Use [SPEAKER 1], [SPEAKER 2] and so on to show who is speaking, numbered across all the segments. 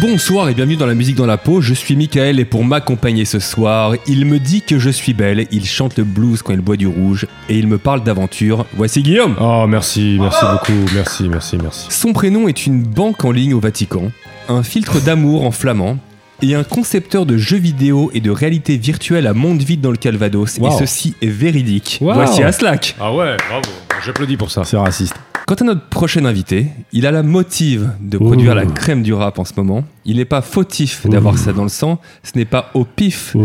[SPEAKER 1] Bonsoir et bienvenue dans la musique dans la peau, je suis Michael et pour m'accompagner ce soir, il me dit que je suis belle, il chante le blues quand il boit du rouge et il me parle d'aventure. Voici Guillaume
[SPEAKER 2] Oh, merci, merci beaucoup, merci, merci, merci.
[SPEAKER 1] Son prénom est une banque en ligne au Vatican, un filtre d'amour en flamand et un concepteur de jeux vidéo et de réalité virtuelle à Mondeville dans le Calvados.
[SPEAKER 2] Wow.
[SPEAKER 1] Et ceci est véridique.
[SPEAKER 2] Wow.
[SPEAKER 1] Voici Aslak.
[SPEAKER 2] Ah ouais, bravo, j'applaudis pour ça. C'est raciste.
[SPEAKER 1] Quant à notre prochain invité, il a la motive de produire la crème du rap en ce moment. Il n'est pas fautif d'avoir ça dans le sang. Ce n'est pas au pif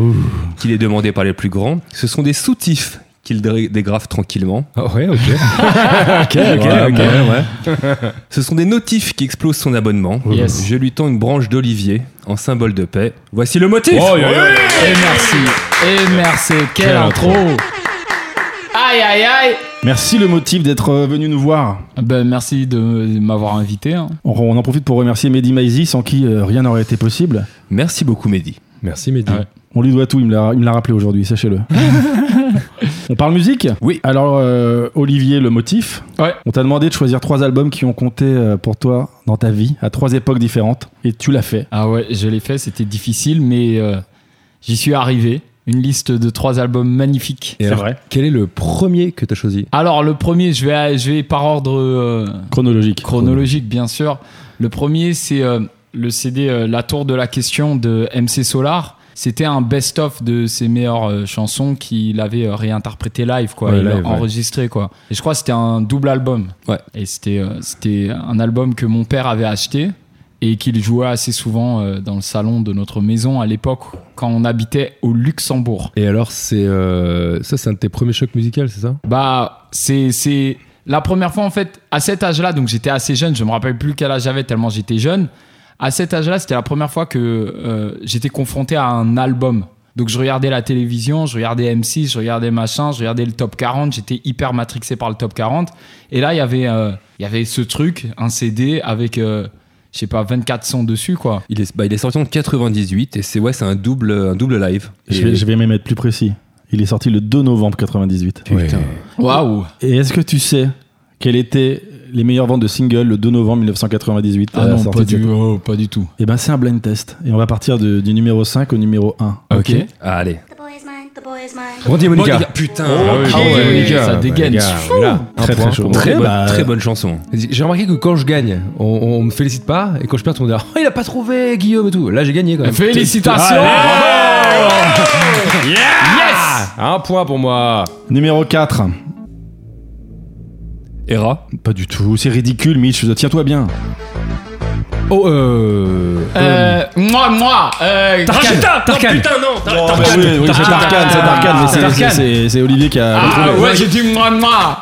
[SPEAKER 1] qu'il est demandé par les plus grands. Ce sont des soutifs qu'il dé- dégrave tranquillement.
[SPEAKER 2] Ah ouais, ok. ok, ok,
[SPEAKER 1] Ouais,
[SPEAKER 2] ok.
[SPEAKER 1] ouais, ouais. Ce sont des notifs qui explosent son abonnement.
[SPEAKER 3] Yes.
[SPEAKER 1] Je lui tends une branche d'olivier en symbole de paix. Voici le motif.
[SPEAKER 2] Oh, yo, yo, yo.
[SPEAKER 3] Et merci. Et merci. Quelle
[SPEAKER 2] Quelle
[SPEAKER 3] intro. Aïe, aïe, aïe.
[SPEAKER 4] Merci le motif d'être euh, venu nous voir.
[SPEAKER 3] Ben, merci de m'avoir invité. hein.
[SPEAKER 4] On, on en profite pour remercier Mehdi Maizi, sans qui euh, rien n'aurait été possible.
[SPEAKER 1] Merci beaucoup, Mehdi.
[SPEAKER 2] Merci, Mehdi.
[SPEAKER 3] Ah ouais.
[SPEAKER 4] On lui doit tout, il me l'a- il me l'a rappelé aujourd'hui, sachez-le. on parle musique
[SPEAKER 1] Oui.
[SPEAKER 4] Alors, euh, Olivier, le motif.
[SPEAKER 3] Ouais.
[SPEAKER 4] On t'a demandé de choisir trois albums qui ont compté euh, pour toi dans ta vie, à trois époques différentes, et tu l'as fait.
[SPEAKER 3] Ah ouais, je l'ai fait, c'était difficile, mais euh, j'y suis arrivé. Une liste de trois albums magnifiques.
[SPEAKER 2] Et alors,
[SPEAKER 4] vrai.
[SPEAKER 2] quel est le premier que t'as choisi
[SPEAKER 3] Alors, le premier, je vais, je vais par ordre euh,
[SPEAKER 4] Chronologique.
[SPEAKER 3] chronologique, bien sûr. Le premier, c'est euh, le CD euh, La Tour de la Question de MC Solar. C'était un best-of de ses meilleures euh, chansons qu'il avait euh, réinterprété live, quoi.
[SPEAKER 2] Ouais,
[SPEAKER 3] il a
[SPEAKER 2] live, ouais.
[SPEAKER 3] enregistré, quoi. Et je crois que c'était un double album.
[SPEAKER 1] Ouais.
[SPEAKER 3] Et c'était, euh, c'était un album que mon père avait acheté et qu'il jouait assez souvent euh, dans le salon de notre maison à l'époque quand on habitait au Luxembourg.
[SPEAKER 2] Et alors, c'est. euh, ça, c'est un de tes premiers chocs musicaux, c'est ça
[SPEAKER 3] Bah, c'est, c'est la première fois en fait, à cet âge-là, donc j'étais assez jeune, je me rappelle plus quel âge j'avais tellement j'étais jeune. À cet âge-là, c'était la première fois que euh, j'étais confronté à un album. Donc je regardais la télévision, je regardais M6, je regardais machin, je regardais le top 40, j'étais hyper matrixé par le top 40. Et là, il y avait, euh, il y avait ce truc, un CD avec, euh, je sais pas, 24 sons dessus, quoi.
[SPEAKER 1] Il est, bah, il est sorti en 98 et c'est ouais, c'est un double, un double live.
[SPEAKER 4] Je
[SPEAKER 1] Et-
[SPEAKER 4] vais, je vais même être plus précis. Il est sorti le 2 novembre 98.
[SPEAKER 2] Ouais.
[SPEAKER 3] Waouh
[SPEAKER 4] Et est-ce que tu sais quelles étaient les meilleures ventes de singles le 2 novembre 1998 à
[SPEAKER 3] Ah
[SPEAKER 4] la
[SPEAKER 3] non,
[SPEAKER 4] sortie
[SPEAKER 3] pas
[SPEAKER 4] de cette-
[SPEAKER 3] du, oh, pas du tout.
[SPEAKER 4] Eh ben c'est un blind test. Et on va partir de- du numéro 5 au numéro 1.
[SPEAKER 3] Ok.
[SPEAKER 1] Ah, allez.
[SPEAKER 5] The boy is mine, the boy is mine.
[SPEAKER 2] Randy et
[SPEAKER 1] Monica. Putain.
[SPEAKER 2] Ah oui,
[SPEAKER 3] Ah
[SPEAKER 2] Randy et
[SPEAKER 3] ouais,
[SPEAKER 2] Monica.
[SPEAKER 3] ça dégaine.
[SPEAKER 2] Bah, les gars, voilà. Un
[SPEAKER 4] Très,
[SPEAKER 2] point
[SPEAKER 4] très chaud.
[SPEAKER 2] pour moi.
[SPEAKER 1] Très,
[SPEAKER 4] Ouais,
[SPEAKER 1] bonne,
[SPEAKER 4] bah,
[SPEAKER 1] très bonne chanson.
[SPEAKER 2] J'ai remarqué que quand je gagne, on, on me félicite pas, et quand je perds, on me dit Oh, il a pas trouvé Guillaume et tout. Là, j'ai gagné quand même.
[SPEAKER 3] Félicitations Yes
[SPEAKER 2] Ah, Un point pour moi.
[SPEAKER 4] Numéro 4.
[SPEAKER 1] Hera.
[SPEAKER 4] Pas du tout, c'est ridicule Mitch, tiens-toi bien.
[SPEAKER 2] Oh, euh.
[SPEAKER 3] Euh, moi, moi, euh,
[SPEAKER 1] Tarjeta
[SPEAKER 2] Tarkan.
[SPEAKER 1] Putain, non
[SPEAKER 4] Ah bah oui, oui, c'est Tarkan, c'est Tarkan, mais c'est- c'est-
[SPEAKER 3] Tarkan.
[SPEAKER 4] c'est- c'est Olivier qui a
[SPEAKER 3] Ah,
[SPEAKER 4] retrouvé.
[SPEAKER 3] ouais, j'ai dit moi, moi.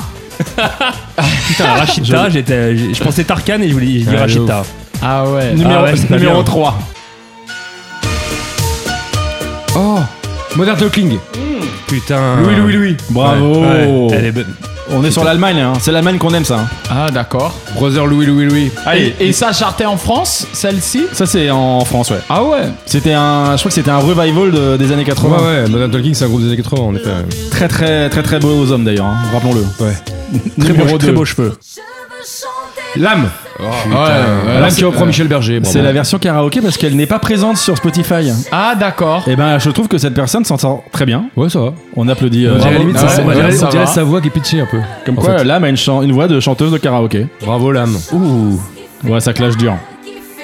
[SPEAKER 1] Putain, Rachita, j'étais- je je pensais Tarkan et je voulais dire
[SPEAKER 2] Ah,
[SPEAKER 1] Rachita.
[SPEAKER 3] Ah ouais.
[SPEAKER 1] Ah
[SPEAKER 4] Numéro,
[SPEAKER 1] ouais, c'est pas
[SPEAKER 4] numéro
[SPEAKER 1] bien.
[SPEAKER 4] 3.
[SPEAKER 2] Oh Modern Talking.
[SPEAKER 1] Putain.
[SPEAKER 2] Louis, Louis, Louis.
[SPEAKER 4] Bravo
[SPEAKER 1] Ouais, elle est bonne.
[SPEAKER 4] On est sur l'Allemagne, hein. c'est l'Allemagne qu'on aime ça. hein.
[SPEAKER 3] Ah d'accord.
[SPEAKER 2] Brother Louis, Louis, Louis.
[SPEAKER 4] Allez,
[SPEAKER 3] Et, et ça chartait en France, celle-ci
[SPEAKER 4] ça c'est en France, ouais.
[SPEAKER 3] Ah ouais.
[SPEAKER 4] C'était un, je crois que c'était un revival de- des années
[SPEAKER 2] Ouais,
[SPEAKER 4] 80.
[SPEAKER 2] ouais, Modern Talking, c'est un groupe des années 80, en effet.
[SPEAKER 4] Très très très très beau aux hommes d'ailleurs, hein. rappelons-le.
[SPEAKER 2] Ouais.
[SPEAKER 1] Très
[SPEAKER 4] Numéro
[SPEAKER 1] beau, très
[SPEAKER 4] deux.
[SPEAKER 1] beau cheveux.
[SPEAKER 2] L'âme
[SPEAKER 3] ouais,
[SPEAKER 2] L'âme qui reprend Michel Berger.
[SPEAKER 4] euh,
[SPEAKER 2] bah.
[SPEAKER 4] C'est la version karaoké parce qu'elle n'est pas présente sur Spotify.
[SPEAKER 3] Ah d'accord.
[SPEAKER 4] Et ben je trouve que cette personne s'en sort très bien.
[SPEAKER 2] Ouais, ça va.
[SPEAKER 4] On applaudit. euh,
[SPEAKER 2] On dirait
[SPEAKER 4] bravo.
[SPEAKER 2] limite,
[SPEAKER 3] ouais,
[SPEAKER 2] ça, on
[SPEAKER 3] ouais,
[SPEAKER 2] dirait-
[SPEAKER 3] ça
[SPEAKER 2] on dirait
[SPEAKER 3] va.
[SPEAKER 2] sa voix qui est pitchée un peu.
[SPEAKER 4] Comme
[SPEAKER 2] En
[SPEAKER 4] quoi,
[SPEAKER 2] fait.
[SPEAKER 4] l'âme a une, chan- une voix de chanteuse de karaoké.
[SPEAKER 2] Bravo, l'âme.
[SPEAKER 1] Ouh.
[SPEAKER 4] Ouais, ça clash dur.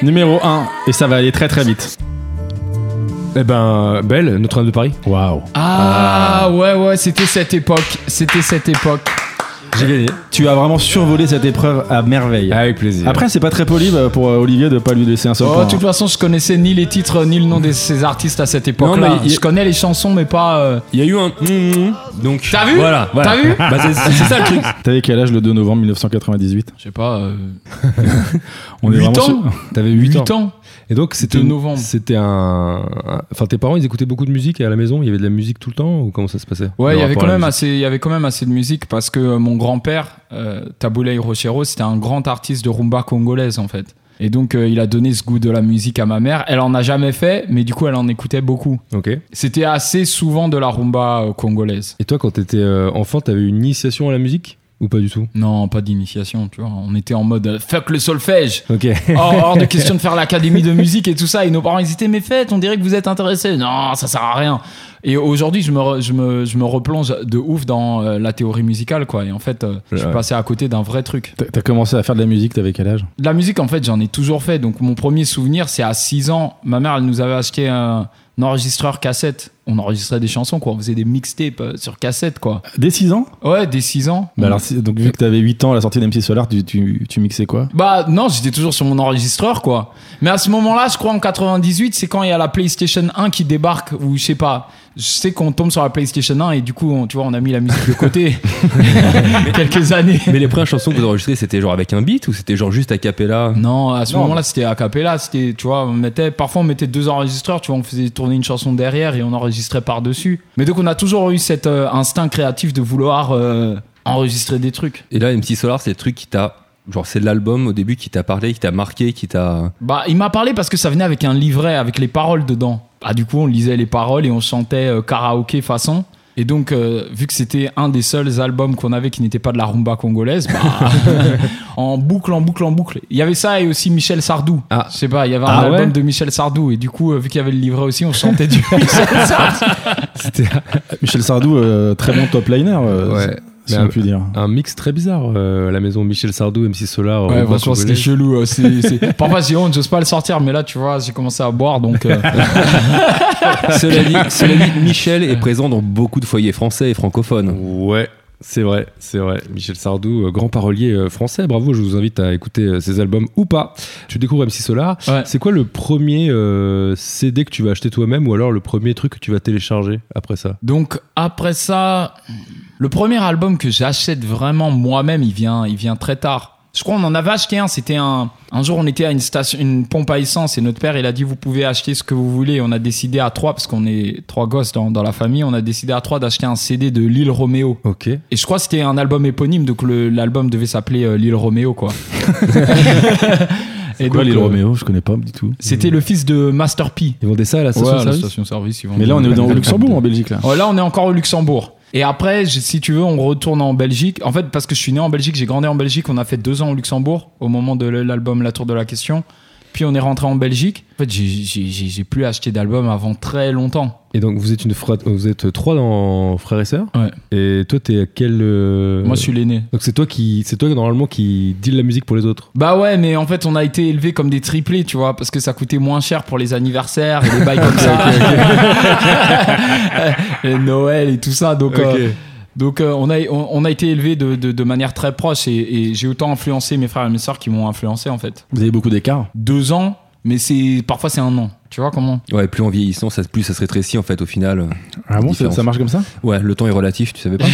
[SPEAKER 4] Numéro 1, et ça va aller très très vite.
[SPEAKER 2] Eh ben, Belle, Notre-Dame de Paris.
[SPEAKER 4] Waouh.
[SPEAKER 3] Ah ouais ouais, c'était cette époque, c'était cette époque.
[SPEAKER 2] J'ai gagné.
[SPEAKER 4] Tu as vraiment survolé cette épreuve à merveille.
[SPEAKER 2] Avec plaisir.
[SPEAKER 4] Après, c'est pas très poli bah, pour euh, Olivier de pas lui laisser un seul
[SPEAKER 3] Oh,
[SPEAKER 4] point.
[SPEAKER 3] de toute façon, je connaissais ni les titres ni le nom de ces artistes à cette
[SPEAKER 1] Non,
[SPEAKER 3] époque-là.
[SPEAKER 1] mais il-
[SPEAKER 3] Je connais les chansons, mais pas. euh,
[SPEAKER 1] Il y a eu un. hum, Donc.
[SPEAKER 3] T'as vu
[SPEAKER 1] Voilà. voilà.
[SPEAKER 3] T'as vu
[SPEAKER 1] Bah, c'est- C'est ça le truc.
[SPEAKER 4] T'avais quel âge le 2 novembre 1998
[SPEAKER 3] Je sais pas. euh,
[SPEAKER 4] On
[SPEAKER 3] Huit ans
[SPEAKER 4] sur-
[SPEAKER 2] T'avais 8,
[SPEAKER 3] 8
[SPEAKER 2] ans.
[SPEAKER 3] ans.
[SPEAKER 2] Et donc, c'était.
[SPEAKER 3] De novembre.
[SPEAKER 2] C'était un. un- Enfin, tes parents, ils écoutaient beaucoup de musique et à la maison, il y avait de la musique tout le temps ou comment ça se passait
[SPEAKER 3] Ouais,
[SPEAKER 2] Le
[SPEAKER 3] il y avait
[SPEAKER 2] rapport à
[SPEAKER 3] quand
[SPEAKER 2] la
[SPEAKER 3] même
[SPEAKER 2] musique.
[SPEAKER 3] assez, il y avait quand même assez de musique parce que euh, mon grand-père, euh, Taboulay Rochero, c'était un grand artiste de rumba congolaise en fait. Et donc euh, il a donné ce goût de la musique à ma mère. Elle en a jamais fait, mais du coup elle en écoutait beaucoup.
[SPEAKER 2] Ok.
[SPEAKER 3] C'était assez souvent de la rumba euh, congolaise.
[SPEAKER 2] Et toi, quand t'étais euh, enfant, t'avais une initiation à la musique Ou pas du tout
[SPEAKER 3] Non, pas d'initiation, tu vois. On était en mode euh, fuck le solfège.
[SPEAKER 2] Ok.
[SPEAKER 3] Oh, hors de question de faire l'académie de musique et tout ça. Et nos parents, ils étaient, mais faites, on dirait que vous êtes intéressés. Non, ça sert à rien. Et aujourd'hui, je me, re- je, me, je me replonge de ouf dans euh, la théorie musicale, quoi. Et en fait, euh, je suis
[SPEAKER 2] Ouais.
[SPEAKER 3] passé à côté d'un vrai truc.
[SPEAKER 4] T'as t'as commencé à faire de la musique, t'avais quel âge
[SPEAKER 3] De la musique, en fait, j'en ai toujours fait. Donc, mon premier souvenir, c'est à 6 ans. Ma mère, elle nous avait acheté un enregistreur cassette. On enregistrait des chansons, quoi. On faisait des mixtapes euh, sur cassette, quoi.
[SPEAKER 4] Dès 6 ans
[SPEAKER 3] Ouais, dès 6 ans.
[SPEAKER 4] bah
[SPEAKER 3] On-
[SPEAKER 4] alors, si- Donc, vu que t'avais 8 ans à la sortie d'MC Solar, tu, tu, tu mixais quoi
[SPEAKER 3] Bah non, j'étais toujours sur mon enregistreur quoi. Mais à ce moment-là, je crois en 98, c'est quand il y a la PlayStation 1 qui débarque ou je sais pas. Je sais qu'on tombe sur la PlayStation 1 et du coup, on, tu vois, on a mis la musique de côté quelques années.
[SPEAKER 1] Mais les premières chansons que vous enregistrez, c'était genre avec un beat ou c'était genre juste a cappella
[SPEAKER 3] Non, à ce
[SPEAKER 4] Non.
[SPEAKER 3] moment-là, c'était a cappella, c'était tu vois, on mettait parfois on mettait deux enregistreurs, tu vois, on faisait tourner une chanson derrière et on enregistrait par-dessus. Mais donc on a toujours eu cet euh, instinct créatif de vouloir euh, enregistrer des trucs.
[SPEAKER 1] Et là, MC Solar, c'est le truc qui t'a. Genre, c'est l'album au début qui t'a parlé, qui t'a marqué, qui t'a.
[SPEAKER 3] Bah, il m'a parlé parce que ça venait avec un livret avec les paroles dedans. Ah, du coup, on lisait les paroles et on chantait euh, karaoké façon. Et donc, euh, vu que c'était un des seuls albums qu'on avait qui n'était pas de la rumba congolaise, bah, en boucle, en boucle, en boucle. Il y avait ça et aussi Michel Sardou.
[SPEAKER 1] Ah.
[SPEAKER 3] Je sais pas, il y avait un
[SPEAKER 4] Ah
[SPEAKER 3] album
[SPEAKER 4] ouais
[SPEAKER 3] de Michel Sardou. Et du coup, euh, vu qu'il y avait le livret aussi, on chantait du Michel Sardou.
[SPEAKER 4] Michel Sardou, euh, très bon top liner, euh,
[SPEAKER 2] Ouais.
[SPEAKER 4] si
[SPEAKER 2] Mais
[SPEAKER 4] on
[SPEAKER 2] un-
[SPEAKER 4] peut dire.
[SPEAKER 2] Un mix très bizarre euh, à la maison Michel Sardou, MC Solar.
[SPEAKER 3] Ouais,
[SPEAKER 2] Robin
[SPEAKER 3] franchement, c'était
[SPEAKER 2] Congolais.
[SPEAKER 3] chelou. euh, c'est- c'est- Parfois, j'ai honte, j'ose pas le sortir. Mais là, tu vois, j'ai commencé à boire. Donc, euh,
[SPEAKER 1] cela, dit, cela dit, Michel est présent dans beaucoup de foyers français et francophones.
[SPEAKER 2] Ouais, c'est vrai, c'est vrai. Michel Sardou, euh, grand parolier euh, français, bravo, je vous invite à écouter euh, ses albums ou pas. Tu découvres MC Solar.
[SPEAKER 3] ouais.
[SPEAKER 2] C'est quoi le premier euh, CD que tu vas acheter toi-même ou alors le premier truc que tu vas télécharger après ça
[SPEAKER 3] Donc après ça, le premier album que j'achète vraiment moi-même, il vient, il vient très tard. Je crois qu'on en avait acheté un. C'était un. Un jour, on était à une station, une pompe à essence, et notre père, il a dit vous pouvez acheter ce que vous voulez. On a décidé à trois, parce qu'on est trois gosses dans, dans la famille, on a décidé à trois d'acheter un CD de Lille Roméo.
[SPEAKER 2] Ok.
[SPEAKER 3] Et je crois que c'était un album éponyme, donc le- l'album devait s'appeler euh, Lille Roméo, quoi. et
[SPEAKER 4] Quoi,
[SPEAKER 3] donc,
[SPEAKER 4] Lil
[SPEAKER 3] euh,
[SPEAKER 4] Romeo Je connais pas du tout.
[SPEAKER 3] C'était le fils de Master P.
[SPEAKER 2] Ils vendaient ça à la station
[SPEAKER 3] Ouais, à la
[SPEAKER 2] service
[SPEAKER 3] station-service, ils vendent
[SPEAKER 4] Mais là, on est
[SPEAKER 3] des-
[SPEAKER 4] dans au Luxembourg, en Belgique, là.
[SPEAKER 3] Ouais, là, on est encore au Luxembourg. Et après, je- si tu veux, on retourne en Belgique. En fait, parce que je suis né en Belgique, j'ai grandi en Belgique. On a fait deux ans au Luxembourg au moment de l'album La Tour de la Question. Puis on est rentré en Belgique. En fait, j'ai- j'ai j'ai- j'ai plus acheté d'album avant très longtemps.
[SPEAKER 2] Et donc vous êtes une fra- vous êtes trois dans frères et sœurs.
[SPEAKER 3] Ouais.
[SPEAKER 2] Et toi t'es à quel euh,
[SPEAKER 3] Moi, je suis l'aîné.
[SPEAKER 2] Donc c'est toi qui c'est toi normalement qui deal la musique pour les autres.
[SPEAKER 3] Bah ouais, mais en fait, on a été élevés comme des triplés, tu vois, parce que ça coûtait moins cher pour les anniversaires et les bails comme ça. et Noël et tout ça. Donc, euh, Donc euh, on, a, on, on a été élevés de, de- de manière très proche et, et j'ai autant influencé mes frères et mes sœurs qui m'ont influencé en fait.
[SPEAKER 4] Vous avez beaucoup d'écart.
[SPEAKER 3] Deux ans, mais c'est parfois c'est un an. Tu vois comment
[SPEAKER 1] Ouais, plus en vieillissant, ça, plus ça se rétrécit en fait au final.
[SPEAKER 4] Ah bon, ça,
[SPEAKER 1] Différence.
[SPEAKER 4] ça marche comme ça
[SPEAKER 1] Ouais, le temps est relatif, tu savais pas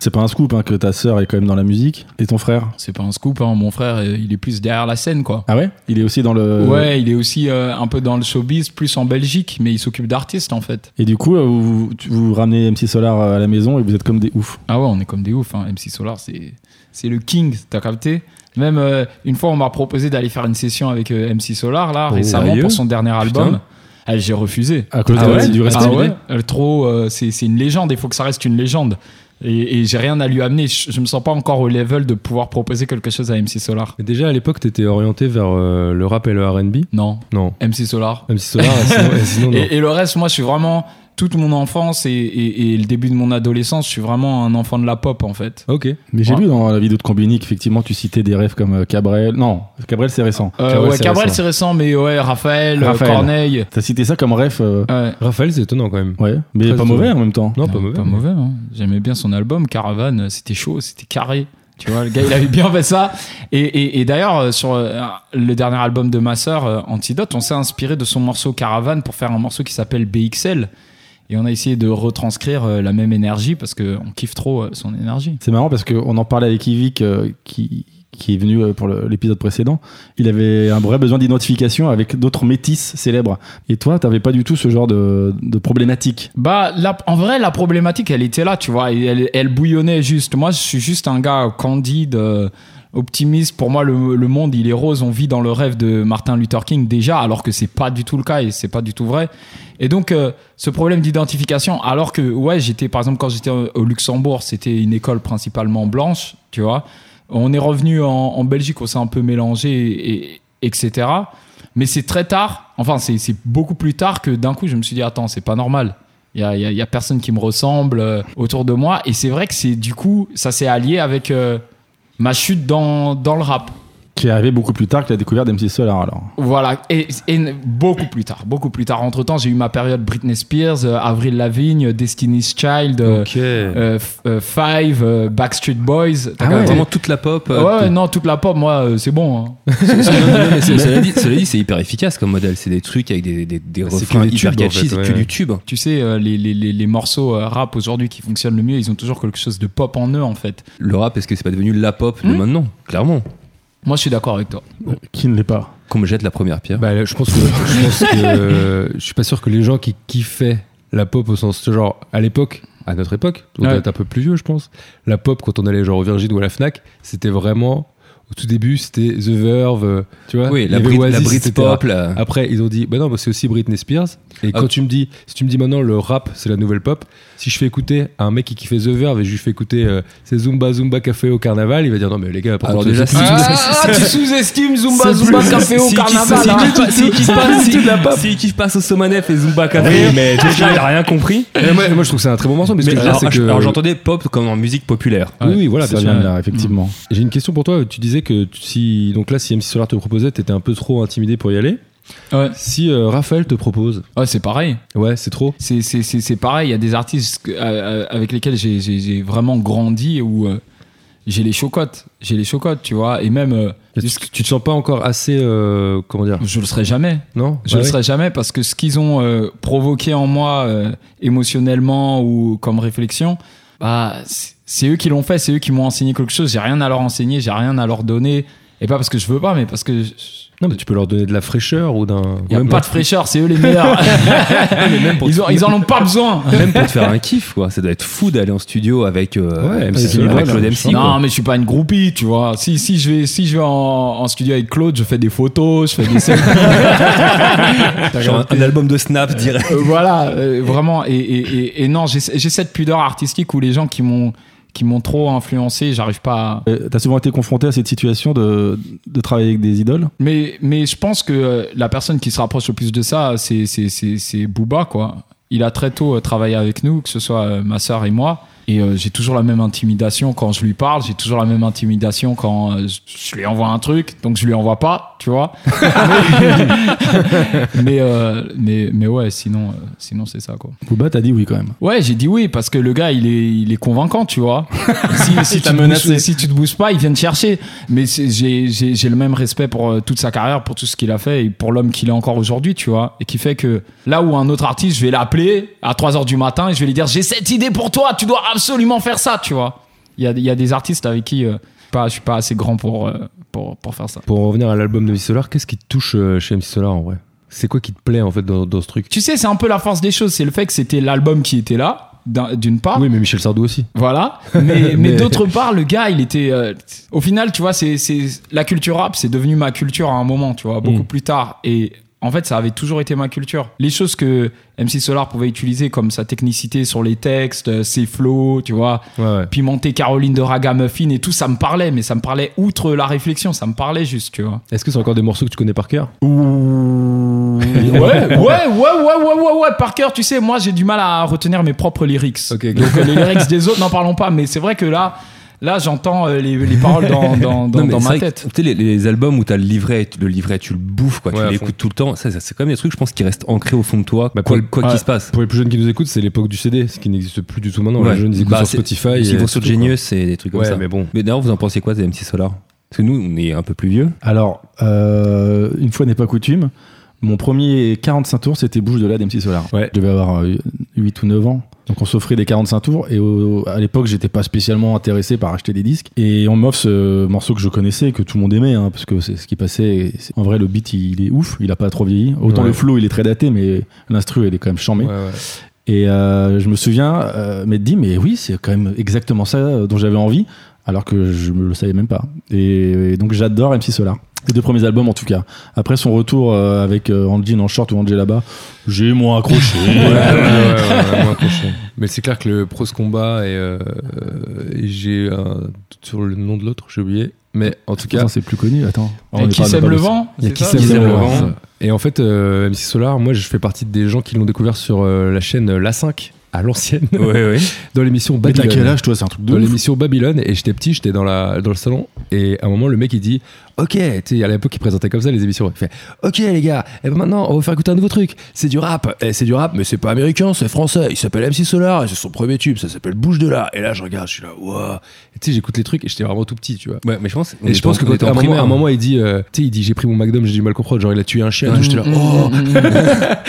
[SPEAKER 4] C'est pas un scoop hein, que ta sœur est quand même dans la musique. Et ton frère
[SPEAKER 3] C'est pas un scoop, hein, mon frère euh, il est plus derrière la scène quoi.
[SPEAKER 4] Ah ouais Il est aussi dans le.
[SPEAKER 3] Ouais, il est aussi euh, un peu dans le showbiz, plus en Belgique, mais il s'occupe d'artistes en fait.
[SPEAKER 4] Et du coup, euh, vous, vous- tu- vous ramenez MC Solar euh, à la maison et vous êtes comme des oufs.
[SPEAKER 3] Ah ouais, on est comme des oufs, hein. MC Solar c'est c'est le king, t'as capté Même euh, une fois on m'a proposé d'aller faire une session avec euh, MC Solar là
[SPEAKER 1] Oh,
[SPEAKER 3] récemment
[SPEAKER 1] sérieux
[SPEAKER 3] pour son dernier album. Eh, j'ai refusé.
[SPEAKER 4] À cause
[SPEAKER 3] Ah
[SPEAKER 4] de-
[SPEAKER 3] ouais
[SPEAKER 4] du respect.
[SPEAKER 3] Ah ouais Euh, Trop, euh, c'est c'est une légende, il faut que ça reste une légende. Et, et j'ai rien à lui amener, je, je me sens pas encore au level de pouvoir proposer quelque chose à MC Solar.
[SPEAKER 2] Mais déjà à l'époque t'étais orienté vers euh, le rap et le R&B.
[SPEAKER 3] Non,
[SPEAKER 2] Non.
[SPEAKER 3] MC Solar.
[SPEAKER 2] MC Solar. et sinon, et sinon, non.
[SPEAKER 3] Et, et le reste, moi je suis vraiment, toute mon enfance et, et- et le début de mon adolescence, je suis vraiment un enfant de la pop en fait.
[SPEAKER 2] Ok.
[SPEAKER 4] Mais j'ai
[SPEAKER 3] Ouais.
[SPEAKER 4] lu dans la vidéo de Combini qu'effectivement tu citais des rêves comme euh, Cabrel. Non, Cabrel c'est récent.
[SPEAKER 3] Euh,
[SPEAKER 2] Cabrel,
[SPEAKER 3] ouais,
[SPEAKER 2] Ah c'est
[SPEAKER 3] Cabrel
[SPEAKER 2] récent.
[SPEAKER 3] c'est récent, mais ouais, Raphaël, euh,
[SPEAKER 4] Raphaël.
[SPEAKER 3] Corneille.
[SPEAKER 4] T'as cité ça comme rêve. euh,
[SPEAKER 3] Ouais.
[SPEAKER 2] Raphaël c'est étonnant quand même.
[SPEAKER 3] Ah.
[SPEAKER 4] Ouais, mais pas
[SPEAKER 2] Très étonnant.
[SPEAKER 4] mauvais en même temps.
[SPEAKER 2] Non, pas mauvais.
[SPEAKER 3] Pas mauvais, hein. j'aimais bien son album, Caravane, euh, c'était chaud, c'était carré. Tu vois, le gars, il avait bien fait ça. Et, et- et d'ailleurs, euh, sur euh, le dernier album de ma sœur, euh, Antidote, on s'est inspiré de son morceau Caravane pour faire un morceau qui s'appelle BXL. Et on a essayé de retranscrire euh, la même énergie parce qu'on kiffe trop euh, son énergie.
[SPEAKER 4] C'est marrant parce qu'on en parlait avec Yvick euh, qui, qui est venu euh, pour le- l'épisode précédent. Il avait un vrai besoin d'identification avec d'autres métis célèbres. Et toi, t'avais pas du tout ce genre de, de problématique.
[SPEAKER 3] Bah, la- en vrai, la problématique, elle était là, tu vois. et Elle, elle bouillonnait juste. Moi, je suis juste un gars candide, euh, optimiste. Pour moi, le, le monde, il est rose. On vit dans le rêve de Martin Luther King déjà, alors que c'est pas du tout le cas et c'est pas du tout vrai. Et donc, euh, ce problème d'identification, alors que, ouais, j'étais, par exemple, quand j'étais au Luxembourg, c'était une école principalement blanche, tu vois. On est revenu en, en Belgique, on s'est un peu mélangé, et, et- etc. Mais c'est très tard, enfin, c'est c'est beaucoup plus tard que d'un coup, je me suis dit, attends, c'est pas normal. Il y a, il y a- il y a personne qui me ressemble euh, autour de moi. Et c'est vrai que c'est du coup, ça s'est allié avec euh, ma chute dans, dans le rap.
[SPEAKER 4] Qui est arrivé beaucoup plus tard que la découverte d'MC Solar, alors.
[SPEAKER 3] Voilà, et, et beaucoup plus tard, beaucoup plus tard. Entre temps, j'ai eu ma période Britney Spears, euh, Avril Lavigne, euh, Destiny's Child, euh,
[SPEAKER 1] Ok.
[SPEAKER 3] euh, F- euh, Five, euh, Backstreet Boys.
[SPEAKER 1] Ah
[SPEAKER 3] T'as quand
[SPEAKER 1] ouais,
[SPEAKER 3] même-
[SPEAKER 1] vraiment toute la pop.
[SPEAKER 3] Ouais,
[SPEAKER 1] euh,
[SPEAKER 3] ouais,
[SPEAKER 1] tout-
[SPEAKER 3] non, toute la pop, moi, euh, c'est bon. hein.
[SPEAKER 1] Non, non, mais c'est- cela dit- cela dit, c'est hyper efficace comme modèle. C'est des trucs avec des, des, des
[SPEAKER 2] C'est
[SPEAKER 1] refrains
[SPEAKER 2] que des
[SPEAKER 1] hyper
[SPEAKER 2] tubes, en
[SPEAKER 1] catchy,
[SPEAKER 2] fait,
[SPEAKER 1] c'est
[SPEAKER 2] ouais.
[SPEAKER 1] que du tube.
[SPEAKER 3] Tu sais, euh, les, les- les- les morceaux euh, rap aujourd'hui qui fonctionnent le mieux, ils ont toujours quelque chose de pop en eux, en fait.
[SPEAKER 1] Le rap, est-ce que c'est pas devenu la pop de
[SPEAKER 3] Hmm.
[SPEAKER 1] maintenant Clairement.
[SPEAKER 3] Moi, je suis d'accord avec toi.
[SPEAKER 4] Qui ne l'est pas.
[SPEAKER 1] Qu'on me jette la première pierre.
[SPEAKER 2] Bah, je pense que je pense que euh, je suis pas sûr que les gens qui kiffaient la pop au sens genre à l'époque, à notre époque, on doit
[SPEAKER 3] Ouais.
[SPEAKER 2] être un peu plus vieux, je pense. La pop quand on allait genre au Virgin ou à la Fnac, c'était vraiment au tout début, c'était The Verve, euh, tu vois.
[SPEAKER 1] oui,
[SPEAKER 2] il y
[SPEAKER 1] la,
[SPEAKER 2] avait
[SPEAKER 1] Brit,
[SPEAKER 2] Oasis,
[SPEAKER 1] la Brit
[SPEAKER 2] etc.
[SPEAKER 1] pop, la-
[SPEAKER 2] Après, ils ont dit, bah non, mais c'est aussi Britney Spears. Et
[SPEAKER 1] Ah.
[SPEAKER 2] quand tu me dis, si tu me dis maintenant le rap, c'est la nouvelle pop, si je fais écouter à un mec qui kiffait The Verve et je lui fais écouter euh, c'est Zumba Zumba Café au carnaval, il va dire non, mais les gars, par
[SPEAKER 1] Alors
[SPEAKER 2] contre,
[SPEAKER 1] déjà,
[SPEAKER 2] c'est-
[SPEAKER 1] si- Ah,
[SPEAKER 3] tu sous-estimes
[SPEAKER 1] C'est plus- si- si- si- si- si- si- si- S'il kiffe passe au Somanef et Zumba Café, mais déjà il a rien compris.
[SPEAKER 2] Eh, moi, moi, je trouve que c'est un très bon morceau, mais, ce que je veux dire,
[SPEAKER 1] alors, ah,
[SPEAKER 2] c'est que.
[SPEAKER 1] alors, j'entendais pop comme en musique populaire.
[SPEAKER 2] Oui, oui, voilà,
[SPEAKER 4] ça
[SPEAKER 2] bien
[SPEAKER 4] vient
[SPEAKER 2] sûr.
[SPEAKER 4] de là, effectivement.
[SPEAKER 2] J'ai une question pour toi. Tu disais que tu- si donc là, si MC Solar te proposait, t'étais un peu trop intimidé pour y aller.
[SPEAKER 3] Ouais,
[SPEAKER 2] Si euh, Raphaël te propose,
[SPEAKER 3] Ouais, c'est pareil.
[SPEAKER 2] ouais, c'est trop.
[SPEAKER 3] C'est- C'est c'est- c'est pareil, il y a des artistes que- euh, euh, avec lesquels j'ai- j'ai j'ai vraiment grandi et où euh, j'ai les chocottes, j'ai les chocottes, tu vois, et même euh,
[SPEAKER 2] Tu, tu te sens pas encore assez, euh, comment dire,
[SPEAKER 3] je le serai jamais.
[SPEAKER 2] non
[SPEAKER 3] Je le serai jamais parce que ce qu'ils ont euh, provoqué en moi euh, émotionnellement ou comme réflexion, bah, c'est- c'est eux qui l'ont fait, c'est eux qui m'ont enseigné quelque chose. J'ai rien à leur enseigner, j'ai rien à leur donner. Et pas parce que je veux pas, mais parce que je-
[SPEAKER 2] Non, mais tu peux leur donner de la fraîcheur ou d'un.
[SPEAKER 3] y a
[SPEAKER 2] même
[SPEAKER 3] pas de fraîcheur, c'est eux les meilleurs. ils, ont- ils en ont pas besoin.
[SPEAKER 1] Même pour te faire un kiff, quoi. Ça doit être fou d'aller en studio avec, euh,
[SPEAKER 2] Ouais,
[SPEAKER 1] avec
[SPEAKER 2] MC
[SPEAKER 1] Claude
[SPEAKER 2] Solar,
[SPEAKER 1] Claude
[SPEAKER 2] là,
[SPEAKER 1] MC.
[SPEAKER 2] je
[SPEAKER 1] quoi.
[SPEAKER 3] Non, mais je suis pas une groupie, tu vois. Si, si je vais, si je vais en, en studio avec Claude, je fais des photos, je fais des selfies.
[SPEAKER 1] Genre un, un album de Snap direct.
[SPEAKER 3] Euh, voilà, euh, vraiment. Et, et, et, et non, j'ai j'ai cette pudeur artistique où les gens qui m'ont qui m'ont trop influencé, j'arrive pas. À...
[SPEAKER 4] Euh, T'as souvent été confronté à cette situation de, de travailler avec des idoles
[SPEAKER 3] Mais mais je pense que euh, la personne qui se rapproche le plus de ça, c'est c'est c'est c'est Booba quoi. Il a très tôt euh, travaillé avec nous, que ce soit euh, ma sœur et moi. Et euh, j'ai toujours la même intimidation quand je lui parle, j'ai toujours la même intimidation quand euh, je- je lui envoie un truc, donc je lui envoie pas, tu vois. mais, euh, mais, mais ouais, sinon, euh, sinon c'est ça quoi.
[SPEAKER 4] Booba, t'as dit oui quand même.
[SPEAKER 3] Ouais, j'ai dit oui parce que le gars, il est, il est convaincant, tu vois. Si, si, tu, te bouges, si tu te bouges pas, il vient te chercher. Mais c'est- j'ai j'ai- j'ai le même respect pour euh, toute sa carrière, pour tout ce qu'il a fait et pour l'homme qu'il est encore aujourd'hui, tu vois. Et qui fait que là où un autre artiste, je vais l'appeler à 3 heures du matin et je vais lui dire J'ai cette idée pour toi, tu dois absolument faire ça, tu vois. Il y a, il y a des artistes avec qui euh, je suis pas, je suis pas assez grand pour, euh, pour, pour faire ça.
[SPEAKER 2] Pour en revenir à l'album de MC Solar, qu'est-ce qui te touche euh, chez MC Solar en vrai C'est quoi qui te plaît en fait dans, dans ce truc
[SPEAKER 3] Tu sais, c'est un peu la force des choses. C'est le fait que c'était l'album qui était là, d'un- d'une part.
[SPEAKER 2] Oui, mais Michel Sardou aussi.
[SPEAKER 3] Voilà. Mais, mais,
[SPEAKER 2] Mais-
[SPEAKER 3] d'autre part, le gars, il était. euh, au final, tu vois, c'est c'est la culture rap, c'est devenu ma culture à un moment, tu vois, beaucoup
[SPEAKER 2] Mm.
[SPEAKER 3] plus tard. Et en fait, ça avait toujours été ma culture. Les choses que MC Solar pouvait utiliser, comme sa technicité sur les textes, euh, ses flows, tu vois,
[SPEAKER 2] Ouais, ouais.
[SPEAKER 3] pimenter Caroline de Ragamuffin et tout, ça me parlait, mais ça me parlait outre la réflexion, ça me parlait juste, tu vois.
[SPEAKER 2] Est-ce que c'est encore des morceaux que tu connais par cœur
[SPEAKER 3] ouais, ouais, ouais, ouais, ouais, ouais, ouais, par cœur, tu sais, moi, j'ai du mal à retenir mes propres lyrics. Donc euh, les lyrics des autres, n'en parlons pas. Mais c'est vrai que là, là j'entends euh, les, les paroles dans, dans, dans,
[SPEAKER 1] Non, mais
[SPEAKER 3] dans
[SPEAKER 1] c'est
[SPEAKER 3] ma
[SPEAKER 1] vrai que,
[SPEAKER 3] tête.
[SPEAKER 1] Tu sais, les, les albums où t'as le livret, tu- le livret, tu le bouffes, quoi.
[SPEAKER 2] Ouais, à
[SPEAKER 1] tu
[SPEAKER 2] fond.
[SPEAKER 1] l'écoutes tout le temps. Ça, ça, c'est quand même des trucs, je pense, qui restent ancrés au fond de toi,
[SPEAKER 2] Bah,
[SPEAKER 1] quoi
[SPEAKER 2] pour-
[SPEAKER 1] quoi
[SPEAKER 3] ouais.
[SPEAKER 1] qu'il se passe.
[SPEAKER 2] Pour les plus jeunes qui nous écoutent, c'est l'époque du CD, ce qui n'existe plus du tout maintenant.
[SPEAKER 1] Ouais.
[SPEAKER 2] Les jeunes ils écoutent
[SPEAKER 1] Bah,
[SPEAKER 2] sur
[SPEAKER 1] c'est-
[SPEAKER 2] Spotify.
[SPEAKER 1] Ils
[SPEAKER 2] et
[SPEAKER 1] vont sur
[SPEAKER 2] tout, quoi.
[SPEAKER 1] Genius et des trucs comme
[SPEAKER 2] Ouais,
[SPEAKER 1] ça.
[SPEAKER 2] mais bon.
[SPEAKER 1] Mais d'ailleurs, vous en pensez quoi des MC Solar Parce que nous, on est un peu plus vieux.
[SPEAKER 4] Alors, euh, une fois n'est pas coutume, mon premier 45 tours, c'était Bouche de la d'MC Solar.
[SPEAKER 2] Ouais.
[SPEAKER 4] Je devais avoir euh, 8 ou 9 ans. Donc on s'offrait des 45 tours et au- à l'époque j'étais pas spécialement intéressé par acheter des disques et on m'offre ce morceau que je connaissais et que tout le monde aimait hein, parce que c'est ce qui passait et c'est- en vrai le beat il, il est ouf il a pas trop vieilli autant
[SPEAKER 2] Ouais.
[SPEAKER 4] le flow il est très daté mais l'instru il est quand même chambé
[SPEAKER 2] Ouais, ouais.
[SPEAKER 4] Et euh, je me souviens euh, m'être dit, mais oui, c'est quand même exactement ça euh, dont j'avais envie. alors que je ne le savais même pas. Et, et donc j'adore MC Solar. Les deux premiers albums en tout cas. Après son retour euh, avec euh, en jean en short ou en là-bas, j'ai moins accroché.
[SPEAKER 2] Ouais, ouais, ouais, ouais, moins accroché. Mais c'est clair que le Pros Combat et, euh, et j'ai un doute sur le nom de l'autre, j'ai oublié. Mais en tout cas,
[SPEAKER 4] Putain, c'est plus connu, attends. Ah, on
[SPEAKER 3] Et
[SPEAKER 4] est
[SPEAKER 3] qui
[SPEAKER 4] pas- on est
[SPEAKER 3] sème
[SPEAKER 4] pas
[SPEAKER 3] le
[SPEAKER 4] bossé.
[SPEAKER 3] vent
[SPEAKER 2] il y a
[SPEAKER 3] c'est
[SPEAKER 2] qui
[SPEAKER 3] ça
[SPEAKER 2] s'aime
[SPEAKER 1] Qui s'aime
[SPEAKER 2] le
[SPEAKER 1] le
[SPEAKER 2] vent.
[SPEAKER 1] vent.
[SPEAKER 2] Et en fait, euh, MC Solar, moi je fais partie des gens qui l'ont découvert sur euh, la chaîne La 5 à l'ancienne,
[SPEAKER 1] Ouais, ouais.
[SPEAKER 2] dans l'émission
[SPEAKER 4] Mais t'as
[SPEAKER 2] Babylone.
[SPEAKER 4] quel âge toi C'est un truc de
[SPEAKER 2] dans
[SPEAKER 4] ouf.
[SPEAKER 2] l'émission Babylone et j'étais petit, j'étais dans, la, dans le salon et à un moment le mec il dit ok, tu sais à l'époque il présentait comme ça les émissions, il fait ok les gars, et ben maintenant on va vous faire écouter un nouveau truc, c'est du rap, et c'est du rap mais c'est pas américain, c'est français, il s'appelle MC Solar et c'est son premier tube, ça s'appelle Bouche de là et là je regarde, je suis là, waouh, Et tu sais j'écoute les trucs et j'étais vraiment tout petit tu vois.
[SPEAKER 1] Ouais, mais je pense, on
[SPEAKER 2] Et je
[SPEAKER 1] était
[SPEAKER 2] pense
[SPEAKER 1] en-
[SPEAKER 2] que
[SPEAKER 1] on était
[SPEAKER 2] quand à
[SPEAKER 1] en
[SPEAKER 2] un moment,
[SPEAKER 1] primaire. hein.
[SPEAKER 2] à un moment, il dit, euh, tu sais, il dit j'ai pris mon McDo, mais j'ai du mal à comprendre, genre il a tué un chien, et tout, j'étais là, oh,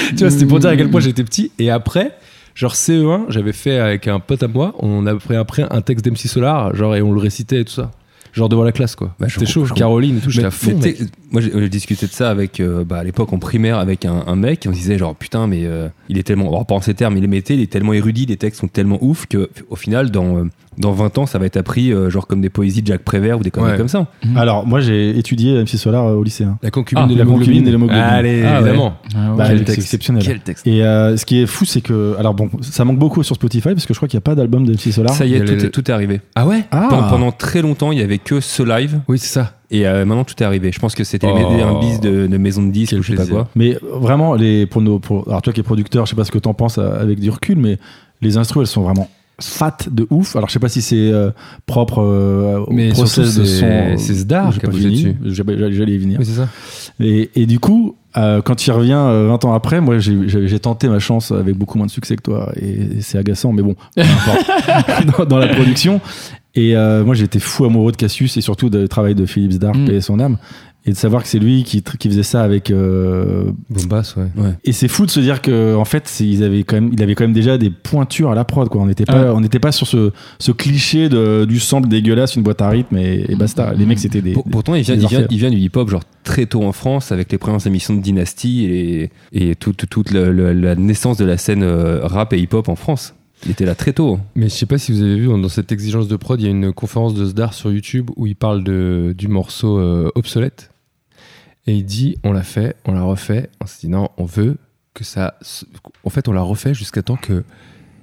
[SPEAKER 2] tu vois, c'était pour dire à quel point j'étais petit. Et après, genre CE1, j'avais fait avec un pote à moi, on a pris après un texte d'MC Solar, genre, et on le récitait et tout ça. Genre devant la classe, quoi.
[SPEAKER 1] Bah, je
[SPEAKER 2] c'était chaud,
[SPEAKER 1] comprends.
[SPEAKER 2] Caroline et tout, j'étais
[SPEAKER 1] Mais-
[SPEAKER 2] à fond.
[SPEAKER 1] mais
[SPEAKER 2] mec.
[SPEAKER 1] t'sais, moi, j'ai j'ai discuté de ça avec, euh, bah, à l'époque, en primaire, avec un, un mec. et on se disait, genre, putain, mais euh, il est tellement. Alors, pas en ces termes, il est mété, il est tellement érudit, les textes sont tellement ouf que, au final, dans, euh, dans 20 ans, ça va être appris, euh, genre, comme des poésies de Jacques Prévert ou des conneries
[SPEAKER 2] Ouais.
[SPEAKER 1] comme ça.
[SPEAKER 4] Alors moi j'ai étudié MC Solar euh, au lycée. hein.
[SPEAKER 2] La concubine
[SPEAKER 4] Ah,
[SPEAKER 2] et
[SPEAKER 4] la concubine et l'hémoglobine.
[SPEAKER 2] Allez,
[SPEAKER 1] Ah ouais.
[SPEAKER 2] évidemment.
[SPEAKER 3] Ah ouais.
[SPEAKER 4] Bah,
[SPEAKER 2] quel
[SPEAKER 4] c'est
[SPEAKER 2] texte.
[SPEAKER 4] exceptionnel.
[SPEAKER 1] Quel texte
[SPEAKER 4] Et euh, ce qui est fou, c'est que. Alors bon, ça manque beaucoup sur Spotify parce que je crois qu'il n'y a pas d'album d'MC Solar.
[SPEAKER 1] Ça y
[SPEAKER 2] Il y
[SPEAKER 1] est,
[SPEAKER 2] a
[SPEAKER 1] tout,
[SPEAKER 2] les-
[SPEAKER 1] est, tout est arrivé.
[SPEAKER 2] Ah ouais
[SPEAKER 4] Ah.
[SPEAKER 1] Pendant, pendant très longtemps, il n'y avait que ce live.
[SPEAKER 2] Oui, c'est ça.
[SPEAKER 1] Et euh, maintenant, tout est arrivé. Je pense que c'était
[SPEAKER 2] Oh.
[SPEAKER 1] des- un bis de, de maison de disques
[SPEAKER 2] Quel
[SPEAKER 1] ou je sais
[SPEAKER 2] plaisir.
[SPEAKER 1] pas quoi.
[SPEAKER 4] Mais vraiment, les, pour nos, pour- alors toi qui es producteur, je sais pas ce que t'en penses euh, avec du recul, mais les instrus, elles sont vraiment fat de ouf. Alors je sais pas si c'est euh, propre euh, au
[SPEAKER 2] Mais
[SPEAKER 4] process
[SPEAKER 2] surtout,
[SPEAKER 4] de
[SPEAKER 2] c'est-
[SPEAKER 4] son.
[SPEAKER 2] c'est Zdar
[SPEAKER 4] J'ai
[SPEAKER 2] qui a
[SPEAKER 4] pas
[SPEAKER 2] bossé
[SPEAKER 4] fini.
[SPEAKER 2] dessus.
[SPEAKER 4] J'allais- J'allais j'allais y venir.
[SPEAKER 2] Oui, c'est ça.
[SPEAKER 4] Et, et du coup, euh, quand il revient euh, 20 ans après, moi j'ai- j'ai j'ai tenté ma chance avec beaucoup moins de succès que toi, et, et c'est agaçant, mais bon, peu importe. dans, dans la production. Et euh, moi j'étais fou amoureux de Cassius et surtout du travail de Philips Dark
[SPEAKER 3] Mm.
[SPEAKER 4] et son âme. Et de savoir que c'est lui qui, tr- qui faisait ça avec. euh,
[SPEAKER 2] Bombass, ouais.
[SPEAKER 4] Et c'est fou de se dire que en fait, c'est- ils avaient quand même, il avait quand même déjà des pointures à la prod. Quoi. On n'était pas,
[SPEAKER 3] Ah ouais.
[SPEAKER 4] on n'était pas sur ce, ce cliché de, du sample dégueulasse, une boîte à rythme et,
[SPEAKER 3] Mm.
[SPEAKER 4] et basta. Les mecs, c'était des.
[SPEAKER 1] Pour- pourtant, il vient,
[SPEAKER 4] des
[SPEAKER 1] il, vient,
[SPEAKER 4] orfèvres.
[SPEAKER 1] il vient du hip-hop, genre très tôt en France, avec les premières émissions de Dynasty et, et toute, toute, toute le- le- la naissance de la scène euh, rap et hip-hop en France. Il était là très tôt.
[SPEAKER 2] Mais je sais pas si vous avez vu, dans cette exigence de prod, il y a une conférence de Sdar sur YouTube où il parle de, du morceau euh, obsolète. Et il dit on l'a fait, on l'a refait. On s'est dit non, on veut que ça. se- En fait, on l'a refait jusqu'à temps que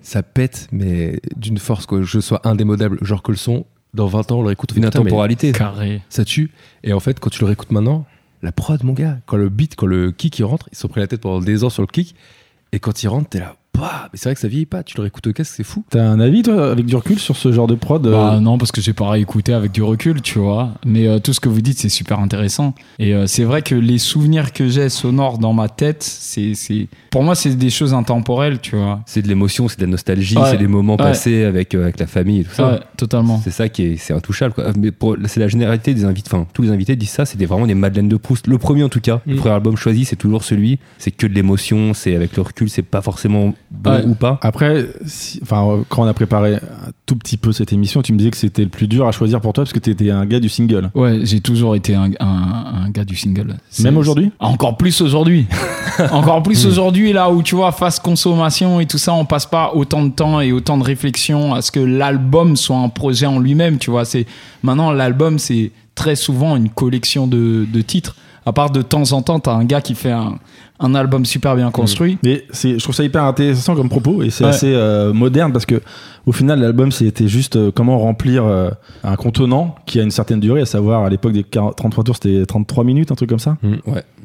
[SPEAKER 2] ça pète, mais d'une force, que je sois indémodable. Genre que le son, dans 20 ans, on le réécoute. on fait,
[SPEAKER 1] Une
[SPEAKER 2] putain, mais
[SPEAKER 1] intemporalité.
[SPEAKER 3] Carré.
[SPEAKER 2] ça tue. Et en fait, quand tu le réécoutes maintenant, la prod, mon gars, quand le beat, quand le kick il rentre, ils se sont pris la tête pendant des ans sur le kick. Et quand il rentre, t'es là, bah, mais c'est vrai que ça vieillit pas. Tu le réécoutes au casque, c'est fou.
[SPEAKER 4] T'as un avis toi avec du recul sur ce genre de prod euh,
[SPEAKER 3] Bah non, parce que j'ai pas réécouté avec du recul, tu vois. Mais euh, tout ce que vous dites, c'est super intéressant. Et euh, c'est vrai que les souvenirs que j'ai sonores dans ma tête, c'est, c'est, pour moi, c'est des choses intemporelles, tu vois.
[SPEAKER 1] C'est de l'émotion, c'est de la nostalgie,
[SPEAKER 3] Ouais.
[SPEAKER 1] c'est des moments
[SPEAKER 3] Ouais.
[SPEAKER 1] passés avec, euh, avec la famille et tout ça.
[SPEAKER 3] Ouais, totalement.
[SPEAKER 1] C'est ça qui est, c'est intouchable. quoi. Mais pour- c'est la généralité des invités. Enfin, tous les invités disent ça. C'était vraiment des Madeleines de Proust. Le premier en tout cas, le
[SPEAKER 2] Mm.
[SPEAKER 1] premier album choisi, c'est toujours celui. C'est que de l'émotion. C'est avec le recul. C'est pas forcément bon
[SPEAKER 3] Ouais.
[SPEAKER 1] ou pas.
[SPEAKER 4] Après, si- enfin, euh, quand on a préparé un tout petit peu cette émission, tu me disais que c'était le plus dur à choisir pour toi parce que t'étais un gars du single.
[SPEAKER 3] Ouais, j'ai toujours été un, un- un gars du single. C'est-
[SPEAKER 4] Même aujourd'hui Mm.
[SPEAKER 3] Encore plus aujourd'hui. Encore plus aujourd'hui, là où tu vois, face consommation et tout ça, on passe pas autant de temps et autant de réflexion à ce que l'album soit un projet en lui-même, tu vois. C'est, maintenant, l'album, c'est très souvent une collection de, de titres. À part de temps en temps, t'as un gars qui fait un, un album super bien construit.
[SPEAKER 4] Mais c'est, je trouve ça hyper intéressant comme propos et c'est
[SPEAKER 3] Ouais.
[SPEAKER 4] assez euh, moderne parce que au final, l'album c'était juste euh, comment remplir euh, un contenant qui a une certaine durée, à savoir à l'époque des 40 33 tours, c'était 33 minutes, un truc comme ça.
[SPEAKER 1] Ouais,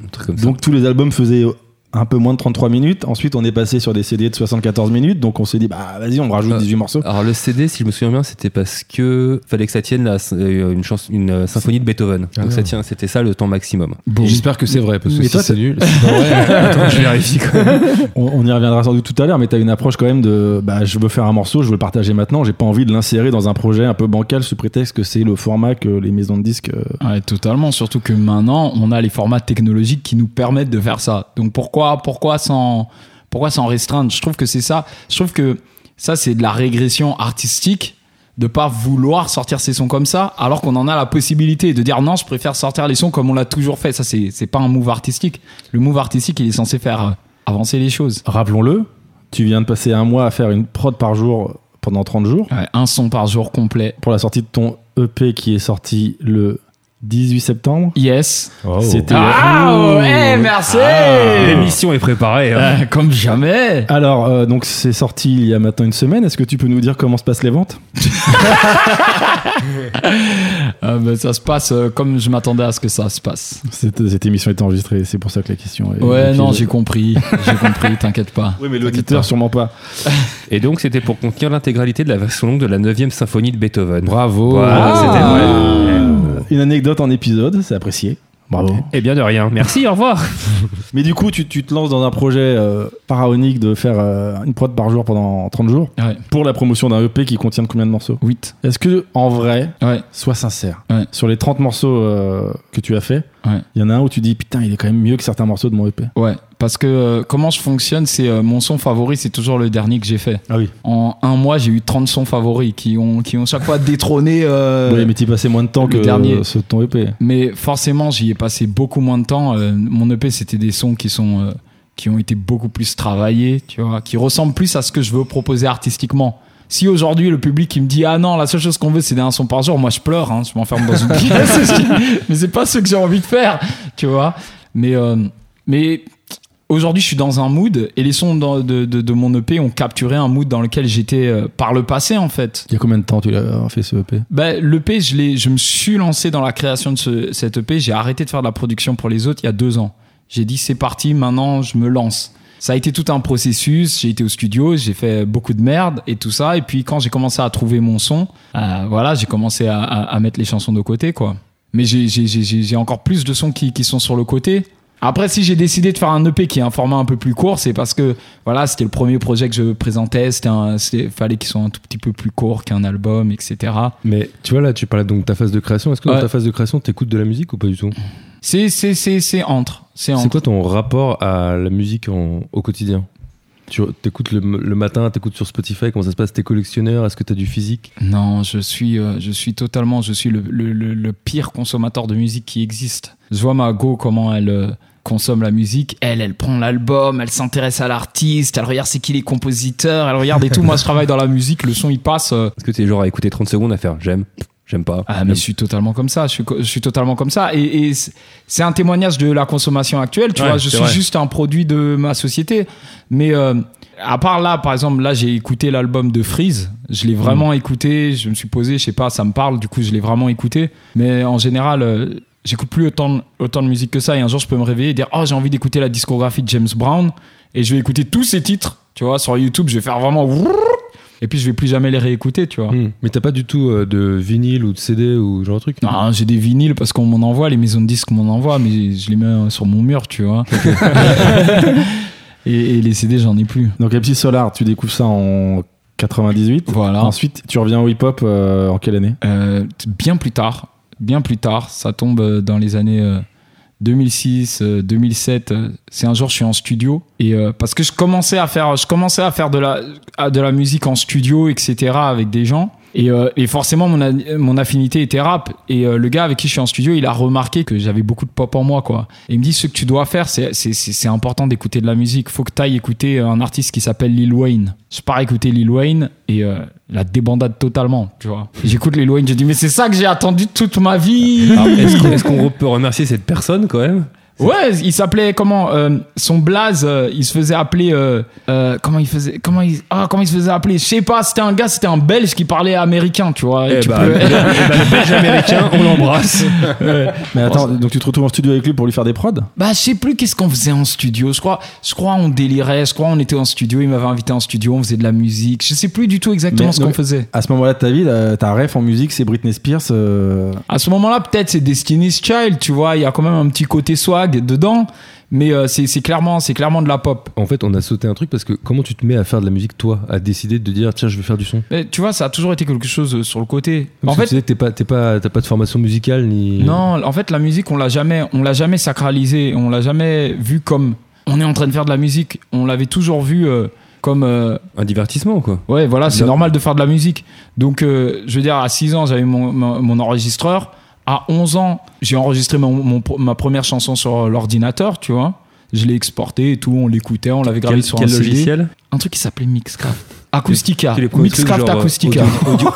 [SPEAKER 1] un truc comme ça.
[SPEAKER 4] Donc tous les albums faisaient euh, un peu moins de 33 minutes. Ensuite, on est passé sur des CD de 74 minutes, donc on s'est dit bah vas-y, on rajoute
[SPEAKER 1] Ah.
[SPEAKER 4] 18 morceaux.
[SPEAKER 1] Alors le CD, si je me souviens bien, c'était parce que fallait que ça tienne la, euh, une, chanson- une euh, symphonie de Beethoven.
[SPEAKER 2] Ah
[SPEAKER 1] Donc
[SPEAKER 2] ouais.
[SPEAKER 1] ça tient, c'était ça le temps maximum.
[SPEAKER 4] Mm.
[SPEAKER 2] Et J'espère que c'est vrai, parce que
[SPEAKER 4] Mais
[SPEAKER 2] si
[SPEAKER 4] toi,
[SPEAKER 2] c'est nul, c'est pas vrai. Attends, je vérifie quand même.
[SPEAKER 4] On, on y reviendra sans doute tout à l'heure, mais tu as une approche quand même de bah, je veux faire un morceau, je veux le partager maintenant, j'ai pas envie de l'insérer dans un projet un peu bancal sous prétexte que c'est le format que les maisons de disques. euh,
[SPEAKER 3] Ouais, totalement. Surtout que maintenant, on a les formats technologiques qui nous permettent de faire ça. Donc pourquoi, pourquoi s'en, pourquoi s'en restreindre Je trouve que c'est ça. Je trouve que ça, c'est de la régression artistique de pas vouloir sortir ces sons comme ça, alors qu'on en a la possibilité de dire non, je préfère sortir les sons comme on l'a toujours fait. Ça, c'est, c'est pas un move artistique. Le move artistique, il est censé faire euh, avancer les choses.
[SPEAKER 4] Rappelons-le, tu viens de passer un mois à faire une prod par jour pendant 30 jours
[SPEAKER 3] Ouais, un son par jour complet.
[SPEAKER 4] pour la sortie de ton EP qui est sorti le 18 septembre.
[SPEAKER 3] Yes.
[SPEAKER 4] C'était-
[SPEAKER 3] Ah,
[SPEAKER 4] Ouh.
[SPEAKER 3] oh, eh, merci
[SPEAKER 2] Ah.
[SPEAKER 1] L'émission est préparée. hein.
[SPEAKER 3] Euh, Comme jamais
[SPEAKER 4] Alors, euh, donc c'est sorti il y a maintenant une semaine. Est-ce que tu peux nous dire comment se passent les ventes
[SPEAKER 3] Ah, ben, Ça se passe euh, comme je m'attendais à ce que ça se passe.
[SPEAKER 4] cette, cette émission est enregistrée, c'est pour ça que la question est.
[SPEAKER 3] Ouais,
[SPEAKER 4] est
[SPEAKER 3] non,
[SPEAKER 4] piégée.
[SPEAKER 3] j'ai compris. J'ai compris, t'inquiète pas.
[SPEAKER 4] Oui, mais l'auditeur, sûrement pas.
[SPEAKER 1] Et donc, c'était pour contenir l'intégralité de la version longue de la 9 symphonie de Beethoven.
[SPEAKER 2] Bravo.
[SPEAKER 4] Ah,
[SPEAKER 1] Voilà, c'était vrai.
[SPEAKER 4] euh, Une anecdote en épisode, c'est apprécié. Bravo.
[SPEAKER 1] Et Eh bien de rien. Merci, au revoir.
[SPEAKER 4] Mais du coup, tu, tu te lances dans un projet euh, pharaonique de faire euh, une prod par jour pendant 30 jours
[SPEAKER 3] Ouais.
[SPEAKER 4] pour la promotion d'un EP qui contient combien de morceaux
[SPEAKER 3] 8.
[SPEAKER 4] Est-ce que, en vrai,
[SPEAKER 3] Ouais.
[SPEAKER 4] sois sincère,
[SPEAKER 3] Ouais.
[SPEAKER 4] sur les 30 morceaux euh, que tu as fait, il
[SPEAKER 3] Ouais.
[SPEAKER 4] y en a un où tu dis putain, il est quand même mieux que certains morceaux de mon E EP.
[SPEAKER 3] Ouais, parce que euh, comment je fonctionne, c'est euh, mon son favori, c'est toujours le dernier que j'ai fait.
[SPEAKER 4] Ah oui.
[SPEAKER 3] En un mois, j'ai eu 30 sons favoris qui ont, qui ont chaque fois détrôné.
[SPEAKER 2] Ah.
[SPEAKER 3] euh,
[SPEAKER 4] oui, mais t'y passais moins de temps
[SPEAKER 3] le
[SPEAKER 4] que
[SPEAKER 3] dernier.
[SPEAKER 4] ceux de ton E EP.
[SPEAKER 3] Mais forcément, j'y ai passé beaucoup moins de temps. Euh, mon EP, c'était des sons qui sont euh, qui ont été beaucoup plus travaillés, tu vois, qui ressemblent plus à ce que je veux proposer artistiquement. Si aujourd'hui le public il me dit ah non la seule chose qu'on veut c'est un son par jour moi je pleure hein, je m'enferme dans une pièce mais c'est pas ce que j'ai envie de faire tu vois mais euh, mais aujourd'hui je suis dans un mood et les sons dans- de, de- de mon EP ont capturé un mood dans lequel j'étais euh, par le passé en fait
[SPEAKER 4] Il y a combien de temps tu l'as fait ce E EP
[SPEAKER 3] bah, l'EP, je, l'ai- je me suis lancé dans la création de ce, cet EP. J'ai arrêté de faire de la production pour les autres il y a deux ans. J'ai dit, c'est parti, maintenant, je me lance. Ça a été tout un processus. J'ai été au studio, j'ai fait beaucoup de merde et tout ça. Et puis, quand j'ai commencé à trouver mon son, euh, voilà, j'ai commencé à, à- à mettre les chansons de côté, quoi. Mais j'ai- j'ai j'ai- j'ai- j'ai encore plus de sons qui, qui sont sur le côté. Après, si j'ai décidé de faire un EP qui est un format un peu plus court, c'est parce que voilà, c'était le premier projet que je présentais. C'était un, c'était- fallait qu'il soit un tout petit peu plus court qu'un album, etc.
[SPEAKER 2] Mais tu vois, là, tu parlais donc de ta phase de création. Est-ce que dans
[SPEAKER 3] Ouais.
[SPEAKER 2] ta phase de création, t'écoutes de la musique ou pas du tout
[SPEAKER 3] C'est c'est c'est c'est entre. C'est
[SPEAKER 2] C'est
[SPEAKER 3] entre.
[SPEAKER 2] quoi ton rapport à la musique en- au quotidien Tu écoutes le, le matin, t'écoutes sur Spotify, comment ça se passe T'es collectionneur Est-ce que t'as du physique
[SPEAKER 3] Non, je suis euh, je suis totalement je suis le, le, le, le pire consommateur de musique qui existe. Je vois ma go comment elle euh, consomme la musique, elle elle prend l'album, elle s'intéresse à l'artiste, elle regarde c'est qui les compositeurs, elle regarde et tout. Moi je travaille dans la musique, le son il passe euh,
[SPEAKER 1] Est-ce que t'es genre à écouter 30 secondes à faire j'aime, j'aime pas
[SPEAKER 3] Ah mais je suis totalement comme ça, je suis, co- je suis totalement comme ça et, et c'est- c'est un témoignage de la consommation actuelle, tu
[SPEAKER 1] Ouais,
[SPEAKER 3] vois, je
[SPEAKER 1] c'est
[SPEAKER 3] suis
[SPEAKER 1] vrai.
[SPEAKER 3] juste un produit de ma société. Mais euh, à part là, par exemple, là j'ai écouté l'album de Freeze, je l'ai vraiment
[SPEAKER 1] Mm.
[SPEAKER 3] écouté, je me suis posé, je sais pas, ça me parle, du coup je l'ai vraiment écouté. Mais en général, euh, j'écoute plus autant, de- autant de musique que ça et un jour je peux me réveiller et dire oh j'ai envie d'écouter la discographie de James Brown et je vais écouter tous ses titres, tu vois, sur YouTube, je vais faire vraiment et puis je vais plus jamais les réécouter, tu vois.
[SPEAKER 2] Hmm. Mais t'as pas du tout euh, de vinyle ou de CD ou genre de truc
[SPEAKER 3] Non, Ah, j'ai des vinyles parce qu'on m'en envoie, les maisons de disques m'en envoient, mais je les mets euh, sur mon mur, tu vois. et, et les CD, j'en ai plus.
[SPEAKER 4] Donc MC Solar, tu découvres ça en 98.
[SPEAKER 3] Voilà.
[SPEAKER 4] Ensuite, tu reviens au hip-hop euh, en quelle année
[SPEAKER 3] Euh, t- bien plus tard, bien plus tard, ça tombe euh, dans les années euh, 2006, euh, 2007. euh, C'est un jour, je suis en studio et euh, parce que je commençais à faire, je commençais à faire de la, à de la musique en studio, etc. avec des gens. Et, euh, et forcément, mon, a- mon affinité était rap. Et euh, le gars avec qui je suis en studio, il a remarqué que j'avais beaucoup de pop en moi, quoi. Et il me dit, ce que tu dois faire, c'est- c'est c'est- c'est important d'écouter de la musique. Faut que t'ailles écouter euh, un artiste qui s'appelle Lil Wayne. Je pars écouter Lil Wayne et euh, la débandade totalement, tu vois. J'écoute Lil Wayne, je dis, mais c'est ça que j'ai attendu toute ma vie.
[SPEAKER 1] Alors, Est-ce qu'on- est-ce qu'on peut remercier cette personne quand même
[SPEAKER 3] Ouais, il s'appelait comment euh, Son blaze, euh, il se faisait appeler euh, euh, comment il faisait comment il ah comment il se faisait appeler Je sais pas. C'était un gars, c'était un Belge qui parlait américain, tu vois.
[SPEAKER 1] Eh
[SPEAKER 3] Tu
[SPEAKER 1] bah,
[SPEAKER 3] peux-
[SPEAKER 1] Le belge américain, on l'embrasse.
[SPEAKER 4] Mais attends, donc tu te retrouves en studio avec lui pour lui faire des prods
[SPEAKER 3] Bah, je sais plus qu'est-ce qu'on faisait en studio. Je crois, je crois on délirait. Je crois on était en studio. Il m'avait invité en studio. On faisait de la musique. Je sais plus du tout exactement
[SPEAKER 4] Mais
[SPEAKER 3] ce qu'on
[SPEAKER 4] donc-
[SPEAKER 3] faisait.
[SPEAKER 4] À ce moment-là de ta vie, là, ta ref en musique, c'est Britney Spears. euh,
[SPEAKER 3] À ce moment-là, peut-être c'est Destiny's Child. Tu vois, il y a quand même un petit côté swag dedans. Mais euh, c'est c'est clairement, c'est clairement de la pop.
[SPEAKER 2] En fait, on a sauté un truc parce que comment tu te mets à faire de la musique, toi, à décider de dire tiens, je vais faire du son
[SPEAKER 3] Mais tu vois, ça a toujours été quelque chose euh, sur le côté.
[SPEAKER 2] Parce
[SPEAKER 3] En
[SPEAKER 2] que
[SPEAKER 3] fait,
[SPEAKER 2] tu sais que t'es pas, t'es pas, t'as pas de formation musicale ni.
[SPEAKER 3] Non, en fait, la musique, on l'a jamais, on l'a jamais sacralisée, on l'a jamais vue comme on est en train de faire de la musique. On l'avait toujours vue euh, comme euh,
[SPEAKER 1] Un divertissement quoi.
[SPEAKER 3] ouais, voilà, c'est
[SPEAKER 1] Non.
[SPEAKER 3] normal de faire de la musique. Donc, euh, je veux dire, à 6 ans, j'avais mon, mon- mon enregistreur. À 11 ans, j'ai enregistré mon- mon pro- ma première chanson sur euh, l'ordinateur, tu vois. Je l'ai exporté et tout, on l'écoutait, on l'avait gravé
[SPEAKER 1] Quel,
[SPEAKER 3] sur
[SPEAKER 1] quel
[SPEAKER 3] un CD.
[SPEAKER 1] logiciel
[SPEAKER 3] Un truc qui s'appelait Mixcraft. Acoustica.
[SPEAKER 1] Tu les produits,
[SPEAKER 3] Mixcraft
[SPEAKER 1] genre, euh,
[SPEAKER 3] Acoustica.
[SPEAKER 1] audio- audio-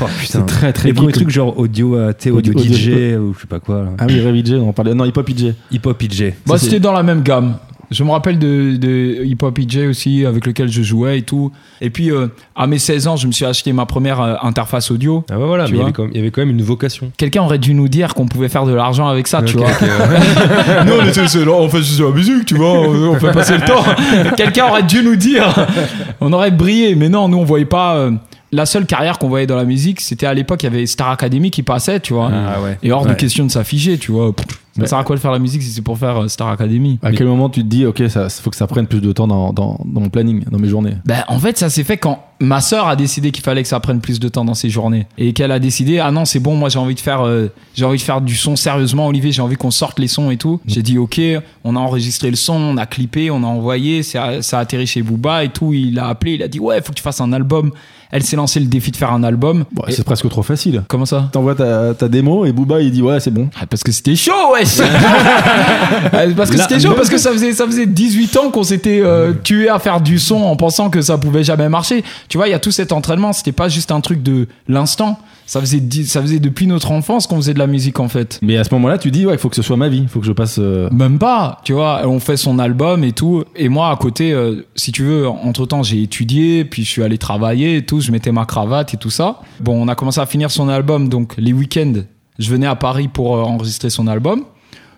[SPEAKER 1] Oh, putain.
[SPEAKER 4] C'est très très
[SPEAKER 1] Les premiers
[SPEAKER 4] geek.
[SPEAKER 1] trucs genre audio, euh, tu sais,
[SPEAKER 4] Audio-
[SPEAKER 1] audio,
[SPEAKER 4] audio-
[SPEAKER 1] DJ ou je sais pas quoi. là.
[SPEAKER 4] Ah oui, Ray DJ, on en parlait. Non, Hip Hop DJ.
[SPEAKER 1] Hip hop DJ.
[SPEAKER 3] Bah,
[SPEAKER 4] Ça, c'est-
[SPEAKER 3] c'était dans la même gamme. Je me rappelle de, de Hip Hop EJ aussi, avec lequel je jouais et tout. Et puis, euh, à mes 16 ans, je me suis acheté ma première euh, interface audio.
[SPEAKER 2] Ah bah voilà,
[SPEAKER 3] Tu
[SPEAKER 2] mais il y,
[SPEAKER 3] vois.
[SPEAKER 2] avait quand même, il y avait quand même une vocation.
[SPEAKER 3] Quelqu'un aurait dû nous dire qu'on pouvait faire de l'argent avec ça, tu
[SPEAKER 2] Ok,
[SPEAKER 3] vois.
[SPEAKER 2] ok, ouais.
[SPEAKER 3] non, mais c'est, c'est- non, en fait, c'est la musique, tu vois, on on fait passer le temps. Quelqu'un aurait dû nous dire. On aurait brillé, mais non, nous, on voyait pas. euh, la seule carrière qu'on voyait dans la musique, c'était à l'époque, il y avait Star Academy qui passait, tu vois.
[SPEAKER 1] Ah ouais.
[SPEAKER 3] Et hors de
[SPEAKER 1] Ouais.
[SPEAKER 3] question de s'afficher, tu vois. Pff, Ça sert à quoi de faire la musique si c'est pour faire euh, Star Academy
[SPEAKER 1] Bah,
[SPEAKER 4] À quel moment tu te dis, ok, ça faut que ça prenne plus de temps dans, dans, dans mon planning, dans mes journées
[SPEAKER 3] Ben, en fait, ça s'est fait quand ma sœur a décidé qu'il fallait que ça prenne plus de temps dans ses journées et qu'elle a décidé ah non c'est bon moi j'ai envie de faire euh, j'ai envie de faire du son sérieusement Olivier j'ai envie qu'on sorte les sons et tout
[SPEAKER 4] Mm.
[SPEAKER 3] j'ai dit ok on a enregistré le son on a clippé on a envoyé ça, ça a atterri chez Booba et tout il a appelé il a dit ouais faut que tu fasses un album elle s'est lancée le défi de faire un album
[SPEAKER 4] Bon,
[SPEAKER 3] Et-
[SPEAKER 4] Bah, C'est presque trop facile.
[SPEAKER 3] comment ça
[SPEAKER 4] T'envoies ta, ta démo et Booba il dit, ouais, c'est bon.
[SPEAKER 3] Ah, parce que c'était chaud, wesh! Euh, parce que
[SPEAKER 4] Là,
[SPEAKER 3] c'était chaud, parce que ça faisait, ça faisait 18 ans qu'on s'était euh, tué à faire du son en pensant que ça pouvait jamais marcher. Tu vois, il y a tout cet entraînement, c'était pas juste un truc de l'instant. Ça faisait, dix- ça faisait depuis notre enfance qu'on faisait de la musique en fait.
[SPEAKER 4] Mais à ce moment-là, tu dis, ouais, il faut que ce soit ma vie, il faut que je passe. euh,
[SPEAKER 3] Même pas, tu vois, on fait son album et tout. Et moi, à côté, euh, si tu veux, entre temps, j'ai étudié, puis je suis allé travailler et tout, je mettais ma cravate et tout ça. Bon, on a commencé à finir son album, donc les week-ends, je venais à Paris pour euh, enregistrer son album,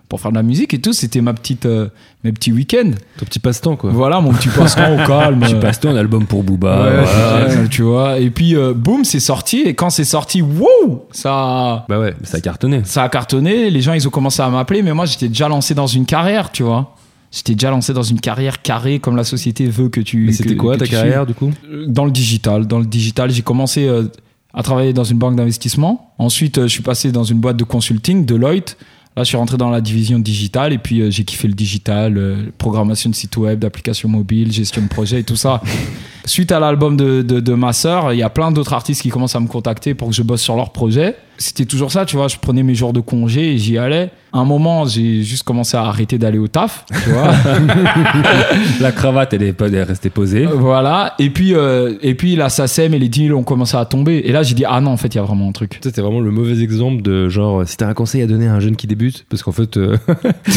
[SPEAKER 3] pour faire de la musique et tout. C'était ma petite, euh, mes petits week-ends.
[SPEAKER 2] Ton petit passe-temps, quoi.
[SPEAKER 3] Voilà, mon petit passe-temps au calme.
[SPEAKER 1] Tu passes ton album pour Booba.
[SPEAKER 3] Ouais,
[SPEAKER 1] voilà.
[SPEAKER 3] ouais, tu vois. Et puis, euh, boum, c'est sorti. Et quand c'est sorti, wow, ça,
[SPEAKER 2] Bah ouais.
[SPEAKER 1] Ça cartonnait.
[SPEAKER 3] ça a cartonné, les gens ils ont commencé à m'appeler, mais moi j'étais déjà lancé dans une carrière, tu vois. J'étais déjà lancé dans une carrière carrée comme la société veut que tu.
[SPEAKER 2] Mais c'était
[SPEAKER 3] que-
[SPEAKER 2] quoi
[SPEAKER 3] que
[SPEAKER 2] ta
[SPEAKER 3] tu
[SPEAKER 2] carrière, du coup
[SPEAKER 3] suives. Dans le digital. Dans le digital, j'ai commencé euh, à travailler dans une banque d'investissement. Ensuite, euh, je suis passé dans une boîte de consulting, Deloitte. Là, je suis rentré dans la division digitale et puis euh, j'ai kiffé le digital, euh, programmation de sites web, d'applications mobiles, gestion de projet et tout ça. Suite à l'album de, de, de ma sœur, il y a plein d'autres artistes qui commencent à me contacter pour que je bosse sur leur projet. C'était toujours ça, tu vois. Je prenais mes jours de congé et j'y allais. À un moment, j'ai juste commencé à arrêter d'aller au taf, tu vois.
[SPEAKER 1] La cravate, elle est, pas- elle est restée posée.
[SPEAKER 3] Euh, voilà. Et puis, euh, et puis la SACEM et les deals ont commencé à tomber. Et là, j'ai dit, ah non, en fait, il y a vraiment un truc.
[SPEAKER 2] Ça, C'était vraiment le mauvais exemple de genre, si t'as un conseil à donner à un jeune qui débute, parce qu'en fait, euh,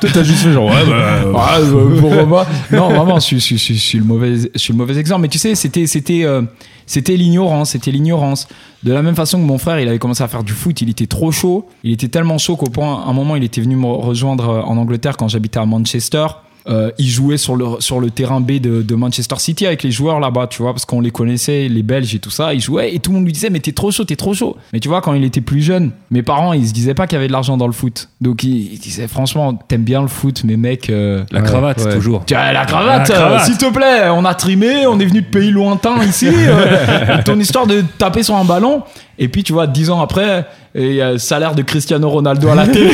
[SPEAKER 4] Toi, t'as juste fait genre, ouais, bah,
[SPEAKER 3] Ah, euh, pour moi, non, vraiment, je, suis- je suis- je suis- je suis le mauvais, je suis le mauvais exemple. Mais tu sais, c'était, c'était, euh, c'était l'ignorance, c'était l'ignorance. De la même façon que mon frère, il avait commencé à faire du foot, il était trop chaud, il était tellement chaud qu'au point, à un moment, il était venu me rejoindre euh, en Angleterre quand j'habitais à Manchester. Euh, il jouait sur le, sur le terrain B de, de Manchester City avec les joueurs là-bas, tu vois, parce qu'on les connaissait, les Belges et tout ça. Il jouait et tout le monde lui disait, mais t'es trop chaud, t'es trop chaud. Mais tu vois, quand il était plus jeune, mes parents, ils se disaient pas qu'il y avait de l'argent dans le foot. Donc ils, ils disaient, franchement, t'aimes bien le foot, mais mec, euh,
[SPEAKER 1] La
[SPEAKER 2] Ouais,
[SPEAKER 1] cravate,
[SPEAKER 2] ouais.
[SPEAKER 1] toujours.
[SPEAKER 3] tu as la cravate,
[SPEAKER 1] La cravate.
[SPEAKER 3] euh, s'il te plaît, on a trimé, on est venu de pays lointains ici. euh, ton histoire de taper sur un ballon, et puis tu vois, dix ans après, et euh, salaire de Cristiano Ronaldo à la télé.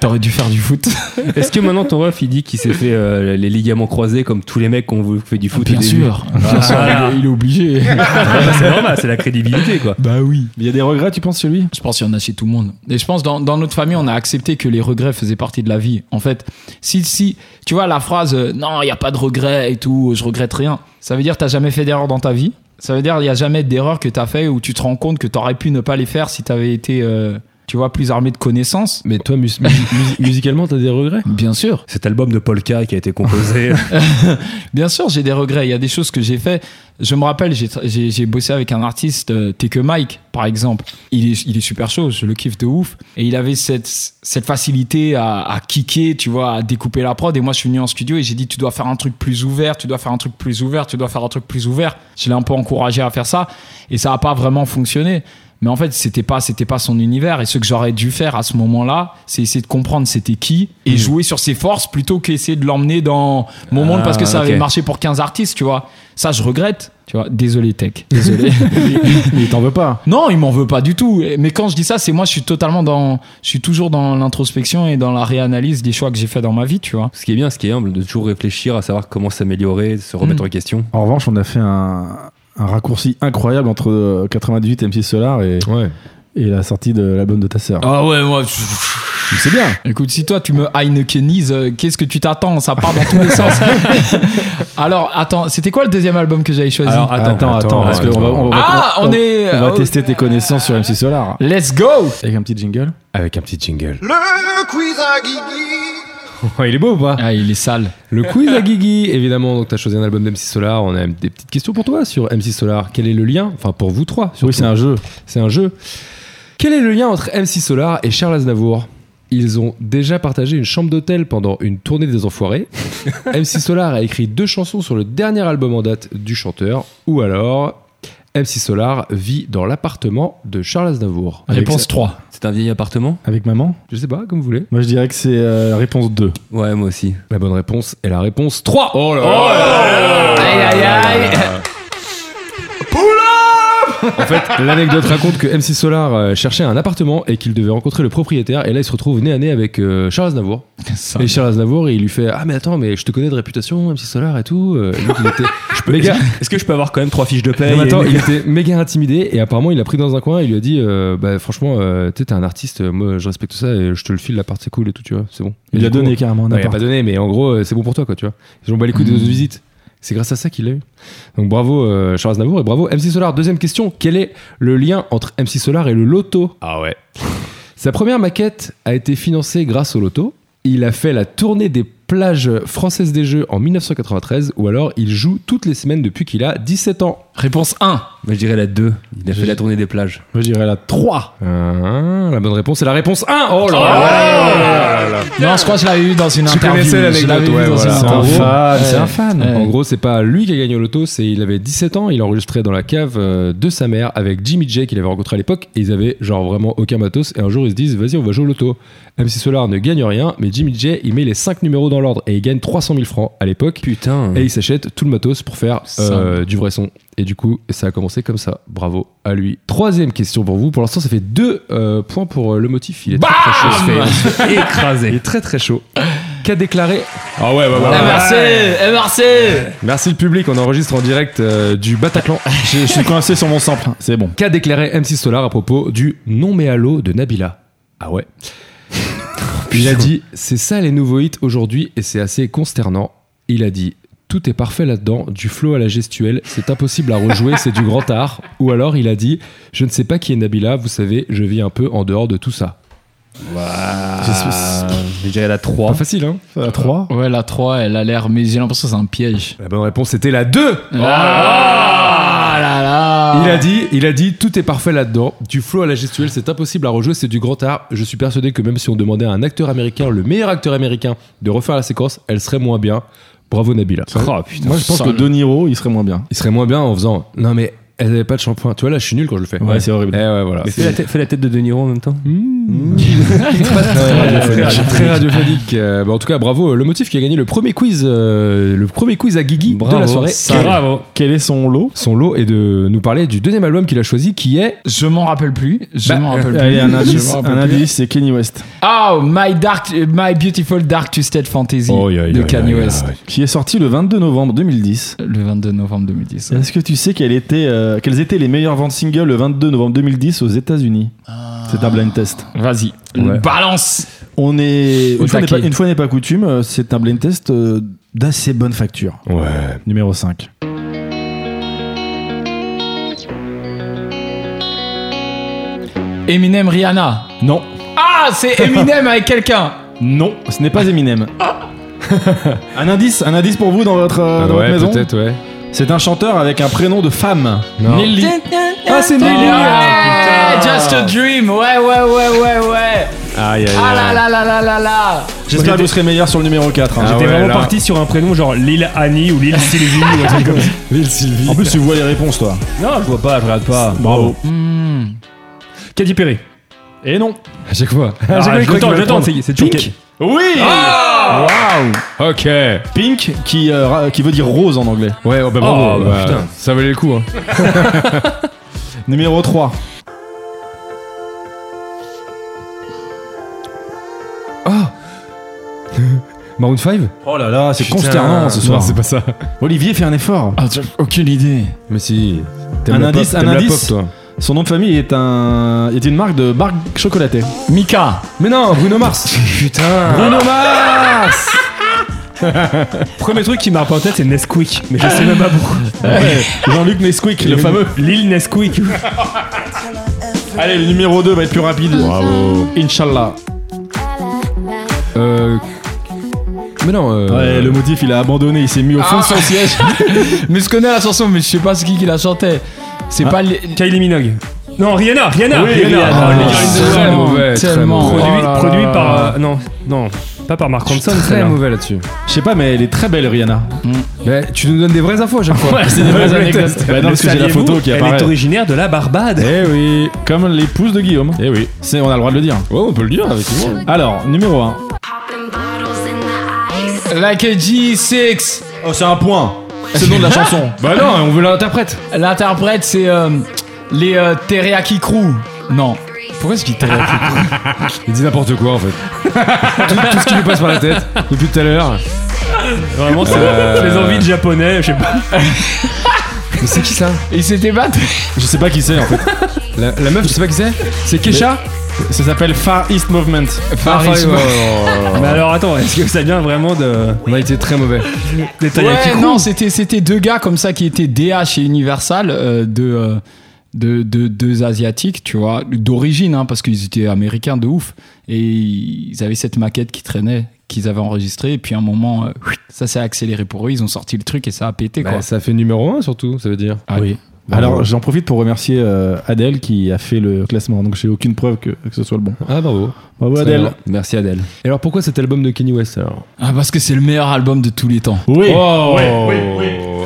[SPEAKER 3] T'aurais dû faire du foot.
[SPEAKER 1] Est-ce que maintenant ton ref, il dit qu'il s'est fait euh, les ligaments croisés comme tous les mecs qui ont fait du foot au
[SPEAKER 3] Bien
[SPEAKER 1] début
[SPEAKER 3] sûr, bien
[SPEAKER 1] Ah,
[SPEAKER 3] sûr,
[SPEAKER 1] voilà.
[SPEAKER 3] il est- il est obligé.
[SPEAKER 1] Ah bah, c'est normal, c'est la crédibilité, quoi.
[SPEAKER 3] bah oui.
[SPEAKER 4] Il y a des regrets, tu penses, chez lui
[SPEAKER 3] Je pense qu'il y en a chez tout le monde. Et je pense dans, dans notre famille, on a accepté que les regrets faisaient partie de la vie. En fait, si si tu vois la phrase euh, non, il y a pas de regrets et tout, je regrette rien. Ça veut dire que t'as jamais fait d'erreur dans ta vie. Ça veut dire il y a jamais d'erreur que t'as fait où tu te rends compte que t'aurais pu ne pas les faire si t'avais été euh, tu vois plus armé de connaissances.
[SPEAKER 2] mais toi, mus- mus- mus- musicalement, t'as des regrets
[SPEAKER 4] Bah,
[SPEAKER 3] Bien sûr.
[SPEAKER 1] Cet album de Polka qui a été composé.
[SPEAKER 3] Bien sûr, j'ai des regrets. Il y a des choses que j'ai fait. Je me rappelle, j'ai- j'ai j'ai bossé avec un artiste, euh, T'es que Mike, par exemple. Il est, il est super chaud, je le kiffe de ouf. Et il avait cette, cette facilité à, à kicker, tu vois, à découper la prod. Et moi, je suis venu en studio et j'ai dit, tu dois faire un truc plus ouvert, tu dois faire un truc plus ouvert, tu dois faire un truc plus ouvert. Je l'ai un peu encouragé à faire ça. Et ça n'a pas vraiment fonctionné. Mais en fait, c'était pas, c'était pas son univers. Et ce que j'aurais dû faire à ce moment-là, c'est essayer de comprendre c'était qui
[SPEAKER 1] Mm.
[SPEAKER 3] et jouer sur ses forces plutôt qu'essayer de l'emmener dans mon monde
[SPEAKER 1] Ah,
[SPEAKER 3] parce que ça avait
[SPEAKER 1] ok.
[SPEAKER 3] marché pour 15 artistes, tu vois. Ça, je regrette. Tu vois, désolé Tech, désolé.
[SPEAKER 4] Mais t'en veux pas.
[SPEAKER 3] non, il m'en veut pas du tout. Mais quand je dis ça, c'est moi, je suis totalement dans, je suis toujours dans l'introspection et dans la réanalyse des choix que j'ai fait dans ma vie, tu vois.
[SPEAKER 1] ce qui est bien, ce qui est humble, de toujours réfléchir à savoir comment s'améliorer, de se remettre en question.
[SPEAKER 4] En revanche, on a fait un, un raccourci incroyable entre euh, 98 M6 Solar et,
[SPEAKER 2] Ouais.
[SPEAKER 4] et la sortie de l'album de ta sœur.
[SPEAKER 3] Ah ouais, moi,
[SPEAKER 4] C'est bien.
[SPEAKER 3] Écoute, si toi tu me Heinekenise, euh, qu'est-ce que tu t'attends Ça part dans tous les sens. Alors, attends, c'était quoi le deuxième album que j'avais choisi
[SPEAKER 1] Alors, attends,
[SPEAKER 4] Ah, attends,
[SPEAKER 2] attends,
[SPEAKER 4] parce
[SPEAKER 2] attends.
[SPEAKER 4] qu'on va, on va,
[SPEAKER 3] Ah, on est.
[SPEAKER 4] on va
[SPEAKER 3] oh,
[SPEAKER 4] tester tes connaissances sur MC Solar.
[SPEAKER 3] Let's go
[SPEAKER 4] Avec un petit jingle.
[SPEAKER 2] Avec un petit jingle.
[SPEAKER 5] Le quiz à Guigui.
[SPEAKER 2] il est beau ou pas
[SPEAKER 3] Ah, il est sale.
[SPEAKER 2] Le quiz à Guigui, évidemment. Donc, tu as choisi un album d'MC Solar. On a des petites questions pour toi sur MC Solar. Quel est le lien Enfin, pour vous trois. surtout.
[SPEAKER 4] Oui, c'est un jeu.
[SPEAKER 2] C'est un jeu. Quel est le lien entre MC Solar et Charles Aznavour Ils ont déjà partagé une chambre d'hôtel pendant une tournée des enfoirés. MC Solar a écrit deux chansons sur le dernier album en date du chanteur. Ou alors, MC Solar vit dans l'appartement de Charles Aznavour.
[SPEAKER 4] Avec
[SPEAKER 3] Réponse
[SPEAKER 4] ça.
[SPEAKER 3] 3.
[SPEAKER 1] C'est un vieil appartement
[SPEAKER 4] Avec maman
[SPEAKER 2] Je sais pas, comme vous voulez.
[SPEAKER 4] Moi, je dirais que c'est euh, réponse 2.
[SPEAKER 1] Ouais, moi aussi.
[SPEAKER 2] La bonne réponse est la réponse 3. Oh là là
[SPEAKER 3] Aïe, aïe, aïe
[SPEAKER 2] En fait, l'anecdote raconte que MC Solar euh, cherchait un appartement et qu'il devait rencontrer le propriétaire. Et là, il se retrouve nez à nez avec euh, Charles Aznavour. Et Charles Aznavour, il lui fait Ah, mais attends, mais je te connais de réputation, MC Solar et tout. Euh, et donc, il était méga.
[SPEAKER 1] Est-ce que je peux avoir quand même trois fiches de paie
[SPEAKER 2] Non, mais attends, il était méga intimidé et apparemment il l'a pris dans un coin et il lui a dit euh, bah franchement euh, tu sais, t'es un artiste euh, moi je respecte ça et je te le file la part c'est cool et tout tu vois c'est bon Et
[SPEAKER 4] Il
[SPEAKER 2] du
[SPEAKER 4] a
[SPEAKER 2] coup,
[SPEAKER 4] donné carrément un
[SPEAKER 2] Ouais, il a
[SPEAKER 4] appart.
[SPEAKER 2] pas donné, mais en gros, euh, c'est bon pour toi, quoi, tu vois. Ils ont bat les
[SPEAKER 4] Hmm.
[SPEAKER 2] coups des autres visites. C'est grâce à ça qu'il l'a eu. Donc bravo euh, Charles Navour et bravo MC Solar. Deuxième question, quel est le lien entre MC Solar et le loto Ah ouais. Sa première maquette a été financée grâce au loto. Il a fait la tournée des plages françaises des Jeux en 1993 ou alors il joue toutes les semaines depuis qu'il a 17 ans.
[SPEAKER 3] Réponse 1.
[SPEAKER 1] Moi, je dirais la 2. Il a
[SPEAKER 2] Je-
[SPEAKER 1] fait la tournée des plages.
[SPEAKER 4] Moi, je dirais la 3.
[SPEAKER 2] Ah, la bonne réponse est la réponse 1. Oh là
[SPEAKER 4] Ah,
[SPEAKER 2] là
[SPEAKER 3] Non, je crois que je l'avais eu dans une
[SPEAKER 2] Tu
[SPEAKER 3] interview.
[SPEAKER 2] connaissais
[SPEAKER 3] Je
[SPEAKER 2] l'anecdote,
[SPEAKER 3] l'avais eu
[SPEAKER 2] ouais,
[SPEAKER 3] dans
[SPEAKER 2] voilà.
[SPEAKER 3] une
[SPEAKER 4] C'est un
[SPEAKER 3] interview.
[SPEAKER 4] fan,
[SPEAKER 3] Ouais.
[SPEAKER 4] c'est un fan.
[SPEAKER 3] Ouais.
[SPEAKER 2] En gros, c'est pas lui qui a gagné au loto, c'est il avait 17 ans, il enregistrait dans la cave euh, de sa mère avec Jimmy J qu'il avait rencontré à l'époque et ils avaient genre vraiment aucun matos et un jour ils se disent vas-y on va jouer au loto. MC Solar ne gagne rien mais Jimmy J il met les 5 numéros dans l'ordre et il gagne 300 000 francs à l'époque
[SPEAKER 1] Putain.
[SPEAKER 2] et il s'achète tout le matos pour faire euh, du vrai son. Et du coup ça a commencé comme ça, bravo à lui. Troisième question pour vous, pour l'instant ça fait 2 points pour euh, le motif, il est très, très chaud.
[SPEAKER 1] On se fait
[SPEAKER 2] Il est
[SPEAKER 1] écraser.
[SPEAKER 2] très très chaud. Qu'a déclaré Ah ouais, ouais, ouais.
[SPEAKER 3] Eh, Merci eh, Merci
[SPEAKER 2] Merci le public, on enregistre en direct euh, du Bataclan.
[SPEAKER 4] Je suis coincé sur mon sample. C'est bon.
[SPEAKER 2] Qu'a déclaré MC Solar à propos du non mais allô de Nabila Ah ouais Il a dit c'est ça les nouveaux hits aujourd'hui et c'est assez consternant. Il a dit tout est parfait là-dedans, du flow à la gestuelle, c'est impossible à rejouer, c'est du grand art. Ou alors il a dit je ne sais pas qui est Nabila, vous savez, je vis un peu en dehors de tout ça.
[SPEAKER 1] Ah, je dirais la 3.
[SPEAKER 2] Pas facile hein
[SPEAKER 4] La 3
[SPEAKER 3] Ouais, la 3, elle a l'air, mais j'ai l'impression que c'est un piège.
[SPEAKER 2] La bonne réponse c'était la 2
[SPEAKER 3] Ah là là
[SPEAKER 2] Il a dit, il a dit, tout est parfait là-dedans. Du flow à la gestuelle, c'est impossible à rejouer, c'est du grand art. Je suis persuadé que même si on demandait à un acteur américain, le meilleur acteur américain, de refaire la séquence, elle serait moins bien. Bravo Nabila.
[SPEAKER 1] Oh putain.
[SPEAKER 4] Moi, je pense
[SPEAKER 3] sale.
[SPEAKER 4] que De Niro, il serait moins bien.
[SPEAKER 2] Il serait moins bien en faisant. Non mais elle avait pas de shampoing. Tu vois là, je suis nul quand je le fais.
[SPEAKER 4] Ouais, c'est
[SPEAKER 2] Eh
[SPEAKER 4] horrible.
[SPEAKER 2] ouais, voilà.
[SPEAKER 1] Mais fais la, tête- fais la tête de De Niro en même temps.
[SPEAKER 2] C'est très radiophonique. Euh, bah, en tout cas, bravo. euh, Le motif qui a gagné le premier quiz, euh, le premier quiz à Guigui de la soirée.
[SPEAKER 4] Quel- Quel est son lot
[SPEAKER 2] Son lot est de nous parler du deuxième album qu'il a choisi, qui est
[SPEAKER 3] Je m'en rappelle plus. Je
[SPEAKER 2] Bah,
[SPEAKER 3] m'en rappelle
[SPEAKER 4] Allez,
[SPEAKER 3] plus.
[SPEAKER 4] un
[SPEAKER 3] je
[SPEAKER 4] indice,
[SPEAKER 3] m'en
[SPEAKER 4] un
[SPEAKER 3] rappelle plus.
[SPEAKER 4] indice, c'est Kenny West,
[SPEAKER 3] Oh, My Dark, My Beautiful Dark Twisted Fantasy
[SPEAKER 2] Oh, yeah, yeah,
[SPEAKER 3] de
[SPEAKER 2] yeah,
[SPEAKER 3] Kanye
[SPEAKER 2] yeah,
[SPEAKER 3] West.
[SPEAKER 2] yeah.
[SPEAKER 4] Ah qui est sorti le 22 novembre 2010.
[SPEAKER 3] Le 22 novembre 2010.
[SPEAKER 4] Est-ce que tu sais quelles étaient, euh, quelles étaient les meilleures ventes singles le 22 novembre 2010 aux États-Unis C'est un blind test.
[SPEAKER 3] Vas-y,
[SPEAKER 2] Ouais.
[SPEAKER 3] balance
[SPEAKER 4] On est
[SPEAKER 3] Au
[SPEAKER 4] une fois n'est pas,
[SPEAKER 3] taquet.
[SPEAKER 4] une fois n'est pas coutume, euh, c'est un blind test euh, d'assez bonne facture.
[SPEAKER 2] Ouais.
[SPEAKER 4] Numéro 5.
[SPEAKER 3] Eminem Rihanna.
[SPEAKER 4] Non,
[SPEAKER 3] Ah, c'est Eminem avec quelqu'un
[SPEAKER 4] non, ce n'est pas Eminem. un indice, un indice pour vous dans votre, euh,
[SPEAKER 2] Ah
[SPEAKER 4] dans
[SPEAKER 2] ouais,
[SPEAKER 4] votre maison.
[SPEAKER 2] peut-être, ouais.
[SPEAKER 4] C'est un chanteur avec un prénom de femme.
[SPEAKER 2] Non.
[SPEAKER 3] Nelly.
[SPEAKER 2] Ah, c'est Nelly.
[SPEAKER 3] Ouais, Just a Dream. Ouais, ouais, ouais, ouais, ouais.
[SPEAKER 4] Aïe, aïe,
[SPEAKER 3] Ah là là là là là là.
[SPEAKER 4] J'espère que vous serez meilleur sur le numéro 4. hein.
[SPEAKER 2] Ah
[SPEAKER 6] T'es
[SPEAKER 2] ouais,
[SPEAKER 6] vraiment
[SPEAKER 2] là.
[SPEAKER 6] parti sur un prénom genre Lille Annie ou Lille Sylvie ou un truc comme ça.
[SPEAKER 4] En plus, tu vois les réponses, toi.
[SPEAKER 6] Non, je vois pas, je regarde pas. Bravo. Katy Perry. Et non.
[SPEAKER 2] À chaque fois.
[SPEAKER 6] Ah,
[SPEAKER 2] chaque fois, il croit qu'il
[SPEAKER 6] J'attends,
[SPEAKER 2] va le
[SPEAKER 6] j'attends.
[SPEAKER 2] prendre.
[SPEAKER 6] c'est- C'est toujours Katy.
[SPEAKER 4] Oui Waouh
[SPEAKER 2] Ah Ok. Ouais,
[SPEAKER 4] Pink, qui, euh, ra- qui veut dire rose en anglais.
[SPEAKER 2] oh, bah, bravo.
[SPEAKER 1] bah,
[SPEAKER 2] bah,
[SPEAKER 1] putain.
[SPEAKER 2] Ça valait le coup. Hein.
[SPEAKER 4] Numéro 3.
[SPEAKER 2] Maroon 5
[SPEAKER 4] Oh là là, Ah. c'est
[SPEAKER 1] Putain.
[SPEAKER 4] consternant ce soir.
[SPEAKER 2] pas ça.
[SPEAKER 4] Olivier fait un effort.
[SPEAKER 3] Ah, j'ai aucune idée.
[SPEAKER 2] Mais si.
[SPEAKER 4] Un indice, un indice.
[SPEAKER 2] toi.
[SPEAKER 4] Son nom de famille est, un, est une marque de barque chocolatée.
[SPEAKER 3] Mika,
[SPEAKER 4] Mais non, Bruno Mars
[SPEAKER 1] Putain
[SPEAKER 4] Bruno Mars
[SPEAKER 6] Premier truc qui m'a rappelé en tête, c'est Nesquik. Mais je sais même pas pourquoi.
[SPEAKER 4] Ouais, Jean-Luc Nesquik, le fameux.
[SPEAKER 6] L'île Nesquik.
[SPEAKER 4] Allez, le numéro 2 va être plus rapide. Bravo. Inch'Allah.
[SPEAKER 2] Euh, Mais non, euh,
[SPEAKER 4] Ouais, le motif, il a abandonné, il s'est mis au fond de
[SPEAKER 6] Ah.
[SPEAKER 4] son siège.
[SPEAKER 3] mais je connais la chanson, mais je sais pas c'est qui qui la chantait. C'est pas les.
[SPEAKER 6] Kylie Minogue. Non, Rihanna, Rihanna.
[SPEAKER 4] Oui,
[SPEAKER 6] Rihanna.
[SPEAKER 4] Rihanna.
[SPEAKER 6] Oh, les
[SPEAKER 4] Ah,
[SPEAKER 6] gars, ils sont
[SPEAKER 3] tellement,
[SPEAKER 6] vraiment-
[SPEAKER 2] mauvais, très
[SPEAKER 3] tellement.
[SPEAKER 2] mauvais.
[SPEAKER 6] Produit,
[SPEAKER 3] Oh là
[SPEAKER 6] produit
[SPEAKER 3] là.
[SPEAKER 6] par. euh, non, non, pas par Mark Ronson.
[SPEAKER 2] très
[SPEAKER 6] celle-là.
[SPEAKER 2] mauvais là-dessus.
[SPEAKER 4] Je sais pas, mais elle est très belle, Rihanna.
[SPEAKER 6] Mm.
[SPEAKER 2] Mais tu nous donnes des vraies infos à chaque fois.
[SPEAKER 4] C'est des vraies
[SPEAKER 6] Ouais,
[SPEAKER 4] anecdotes.
[SPEAKER 6] ouais,
[SPEAKER 4] Bah non,
[SPEAKER 6] le
[SPEAKER 4] parce que j'ai la
[SPEAKER 6] saviez-vous,
[SPEAKER 4] photo qui
[SPEAKER 6] Elle est
[SPEAKER 4] apparaît.
[SPEAKER 6] originaire de la Barbade.
[SPEAKER 4] Eh oui, comme l'épouse de Guillaume.
[SPEAKER 2] Eh oui.
[SPEAKER 4] C'est, on a le droit de le dire.
[SPEAKER 2] Ouais, on peut le dire avec moi.
[SPEAKER 4] Alors, numéro 1.
[SPEAKER 3] Like a G6.
[SPEAKER 4] Oh, c'est un point. C'est le nom de la chanson.
[SPEAKER 2] Bah non, on veut l'interprète.
[SPEAKER 3] L'interprète, c'est euh, les euh, Teriyaki Crew. Non. Pourquoi est-ce qu'il Teriyaki
[SPEAKER 2] Il dit n'importe quoi en fait. tout, tout ce qui lui passe par la tête depuis tout à l'heure.
[SPEAKER 6] Vraiment, c'est
[SPEAKER 2] Euh.
[SPEAKER 6] les envies de japonais, je sais pas.
[SPEAKER 2] Mais c'est qui ça
[SPEAKER 3] Crew Il s'était battu.
[SPEAKER 4] Je sais pas qui c'est en fait.
[SPEAKER 2] la, la meuf, je sais pas qui c'est C'est Kesha
[SPEAKER 4] Ça s'appelle Far East Movement.
[SPEAKER 2] Faris,
[SPEAKER 3] Faris,
[SPEAKER 2] ouais,
[SPEAKER 3] ouais.
[SPEAKER 2] ouais, ouais, ouais.
[SPEAKER 6] Mais alors, attends, est-ce que ça vient vraiment de.
[SPEAKER 2] On a été très mauvais.
[SPEAKER 6] des
[SPEAKER 3] Ouais,
[SPEAKER 6] Taiyaki
[SPEAKER 3] non, c'était c'était deux gars comme ça qui étaient DA chez Universal, euh, de, euh, de, de- deux asiatiques, tu vois, d'origine, hein, parce qu'ils étaient américains de ouf, et ils avaient cette maquette qui traînait, qu'ils avaient enregistrée, et puis à un moment, euh, ça s'est accéléré pour eux, ils ont sorti le truc et ça a pété, quoi.
[SPEAKER 2] Bah, ça fait numéro 1 surtout, ça veut dire.
[SPEAKER 4] oui.
[SPEAKER 2] Bravo.
[SPEAKER 4] Alors, j'en profite pour remercier euh, Adèle qui a fait le classement. Donc, j'ai aucune preuve que, que ce soit le bon.
[SPEAKER 2] Ah bravo.
[SPEAKER 4] Bravo
[SPEAKER 2] Très
[SPEAKER 4] Adèle.
[SPEAKER 2] bien. Merci Adèle. Et alors pourquoi cet album de Kenny West alors
[SPEAKER 3] Ah, parce que c'est le meilleur album de tous les temps.
[SPEAKER 4] Oui.
[SPEAKER 2] Oh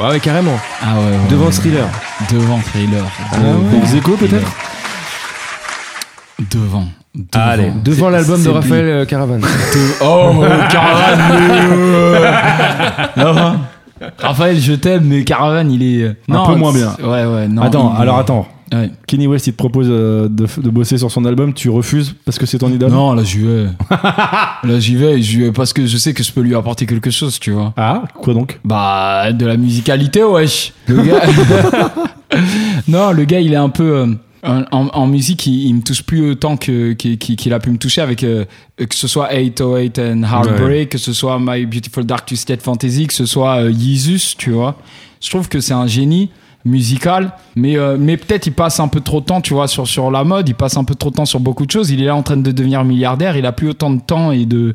[SPEAKER 2] Ah ouais carrément.
[SPEAKER 3] Ah ouais, ouais,
[SPEAKER 2] Devant
[SPEAKER 3] ouais.
[SPEAKER 2] Thriller.
[SPEAKER 3] Devant Thriller.
[SPEAKER 4] Ah Ex aequo, peut-être
[SPEAKER 3] Devant. devant.
[SPEAKER 6] Allez,
[SPEAKER 2] Devant
[SPEAKER 3] C'est-
[SPEAKER 2] l'album de
[SPEAKER 3] c'est
[SPEAKER 2] Raphaël euh, Caravan.
[SPEAKER 3] De- Oh,
[SPEAKER 4] euh.
[SPEAKER 3] Caravan non. Raphaël, je t'aime, mais Caravan, il est. euh, Non,
[SPEAKER 4] hein. peu moins
[SPEAKER 3] c'est-
[SPEAKER 4] bien.
[SPEAKER 3] Ouais, ouais, non.
[SPEAKER 4] Attends,
[SPEAKER 3] il-
[SPEAKER 4] alors attends.
[SPEAKER 3] Ouais.
[SPEAKER 4] Kenny West, il te propose euh, de, f- de bosser sur son album, tu refuses parce que c'est ton idole
[SPEAKER 3] Non, là, j'y vais. là, j'y vais, j'y vais parce que je sais que je peux lui apporter quelque chose, tu vois.
[SPEAKER 4] Ah, quoi donc
[SPEAKER 3] Bah, de la musicalité, wesh. Le gars. non, le gars, il est un peu. euh, en, en- en musique, il, il me touche plus autant que- qu'il qu'il- qu'il a pu me toucher avec euh, que ce soit 808 and Heartbreak, que ce soit My Beautiful Dark Twisted Fantasy, que ce soit euh, Jesus, tu vois. Je trouve que c'est un génie musical, mais, euh, mais peut-être il passe un peu trop de temps, tu vois, sur, sur la mode, il passe un peu trop de temps sur beaucoup de choses. Il est là en train de devenir milliardaire, il a plus autant de temps et de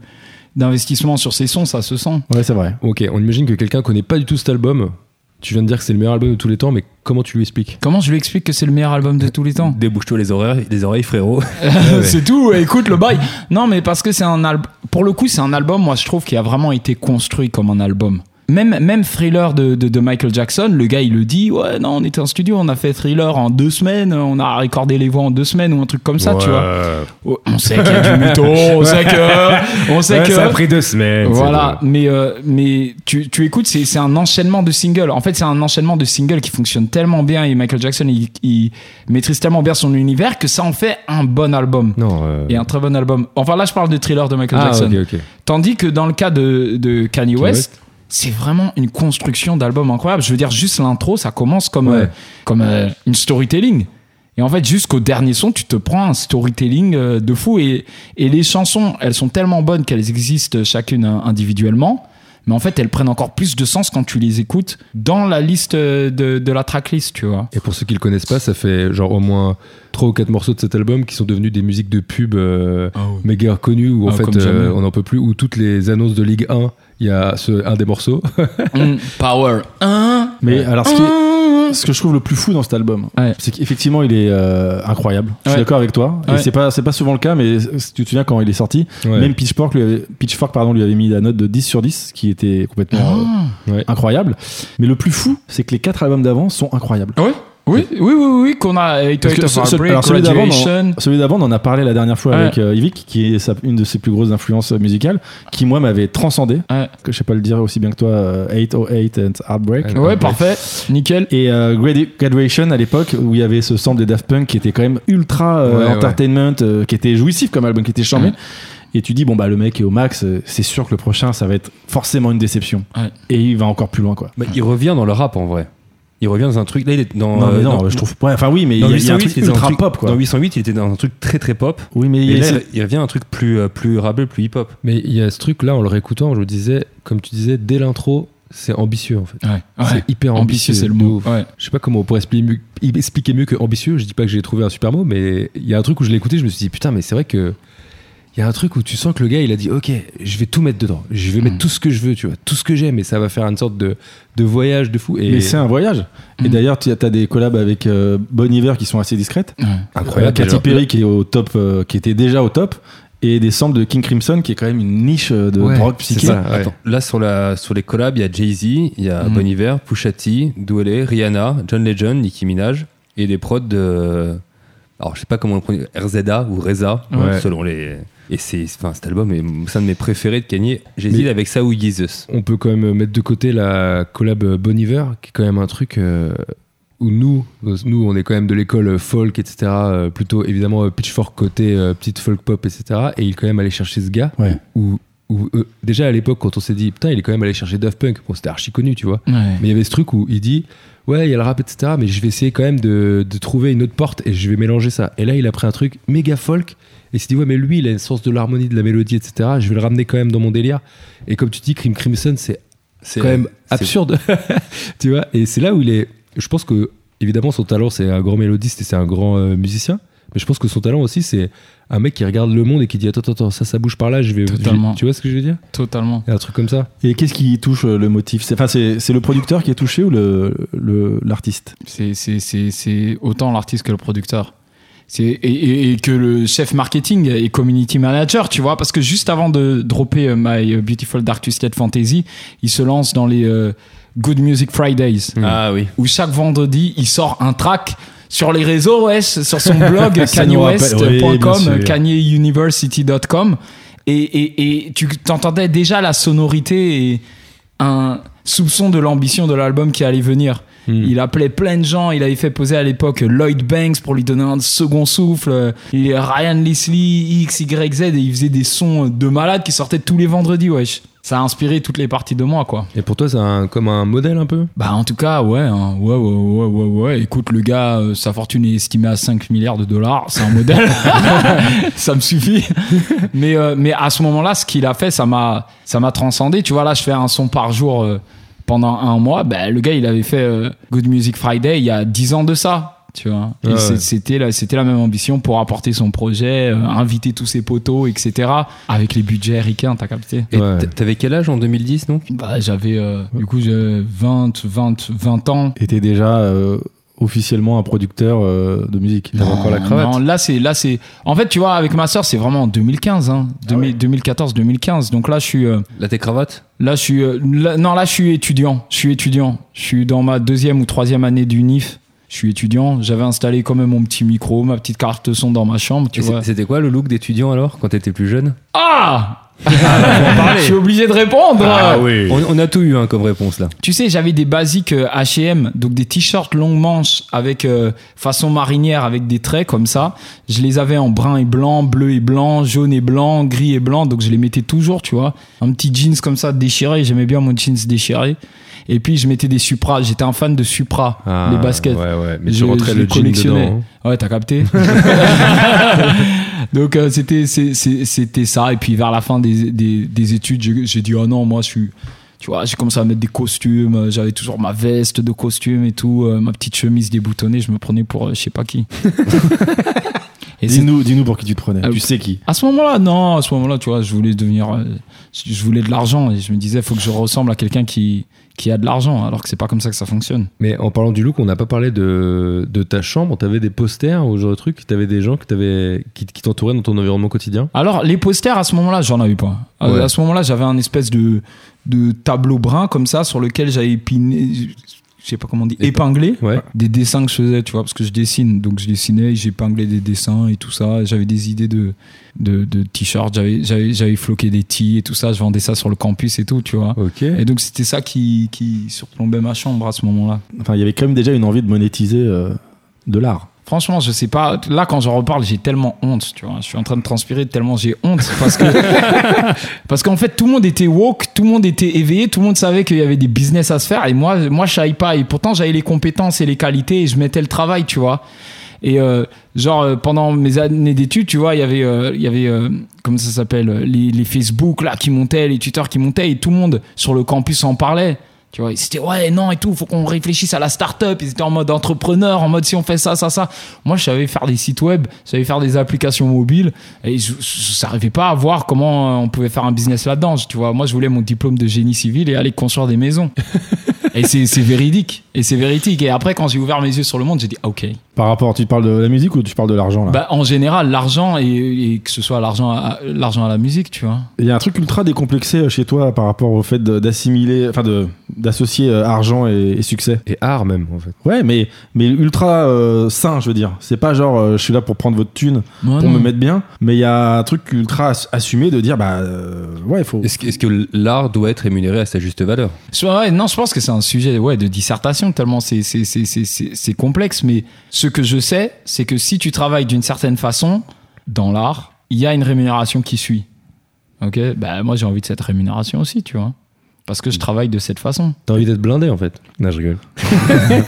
[SPEAKER 3] d'investissement sur ses sons, ça se sent.
[SPEAKER 4] Ouais, c'est vrai.
[SPEAKER 2] Ok, on imagine que quelqu'un connaît pas du tout cet album. Tu viens de dire que c'est le meilleur album de tous les temps, mais comment tu lui expliques
[SPEAKER 3] Comment je lui explique que c'est le meilleur album de tous les temps
[SPEAKER 6] Débouche-toi les oreilles, les oreilles, frérot.
[SPEAKER 2] Ah ouais.
[SPEAKER 3] C'est tout, euh, écoute le bail. Non, mais parce que c'est un album. Pour le coup, c'est un album, moi je trouve, qui a vraiment été construit comme un album. Même, même Thriller de, de, de Michael Jackson, le gars il le dit Ouais, non, on était en studio, on a fait Thriller en deux semaines, on a recordé les voix en deux semaines ou un truc comme ça, tu vois. Oh, On sait qu'il y a du mytho, on sait que. On sait que.
[SPEAKER 2] pris deux semaines.
[SPEAKER 3] Voilà, mais, euh, mais tu, tu écoutes, c'est c'est un enchaînement de singles. En fait, c'est un enchaînement de singles qui fonctionne tellement bien et Michael Jackson, il, il maîtrise tellement bien son univers que ça en fait un bon album.
[SPEAKER 2] Non. euh,
[SPEAKER 3] Et un très bon album. Enfin, là, je parle de thriller de Michael
[SPEAKER 2] Ah
[SPEAKER 3] Jackson.
[SPEAKER 2] ok ok.
[SPEAKER 3] Tandis que dans le cas de, de Kanye West,
[SPEAKER 2] West.
[SPEAKER 3] c'est vraiment une construction d'album incroyable. Je veux dire, juste l'intro, ça commence comme,
[SPEAKER 2] Ouais.
[SPEAKER 3] euh, comme euh, une storytelling. Et en fait, jusqu'au dernier son, tu te prends un storytelling euh, de fou. Et, et les chansons, elles sont tellement bonnes qu'elles existent chacune euh, individuellement. Mais en fait, elles prennent encore plus de sens quand tu les écoutes dans la liste euh, de, de la tracklist, tu vois.
[SPEAKER 2] Et pour ceux qui le connaissent pas, ça fait genre au moins trois ou quatre morceaux de cet album qui sont devenus des musiques de pub euh, méga reconnues où en
[SPEAKER 3] Ah,
[SPEAKER 2] fait
[SPEAKER 3] comme
[SPEAKER 2] euh,
[SPEAKER 3] jamais.
[SPEAKER 2] on n'en peut plus, où toutes les annonces de Ligue 1, il y a ce, un des morceaux.
[SPEAKER 3] Mm, Power 1.
[SPEAKER 4] Mais alors, ce, qui est- ce que je trouve le plus fou dans cet album,
[SPEAKER 3] Ah. Ouais.
[SPEAKER 4] c'est qu'effectivement, il est euh, incroyable. Je suis
[SPEAKER 3] Ouais.
[SPEAKER 4] d'accord avec toi. Et
[SPEAKER 3] Ouais.
[SPEAKER 4] c'est pas, c'est pas souvent le cas, mais si tu te souviens quand il est sorti, même Pitchfork lui, avait, Pitchfork, pardon, lui avait mis la note de 10 sur 10, qui était complètement euh,
[SPEAKER 2] Ouais.
[SPEAKER 4] incroyable. Mais le plus fou, c'est que les quatre albums d'avant sont incroyables.
[SPEAKER 3] Oui, Ah oui, oui, oui, oui, qu'on a euh, Eight
[SPEAKER 4] Parce
[SPEAKER 3] Eight
[SPEAKER 4] que
[SPEAKER 3] of
[SPEAKER 4] ce- ce-
[SPEAKER 3] Heartbreak,
[SPEAKER 4] alors celui d'avant, non.
[SPEAKER 3] Graduation.
[SPEAKER 4] Celui d'avant, on en a parlé la dernière fois
[SPEAKER 3] Ouais.
[SPEAKER 4] avec euh, Yvick, qui est sa- une de ses plus grosses influences euh, musicales, qui moi m'avait transcendé.
[SPEAKER 3] Ouais.
[SPEAKER 4] Que je sais pas le dire aussi bien que toi, euh, 808 and Heartbreak.
[SPEAKER 2] Ouais.
[SPEAKER 3] Ouais, parfait, nickel.
[SPEAKER 4] Et euh, Gradu- Graduation à l'époque où il y avait ce sample des Daft Punk qui était quand même ultra euh,
[SPEAKER 2] Ouais, ouais.
[SPEAKER 4] entertainment, euh, qui était jouissif comme album, qui était charmé.
[SPEAKER 3] Ouais.
[SPEAKER 4] Et tu dis bon bah le mec est au max, euh, c'est sûr que le prochain ça va être forcément une déception.
[SPEAKER 3] Ouais.
[SPEAKER 4] Et il va encore plus loin quoi.
[SPEAKER 1] Bah, il revient dans le rap en vrai. Il revient dans un truc. Là, il est dans.
[SPEAKER 4] Non, mais
[SPEAKER 1] euh,
[SPEAKER 4] non,
[SPEAKER 1] dans-
[SPEAKER 4] je trouve. ouais, enfin, oui, mais il y,
[SPEAKER 1] dans
[SPEAKER 4] a- il y a un
[SPEAKER 1] 808,
[SPEAKER 4] truc
[SPEAKER 1] il était dans un
[SPEAKER 4] ultra
[SPEAKER 1] truc-
[SPEAKER 4] pop, quoi.
[SPEAKER 1] Dans 808, il était dans un truc très très pop.
[SPEAKER 4] Oui, mais
[SPEAKER 1] Et
[SPEAKER 4] il-
[SPEAKER 1] là,
[SPEAKER 4] c'est-
[SPEAKER 1] il- il revient à un truc plus, euh, plus rabeux, plus hip-hop.
[SPEAKER 2] Mais il y a ce truc-là, en le réécoutant, je me disais, comme tu disais, dès l'intro, c'est ambitieux en fait.
[SPEAKER 3] Ouais.
[SPEAKER 2] C'est hyper
[SPEAKER 3] Ambitieux,
[SPEAKER 2] ambitieux.
[SPEAKER 3] c'est le
[SPEAKER 2] de
[SPEAKER 3] mot.
[SPEAKER 2] ouf.
[SPEAKER 3] Ouais.
[SPEAKER 2] Je sais pas comment on pourrait expliquer mieux, expliquer mieux que ambitieux. Je dis pas que j'ai trouvé un super mot, mais il y a un truc où je l'ai écouté, je me suis dit putain, mais c'est vrai que il y a un truc où tu sens que le gars il a dit ok, je vais tout mettre dedans, je vais mettre
[SPEAKER 4] Mm.
[SPEAKER 2] tout ce que je veux, tu vois, tout ce que j'aime, et ça va faire une sorte de, de voyage de fou. Et
[SPEAKER 4] Mais c'est un voyage. Et
[SPEAKER 3] Mm.
[SPEAKER 4] d'ailleurs, tu as t'as des collabs avec euh, Bon Iver qui sont assez discrètes.
[SPEAKER 2] incroyable.
[SPEAKER 4] Euh, Katy Perry qui est au top, euh, qui était déjà au top, et des samples de King Crimson qui est quand même une niche euh, de
[SPEAKER 2] Ouais,
[SPEAKER 4] rock
[SPEAKER 2] c'est
[SPEAKER 4] psyché.
[SPEAKER 2] ça, ouais.
[SPEAKER 1] Attends, là sur, la, sur les collabs, il y a Jay-Z, il y a
[SPEAKER 3] Mm.
[SPEAKER 1] Bon Iver, Pusha T, Douélé, Rihanna, John Legend, Nicki Minaj et des prods de. Alors je sais pas comment on le prononce, RZA ou Reza,
[SPEAKER 2] Ouais.
[SPEAKER 1] selon les. Et c'est, enfin, cet album est c'est un de mes préférés de Kanye. J'hésite
[SPEAKER 2] Mais-
[SPEAKER 1] avec ça ou Jesus.
[SPEAKER 2] On peut quand même mettre de côté la collab euh, Bon Iver, qui est quand même un truc euh, où nous, nous, on est quand même de l'école euh, folk, etc. euh, plutôt évidemment euh, pitchfork côté euh, petite folk pop, etc. Et il est quand même allé chercher ce gars.
[SPEAKER 4] Ouais.
[SPEAKER 2] Où, où, euh, déjà à l'époque, quand on s'est dit putain, il est quand même allé chercher Daft Punk. Bon, c'était archi connu, tu vois.
[SPEAKER 3] Ouais.
[SPEAKER 2] Mais il y avait ce truc où il dit ouais, il y a le rap, etc. Mais je vais essayer quand même de, de trouver une autre porte et je vais mélanger ça. Et là, il a pris un truc méga folk. Et il s'est dit, ouais, mais lui, il a une sens de l'harmonie, de la mélodie, etc. Je vais le ramener quand même dans mon délire. Et comme tu dis, Crim Crimson, c'est
[SPEAKER 1] C'est
[SPEAKER 2] quand même
[SPEAKER 1] c'est-
[SPEAKER 2] absurde. tu vois, et c'est là où il est. Je pense que, évidemment, son talent, c'est un grand mélodiste et c'est un grand euh, musicien. Mais je pense que son talent aussi, c'est un mec qui regarde le monde et qui dit Attends, attends, attends, ça, ça bouge par là, je vais. je vais-
[SPEAKER 3] Totalement.
[SPEAKER 2] tu vois ce que je veux dire
[SPEAKER 3] Totalement.
[SPEAKER 2] Un truc comme ça.
[SPEAKER 4] Et qu'est-ce qui touche euh, le motif C'est enfin, c'est c'est le producteur qui est touché ou le- le- l'artiste
[SPEAKER 3] C'est- C'est c'est- c'est autant l'artiste que le producteur. C'est- Et, et- et que le chef marketing et community manager, tu vois, parce que juste avant de dropper euh, My Beautiful Dark Twisted Fantasy, il se lance dans les euh, Good Music Fridays,
[SPEAKER 2] Mm.
[SPEAKER 1] Ah oui.
[SPEAKER 3] où chaque vendredi, il sort un track sur les réseaux, ouais, sur son blog
[SPEAKER 4] Ça nous rappelle- oui, bien
[SPEAKER 3] kanyeuniversity.com,
[SPEAKER 4] sûr.
[SPEAKER 3] kanyeuniversity.com, et, et, et tu t'entendais déjà la sonorité et un soupçon de l'ambition de l'album qui allait venir.
[SPEAKER 4] Hmm.
[SPEAKER 3] Il appelait plein de gens. Il avait fait poser à l'époque Lloyd Banks pour lui donner un second souffle. Et Ryan Leslie, X, Y, Z. Et il faisait des sons de malade qui sortaient tous les vendredis, wesh. Ça a inspiré toutes les parties de moi, quoi.
[SPEAKER 2] Et pour toi, c'est un- comme un modèle un peu
[SPEAKER 3] Bah, en tout cas, ouais, hein. ouais, ouais, ouais, ouais, ouais. Écoute, le gars, euh, sa fortune est estimée à 5 milliards de dollars. C'est un modèle. ça me suffit. Mais, euh, mais à ce moment-là, ce qu'il a fait, ça m'a, ça m'a transcendé. Tu vois, là, je fais un son par jour euh, pendant un mois. Bah, le gars, il avait fait euh, Good Music Friday il y a 10 ans de ça. Tu vois, Et
[SPEAKER 2] Ouais,
[SPEAKER 3] c'est-
[SPEAKER 2] ouais.
[SPEAKER 3] c'était la, c'était la même ambition pour apporter son projet, euh, inviter tous ses poteaux, etc. Avec les budgets ricains, t'as capté
[SPEAKER 1] Et
[SPEAKER 2] Ouais.
[SPEAKER 1] t- t'avais quel âge en 2010 donc
[SPEAKER 3] Bah, j'avais, euh, du coup, j'ai 20, 20, 20 ans.
[SPEAKER 4] était déjà euh, officiellement un producteur euh, de musique
[SPEAKER 3] Non, non, là c'est là c'est en fait tu vois avec ma sœur c'est vraiment en 2015
[SPEAKER 1] Ah
[SPEAKER 3] hein, 2014 2015 donc là je suis euh,
[SPEAKER 1] Là tes cravates
[SPEAKER 3] là je suis euh, là- non là je suis étudiant je suis étudiant je suis dans ma deuxième ou troisième année du NIF je suis étudiant j'avais installé quand même mon petit micro ma petite carte son dans ma chambre tu
[SPEAKER 1] Et c'est-
[SPEAKER 3] vois
[SPEAKER 1] C'était quoi le look d'étudiant alors quand t'étais plus jeune
[SPEAKER 3] ah
[SPEAKER 1] bah,
[SPEAKER 3] je suis obligé de répondre
[SPEAKER 1] on, on a tout eu hein, comme réponse là.
[SPEAKER 3] Tu sais, j'avais des basiques euh, H&M, donc des t-shirts longues manches avec euh, façon marinière avec des traits comme ça. Je les avais en brun et blanc, bleu et blanc, jaune et blanc, gris et blanc, donc je les mettais toujours, tu vois. Un petit jeans comme ça déchiré, j'aimais bien mon jeans déchiré. Et puis je mettais des Supra, j'étais un fan de Supra, les baskets.
[SPEAKER 2] Ah, Ouais, ouais. Mais
[SPEAKER 3] Je-
[SPEAKER 2] tu rentrais
[SPEAKER 3] je
[SPEAKER 2] le
[SPEAKER 3] les
[SPEAKER 2] jean
[SPEAKER 3] collectionnais.
[SPEAKER 2] dedans. hein.
[SPEAKER 3] Ouais, t'as capté. Donc euh, c'était c'est- c'est- c'était ça. Et puis vers la fin des, des, des études, j'ai- j'ai dit oh non, moi je suis. Tu vois, j'ai commencé à mettre des costumes. euh, J'avais toujours ma veste de costume et tout, euh, ma petite chemise déboutonnée. Je me prenais pour euh, je sais pas qui. et c'est-
[SPEAKER 4] Dis-nous dis-nous pour qui tu te prenais.
[SPEAKER 3] Ah,
[SPEAKER 4] tu sais qui
[SPEAKER 3] à ce moment-là, non, à ce moment-là, tu vois, je voulais devenir, euh, je je voulais de l'argent et je me disais, faut que je ressemble à quelqu'un qui, qui a de l'argent, alors que c'est pas comme ça que ça fonctionne.
[SPEAKER 2] Mais en parlant du look, on n'a pas parlé de, de ta chambre. T'avais des posters ou ce genre de trucs. T'avais des gens que t'avais- qui, qui t'entouraient dans ton environnement quotidien.
[SPEAKER 3] Alors, les posters, à ce moment-là, j'en avais pas. À,
[SPEAKER 2] Ouais.
[SPEAKER 3] à ce moment-là, j'avais un espèce de, de tableau brun comme ça sur lequel j'avais épiné, je sais pas comment on dit, épinglé
[SPEAKER 2] Ouais.
[SPEAKER 3] des dessins que je faisais, tu vois, parce que je dessine. Donc, je dessinais, j'épinglais des dessins et tout ça. J'avais des idées de, de, de t-shirts, j'avais- j'avais j'avais floqué des tis et tout ça. Je vendais ça sur le campus et tout, tu vois.
[SPEAKER 2] Ok.
[SPEAKER 3] Et donc, c'était ça qui, qui surplombait ma chambre à ce moment-là.
[SPEAKER 4] Enfin, il y avait quand même déjà une envie de monétiser euh, de l'art.
[SPEAKER 3] Franchement, je sais pas. Là, quand j'en reparle, j'ai tellement honte, tu vois. Je suis en train de transpirer tellement j'ai honte parce que parce qu'en fait, tout le monde était woke, tout le monde était éveillé, tout le monde savait qu'il y avait des business à se faire et moi, moi, je savais pas. Et pourtant, j'avais les compétences et les qualités et je mettais le travail, tu vois. Et euh, genre euh, pendant mes années d'études, tu vois, il y avait, euh, il y avait euh, comment ça s'appelle, euh, les, les Facebook là qui montaient, les Twitter qui montaient, et tout le monde sur le campus en parlait. Tu vois, c'était ouais non et tout, faut qu'on réfléchisse à la start-up. Ils étaient en mode entrepreneur, en mode si on fait ça, ça, ça. Moi, je savais faire des sites web, je savais faire des applications mobiles, et je, je n'arrivais pas à voir comment euh, on pouvait faire un business là-dedans. Tu vois, moi, je voulais mon diplôme de génie civil et aller construire des maisons. et c'est c'est véridique, et c'est véridique. Et après, quand j'ai ouvert mes yeux sur le monde, j'ai dit ah, ok,
[SPEAKER 4] Par rapport, tu parles de la musique ou tu parles de l'argent là
[SPEAKER 3] bah, en général, l'argent et, et que ce soit l'argent à, l'argent à la musique, tu vois.
[SPEAKER 4] Il y a un truc ultra décomplexé euh, chez toi par rapport au fait de- d'assimiler, enfin de d'associer euh, argent et, et succès.
[SPEAKER 2] Et art même, en fait.
[SPEAKER 4] Ouais, mais mais ultra euh, sain, je veux dire. C'est pas genre euh, je suis là pour prendre votre thune,
[SPEAKER 3] Ah
[SPEAKER 4] pour me mettre bien, mais il y a un truc ultra ass- assumé de dire bah euh, ouais, il faut.
[SPEAKER 1] Est-ce que, est-ce que l'art doit être rémunéré à sa juste valeur
[SPEAKER 3] Je- ouais, non, je pense que c'est un sujet ouais, de dissertation, tellement c'est, c'est, c'est, c'est, c'est, c'est complexe. Mais ce que je sais, c'est que si tu travailles d'une certaine façon, dans l'art, il y a une rémunération qui suit. Ok bah, Moi, j'ai envie de cette rémunération aussi, tu vois. Parce que je travaille de cette façon.
[SPEAKER 2] T'as envie d'être blindé, en fait. Non, je rigole.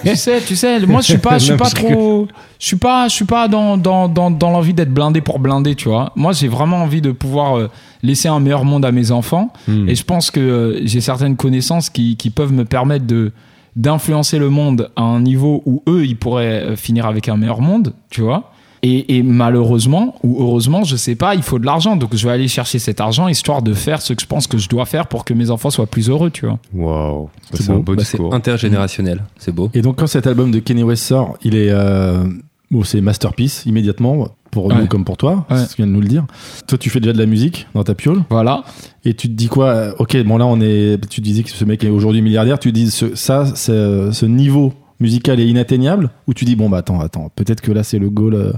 [SPEAKER 3] tu sais, tu sais, moi je suis pas, je suis
[SPEAKER 2] Non,
[SPEAKER 3] pas
[SPEAKER 2] parce que-
[SPEAKER 3] trop, je suis pas, je suis pas dans dans, dans, dans l'envie d'être blindé pour blindé, tu vois. Moi j'ai vraiment envie de pouvoir euh, laisser un meilleur monde à mes enfants,
[SPEAKER 2] Hmm.
[SPEAKER 3] et je pense que euh, j'ai certaines connaissances qui, qui peuvent me permettre de d'influencer le monde à un niveau où eux ils pourraient euh, finir avec un meilleur monde, tu vois. Et, et malheureusement ou heureusement, je sais pas, il faut de l'argent, donc je vais aller chercher cet argent histoire de faire ce que je pense que je dois faire pour que mes enfants soient plus heureux, tu vois.
[SPEAKER 2] Waouh. Ça,
[SPEAKER 4] C'est
[SPEAKER 2] C'est un
[SPEAKER 4] beau.
[SPEAKER 2] beau
[SPEAKER 1] Bah, C'est
[SPEAKER 2] discours.
[SPEAKER 1] intergénérationnel, c'est beau.
[SPEAKER 4] Et donc quand cet album de Kenny West sort, il est euh, bon, c'est masterpiece immédiatement pour
[SPEAKER 3] Ouais.
[SPEAKER 4] nous comme pour toi,
[SPEAKER 3] Ouais.
[SPEAKER 4] c'est ce que vient de nous le dire. Toi, tu fais déjà de la musique dans ta piole.
[SPEAKER 3] Voilà.
[SPEAKER 4] Et tu te dis quoi euh, Ok, bon là on est. Tu te disais que ce mec est aujourd'hui milliardaire. Tu te dis ce, ça, c'est, euh, ce niveau musical est inatteignable. Ou tu dis bon bah attends, attends. Peut-être que là c'est le goal euh,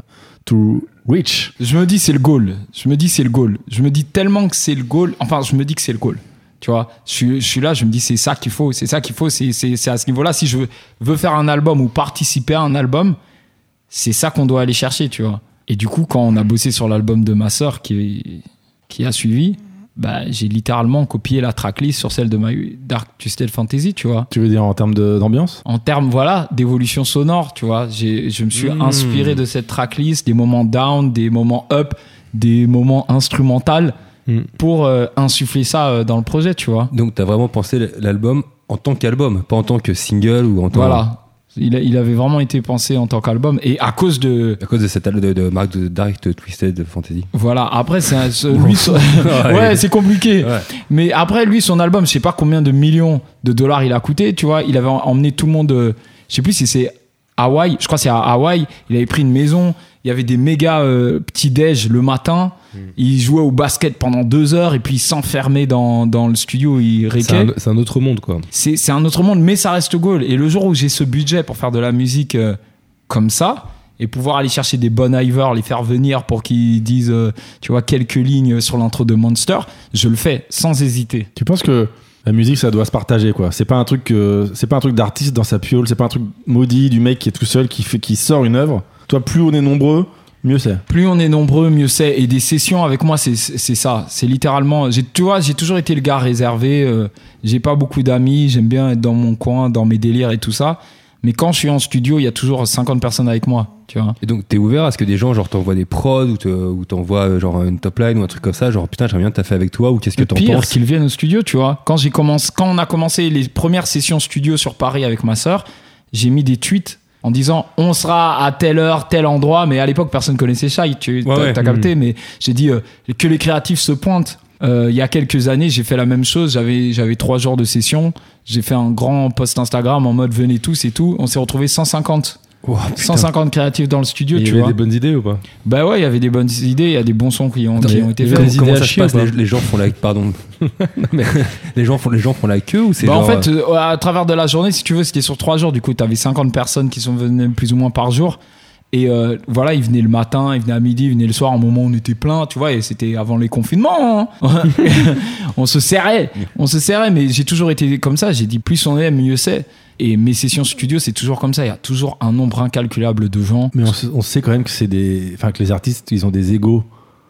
[SPEAKER 4] to reach.
[SPEAKER 3] Je me dis c'est le goal. Je me dis c'est le goal. Je me dis tellement que c'est le goal. Enfin, je me dis que c'est le goal. Tu vois, je, suis- je suis là, je me dis c'est ça qu'il faut, c'est ça qu'il faut, c'est c'est- c'est à ce niveau-là. Si je veux, veux faire un album ou participer à un album, c'est ça qu'on doit aller chercher, tu vois. Et du coup, quand on a bossé sur l'album de ma sœur qui, qui a suivi, bah, j'ai littéralement copié la tracklist sur celle de ma Dark Twisted Fantasy, tu vois.
[SPEAKER 4] Tu veux dire en termes de- d'ambiance
[SPEAKER 3] En termes, voilà, d'évolution sonore, tu vois, j'ai- je me suis
[SPEAKER 1] Mmh.
[SPEAKER 3] inspiré de cette tracklist, des moments down, des moments up, des moments instrumentales
[SPEAKER 2] Mmh.
[SPEAKER 3] pour euh, insuffler ça euh, dans le projet, tu vois.
[SPEAKER 1] Donc, t'as vraiment pensé l'album en tant qu'album, pas en tant que single ou en tant.
[SPEAKER 3] Voilà. Il, a- il avait vraiment été pensé en tant qu'album et à cause de
[SPEAKER 1] À cause de cette album de, de Mark de Dark de Twisted Fantasy.
[SPEAKER 3] voilà après c'est un- ce- lui son- ouais c'est compliqué
[SPEAKER 1] Ouais.
[SPEAKER 3] mais après lui son album je sais pas combien de millions de dollars il a coûté tu vois il avait en- emmené tout le monde euh, je sais plus si c'est Hawaï je crois que c'est à Hawaï il avait pris une maison il y avait des méga euh, petits déj le matin il jouait au basket pendant deux heures et puis il s'enfermait dans, dans le studio il
[SPEAKER 2] C'est
[SPEAKER 3] réquait
[SPEAKER 2] un, c'est un autre monde, quoi.
[SPEAKER 3] c'est c'est un autre monde, mais ça reste goal. Et le jour où j'ai ce budget pour faire de la musique euh, comme ça, et pouvoir aller chercher des bons hivers, les faire venir pour qu'ils disent, euh, tu vois, quelques lignes sur l'intro de Monster, je le fais sans hésiter.
[SPEAKER 4] Tu penses que la musique ça doit se partager quoi C'est pas un truc que- c'est pas un truc d'artiste dans sa piole. C'est pas un truc maudit du mec qui est tout seul qui fait qui sort une œuvre. Toi, plus on est nombreux, mieux c'est.
[SPEAKER 3] Plus on est nombreux, mieux c'est. Et des sessions avec moi, c'est c'est- c'est ça. C'est littéralement. j'ai- Tu vois, j'ai toujours été le gars réservé. euh, j'ai pas beaucoup d'amis. J'aime bien être dans mon coin, dans mes délires et tout ça. Mais quand je suis en studio, il y a toujours 50 personnes avec moi. Tu vois.
[SPEAKER 1] Et donc, t'es ouvert à ce que des gens, genre, t'envoient des prods ou te- ou t'envoient euh, genre une top line ou un truc comme ça, genre putain, j'aimerais bien que t'as fait avec toi ou qu'est-ce que
[SPEAKER 3] Le
[SPEAKER 1] t'en
[SPEAKER 3] pire
[SPEAKER 1] penses
[SPEAKER 3] qu'ils viennent au studio, tu vois. Quand j'ai commencé, quand on a commencé les premières sessions studio sur Paris avec ma sœur, j'ai mis des tweets en disant on sera à telle heure, tel endroit. Mais à l'époque, personne connaissait Shai. Tu
[SPEAKER 1] Ouais,
[SPEAKER 3] t'as-
[SPEAKER 1] ouais.
[SPEAKER 3] t'as capté, mais j'ai dit euh, que les créatifs se pointent. Euh, il y a quelques années, j'ai fait la même chose. J'avais j'avais trois jours de session. J'ai fait un grand post Instagram en mode venez tous et tout. On s'est retrouvé 150.
[SPEAKER 1] Oh,
[SPEAKER 3] 150 créatifs dans le studio,
[SPEAKER 2] Et
[SPEAKER 3] tu
[SPEAKER 2] il y avait
[SPEAKER 3] vois.
[SPEAKER 2] des bonnes idées ou pas
[SPEAKER 3] Bah ouais, il y avait des bonnes idées, il y a des bons sons qui ont, qui ont été
[SPEAKER 1] Comment,
[SPEAKER 3] faits.
[SPEAKER 2] idées
[SPEAKER 1] comment
[SPEAKER 2] à
[SPEAKER 1] ça se
[SPEAKER 2] chier ou
[SPEAKER 1] passe
[SPEAKER 2] pas
[SPEAKER 1] les, les gens font la pardon. Non, mais les gens font les gens font la queue ou c'est
[SPEAKER 3] Bah, en
[SPEAKER 1] genre,
[SPEAKER 3] fait, euh, à travers de la journée, si tu veux, c'était sur trois jours. Du coup, tu avais 50 personnes qui sont venues plus ou moins par jour. Et euh, voilà, ils venaient le matin, ils venaient à midi, ils venaient le soir. À un moment, on était plein, tu vois, et c'était avant les confinements. hein. on se serrait, on se serrait, mais j'ai toujours été comme ça. J'ai dit, plus on est, mieux c'est. Et mes sessions studio, c'est toujours comme ça. Il y a toujours un nombre incalculable de gens.
[SPEAKER 4] Mais on, s- on sait quand même que c'est des, enfin que les artistes, ils ont des égos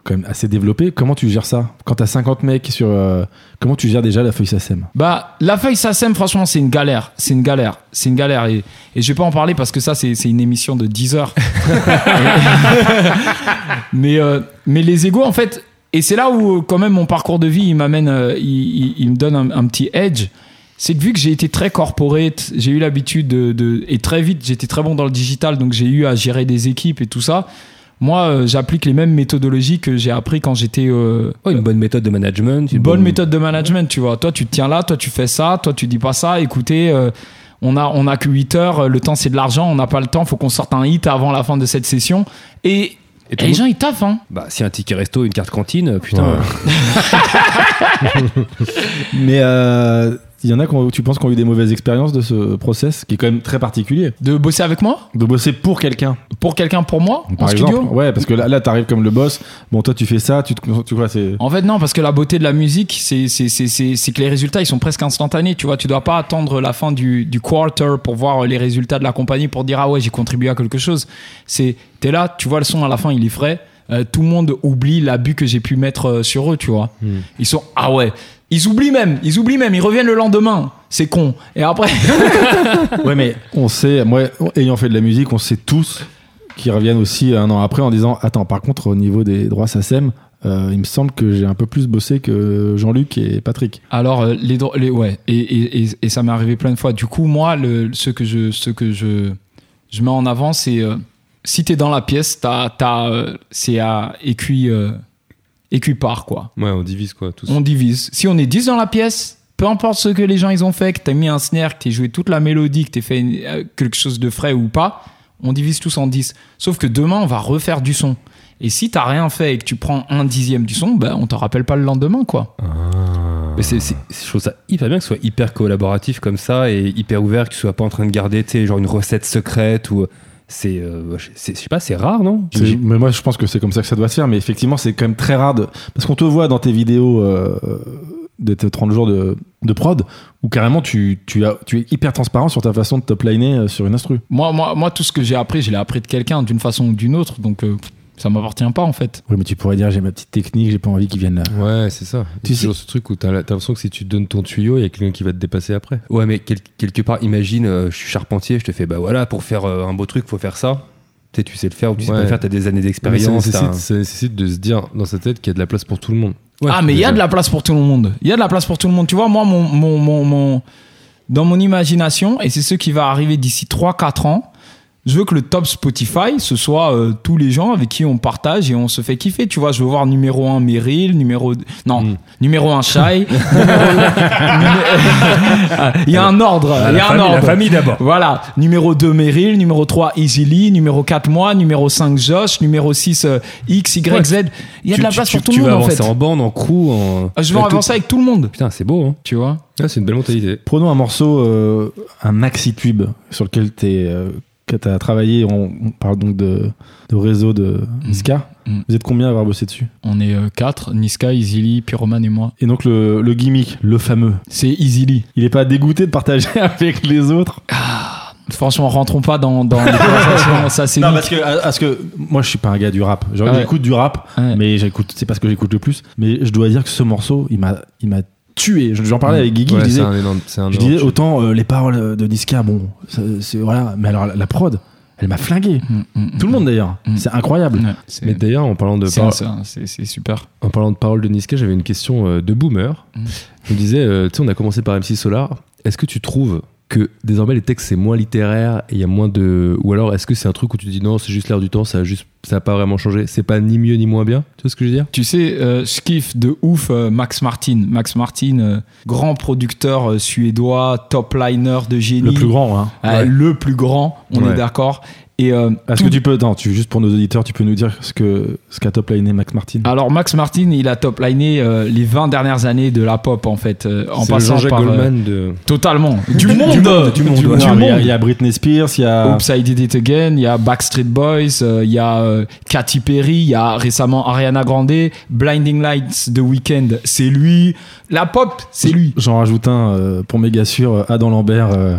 [SPEAKER 4] quand même assez développés. Comment tu gères ça Quand t'as 50 mecs sur, euh, comment tu gères déjà la feuille SACEM
[SPEAKER 3] Bah, la feuille SACEM, franchement, c'est une galère. C'est une galère. C'est une galère. Et, et je vais pas en parler parce que ça, c'est c'est une émission de 10 heures. mais, euh, mais les égaux, en fait, et c'est là où, euh, quand même, mon parcours de vie, il m'amène, euh, il, il- il me donne un, un petit edge. C'est que vu que j'ai été très corporate, j'ai eu l'habitude de, de- Et très vite, j'étais très bon dans le digital, donc j'ai eu à gérer des équipes et tout ça. Moi, euh, j'applique les mêmes méthodologies que j'ai appris quand j'étais. euh,
[SPEAKER 1] Oh, une bonne méthode de management.
[SPEAKER 3] une bonne méthode de management, tu vois. Toi, tu te tiens là, toi, tu fais ça, toi, tu dis pas ça. Écoutez, euh, on a, on a que 8 heures, euh, le temps, c'est de l'argent, on n'a pas le temps, faut qu'on sorte un hit avant la fin de cette session. Et,
[SPEAKER 1] Et
[SPEAKER 3] et
[SPEAKER 1] tout le
[SPEAKER 3] les
[SPEAKER 1] monde-
[SPEAKER 3] gens, ils taffent, hein.
[SPEAKER 1] Bah, si un ticket resto, une carte cantine, euh, putain.
[SPEAKER 4] Mais euh, il y en a qui ont- tu penses qu'on a eu des mauvaises expériences de ce process qui est quand même très particulier
[SPEAKER 3] De bosser avec moi
[SPEAKER 4] de bosser pour quelqu'un
[SPEAKER 3] Pour quelqu'un, pour moi En
[SPEAKER 4] par
[SPEAKER 3] studio
[SPEAKER 4] exemple ouais parce que là, là t'arrives comme le boss bon toi tu fais ça tu te- tu vois c'est
[SPEAKER 3] En fait, non, parce que la beauté de la musique, c'est c'est- c'est- c'est- c'est que les résultats, ils sont presque instantanés. Tu vois, tu dois pas attendre la fin du, du quarter pour voir les résultats de la compagnie pour dire ah ouais, j'ai contribué à quelque chose. C'est t'es là, tu vois le son à la fin, il est frais. Euh, tout le monde oublie l'abus que j'ai pu mettre euh, sur eux, tu vois.
[SPEAKER 4] Hmm.
[SPEAKER 3] Ils sont ah ouais, ils oublient même, ils oublient même, ils reviennent le lendemain. C'est con. Et après,
[SPEAKER 4] Ouais, mais on sait, moi, ayant fait de la musique, on sait tous qu'ils reviennent aussi un an après en disant Attends, par contre, au niveau des droits SACEM, euh, il me semble que j'ai un peu plus bossé que Jean-Luc et Patrick.
[SPEAKER 3] Alors euh, les, dro- les ouais et, et, et, et ça m'est arrivé plein de fois. Du coup moi le ce que je ce que je je mets en avant c'est euh, si t'es dans la pièce t'as t'as euh, c'est à écuit euh, écuit par quoi.
[SPEAKER 2] Ouais, on divise quoi, tous.
[SPEAKER 3] On divise. Si on est 10 dans la pièce, peu importe ce que les gens ils ont fait, que t'as mis un snare, que t'as joué toute la mélodie, que t'as fait une- euh, quelque chose de frais ou pas, on divise tous en 10. Sauf que demain, on va refaire du son. Et si t'as rien fait et que tu prends un dixième du son, ben on t'en rappelle pas le lendemain, quoi.
[SPEAKER 1] Mais c'est, c'est- je trouve ça hyper bien que ce soit hyper collaboratif comme ça et hyper ouvert, que tu sois pas en train de garder, tu sais, genre une recette secrète ou. C'est, euh, je c'est- je sais pas, c'est rare, non
[SPEAKER 4] C'est- Mais moi, je pense que c'est comme ça que ça doit se faire, mais effectivement, c'est quand même très rare de. Parce qu'on te voit dans tes vidéos euh, de tes 30 jours de, de prod, où carrément, tu, tu, as, tu es hyper transparent sur ta façon de topliner euh, sur une instru.
[SPEAKER 3] Moi, moi, moi, tout ce que j'ai appris, je l'ai appris de quelqu'un, d'une façon ou d'une autre, donc euh, ça m'appartient pas en fait.
[SPEAKER 4] Oui, mais tu pourrais dire J'ai ma petite technique, j'ai pas envie qu'ils viennent euh, là.
[SPEAKER 2] Ouais, c'est ça.
[SPEAKER 4] Tu
[SPEAKER 2] Tu toujours ce truc où t'as la- t'as l'impression que si tu donnes ton tuyau, il y a quelqu'un qui va te dépasser après.
[SPEAKER 1] Ouais, mais quel- quelque part, imagine, euh, je suis charpentier, je te fais, bah voilà, pour faire euh, un beau truc, faut faire ça. Tu sais, tu sais le faire ou tu sais
[SPEAKER 2] Ouais.
[SPEAKER 1] pas le faire, t'as des années
[SPEAKER 2] Mais ça
[SPEAKER 1] d'expérience. t'as
[SPEAKER 2] nécessite, ça nécessite de se dire dans sa tête qu'il y a de la place pour tout le monde.
[SPEAKER 1] un- Ouais,
[SPEAKER 3] ah, mais il y a
[SPEAKER 1] déjà.
[SPEAKER 3] de la place pour tout le monde. Il y a de la place pour tout le monde. Tu vois, moi, mon, mon, mon, mon- dans mon imagination, et c'est ce qui va arriver d'ici 3-4 ans, je veux que le top Spotify, ce soit euh, tous les gens avec qui on partage et on se fait kiffer. Tu vois, je veux voir numéro 1 Meryl, numéro. Non,
[SPEAKER 1] Hmm.
[SPEAKER 3] numéro 1 Shai. Il y a un ordre.
[SPEAKER 1] Ah,
[SPEAKER 3] Il y
[SPEAKER 1] la,
[SPEAKER 3] a
[SPEAKER 1] famille,
[SPEAKER 3] un
[SPEAKER 1] la
[SPEAKER 3] ordre.
[SPEAKER 1] famille d'abord.
[SPEAKER 3] Voilà, numéro 2 Meryl, numéro 3 Easily, numéro 4 moi, numéro 5 Josh, numéro 6 euh, X, Y,
[SPEAKER 1] Ouais.
[SPEAKER 3] Z. Il y a
[SPEAKER 1] Tu-
[SPEAKER 3] de la
[SPEAKER 1] tu-
[SPEAKER 3] place
[SPEAKER 1] tu-
[SPEAKER 3] pour tout
[SPEAKER 1] tu
[SPEAKER 3] le monde
[SPEAKER 1] vas
[SPEAKER 3] en
[SPEAKER 1] avancer
[SPEAKER 3] fait.
[SPEAKER 1] en bande, en crew, en.
[SPEAKER 3] Ah, Je vais
[SPEAKER 1] Ouais, tout-
[SPEAKER 3] avancer avec tout le monde,
[SPEAKER 1] Putain, c'est beau, hein.
[SPEAKER 3] tu vois.
[SPEAKER 2] Ah, c'est une belle mentalité.
[SPEAKER 4] Prenons un morceau, euh, un maxi tube sur lequel t'es, euh, que tu as travaillé. On, on parle donc de, de réseau de Niska.
[SPEAKER 3] Mm.
[SPEAKER 4] Vous êtes combien à avoir bossé dessus
[SPEAKER 3] On est 4, Niska, Easyly, Pyroman et moi.
[SPEAKER 4] Et donc le, le gimmick, le fameux,
[SPEAKER 3] C'est Easyly.
[SPEAKER 4] il est pas dégoûté de partager avec les autres
[SPEAKER 3] Franchement, rentrons pas dans, dans les conversations, ça c'est
[SPEAKER 4] Non,
[SPEAKER 3] nul.
[SPEAKER 4] parce que, à- parce que moi je suis pas un gars du rap. Genre
[SPEAKER 3] Ah ouais.
[SPEAKER 4] j'écoute du rap,
[SPEAKER 3] Ouais.
[SPEAKER 4] mais j'écoute, c'est pas ce que j'écoute le plus. Mais je dois dire que ce morceau, il m'a, il m'a tué. J'en parlais avec Guigui,
[SPEAKER 2] Ouais,
[SPEAKER 4] je
[SPEAKER 2] c'est
[SPEAKER 4] disais,
[SPEAKER 2] un énorme. c'est un
[SPEAKER 4] Je
[SPEAKER 2] énorme
[SPEAKER 4] disais
[SPEAKER 2] truc.
[SPEAKER 4] autant euh, les paroles euh, de Niska, bon, ça, c'est voilà, mais alors la, la prod, elle m'a flingué.
[SPEAKER 3] Mm, mm,
[SPEAKER 4] Tout le monde d'ailleurs,
[SPEAKER 3] Mm.
[SPEAKER 4] c'est incroyable.
[SPEAKER 3] mm. Ouais, c'est-
[SPEAKER 2] Mais d'ailleurs, en parlant de
[SPEAKER 3] c'est
[SPEAKER 2] par-
[SPEAKER 3] ça, c'est- c'est super.
[SPEAKER 2] en parlant de paroles de Niska, j'avais une question euh, de boomer.
[SPEAKER 3] Mm.
[SPEAKER 2] On disait, euh, tu sais, on a commencé par MC Solar. Est-ce que tu trouves que désormais les textes c'est moins littéraire et il y a moins de ou alors est-ce que c'est un truc où tu dis non c'est juste l'air du temps ça a juste ça a pas vraiment changé c'est pas ni mieux ni moins bien tu vois ce que je veux dire
[SPEAKER 3] Tu sais, euh, je kiffe de ouf euh, Max Martin. Max Martin, euh, grand producteur euh, suédois, top liner de génie.
[SPEAKER 4] Le plus grand, hein.
[SPEAKER 3] Euh, le plus grand, on
[SPEAKER 2] Ouais.
[SPEAKER 3] est d'accord. Et, Et euh,
[SPEAKER 4] Est-ce
[SPEAKER 3] tout-
[SPEAKER 4] que tu peux, attends, tu, juste pour nos auditeurs, tu peux nous dire ce que ce qu'a top liné Max Martin
[SPEAKER 3] alors Max Martin, il a top liné euh, les 20 dernières années de la pop en fait, euh, en
[SPEAKER 2] C'est le
[SPEAKER 3] passant
[SPEAKER 2] Jean-Jacques
[SPEAKER 3] par euh,
[SPEAKER 2] Goldman de.
[SPEAKER 3] totalement du monde,
[SPEAKER 4] Du monde, ouais. Non, mais Il y a- il y, a Britney Spears, il y a.
[SPEAKER 3] Oops, I Did It Again, il y a Backstreet Boys, euh, il y a euh, Katy Perry, il y a récemment Ariana Grande, Blinding Lights The Weeknd, c'est lui. La pop, c'est lui.
[SPEAKER 4] J'en rajoute un euh, pour méga sûr, euh, Adam Lambert. euh,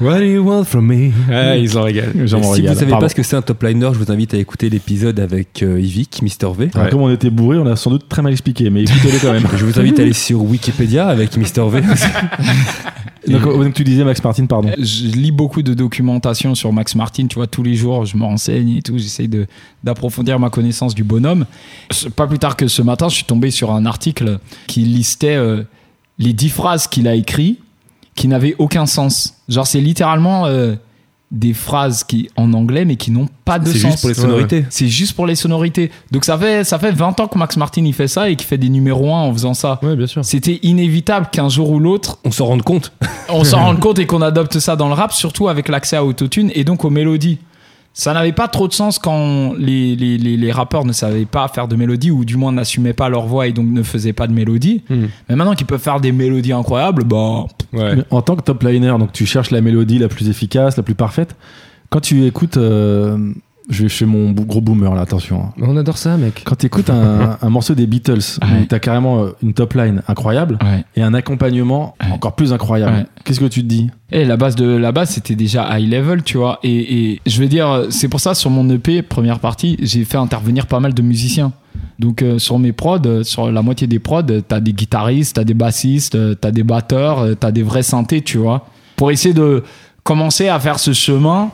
[SPEAKER 2] What do you want from me Ah, ils en régalent.
[SPEAKER 4] j'en
[SPEAKER 1] si
[SPEAKER 4] régale.
[SPEAKER 1] vous savez
[SPEAKER 4] Pardon.
[SPEAKER 1] pas ce que c'est un top liner, je vous invite à écouter l'épisode avec euh, Yvick, Mister V.
[SPEAKER 4] Alors, Comme on était bourré, on a sans doute très mal expliqué, mais écoutez-le quand même.
[SPEAKER 1] Je vous invite à aller sur Wikipédia avec Mister V.
[SPEAKER 4] Donc, euh, donc, tu disais Max Martin, pardon.
[SPEAKER 3] Je lis beaucoup de documentation sur Max Martin, tu vois, tous les jours, je me renseigne et tout, j'essaye de- d'approfondir ma connaissance du bonhomme. Ce- Pas plus tard que ce matin, je suis tombé sur un article qui listait euh, les dix phrases qu'il a écrites qui n'avaient aucun sens. Genre, c'est littéralement euh, des phrases qui en anglais, mais qui n'ont pas de
[SPEAKER 1] c'est
[SPEAKER 3] sens.
[SPEAKER 1] juste pour les sonorités.
[SPEAKER 3] C'est juste pour les sonorités. Donc ça fait, ça fait 20 ans que Max Martin il fait ça et qu'il fait des numéros 1 en faisant ça.
[SPEAKER 2] Ouais, bien sûr.
[SPEAKER 3] C'était inévitable qu'un jour ou l'autre,
[SPEAKER 1] On s'en rende compte.
[SPEAKER 3] on s'en rende compte et qu'on adopte ça dans le rap, surtout avec l'accès à Autotune et donc aux mélodies. Ça n'avait pas trop de sens quand les, les, les, les rappeurs ne savaient pas faire de mélodies ou du moins n'assumaient pas leur voix et donc ne faisaient pas de mélodies.
[SPEAKER 2] Hmm.
[SPEAKER 3] Mais maintenant qu'ils peuvent faire des mélodies incroyables, bah,
[SPEAKER 2] Ouais.
[SPEAKER 4] Mais En tant que top liner, donc tu cherches la mélodie la plus efficace, la plus parfaite. Quand tu écoutes, euh, je vais chez mon bou- gros boomer là, attention. hein.
[SPEAKER 2] On adore ça, mec.
[SPEAKER 4] Quand tu écoutes un, un morceau des Beatles,
[SPEAKER 3] Ouais.
[SPEAKER 4] où t'as carrément euh, une top line incroyable et un accompagnement
[SPEAKER 3] Ouais.
[SPEAKER 4] encore plus incroyable.
[SPEAKER 3] Ouais.
[SPEAKER 4] Qu'est-ce que tu te dis
[SPEAKER 3] Et la base de la base c'était déjà high level, tu vois. Et, et je veux dire, c'est pour ça sur mon EP première partie, j'ai fait intervenir pas mal de musiciens. Donc euh, sur mes prods, euh, sur la moitié des prods, euh, t'as des guitaristes, t'as des bassistes, euh, t'as des batteurs, euh, t'as des vrais synthés, tu vois. Pour essayer de commencer à faire ce chemin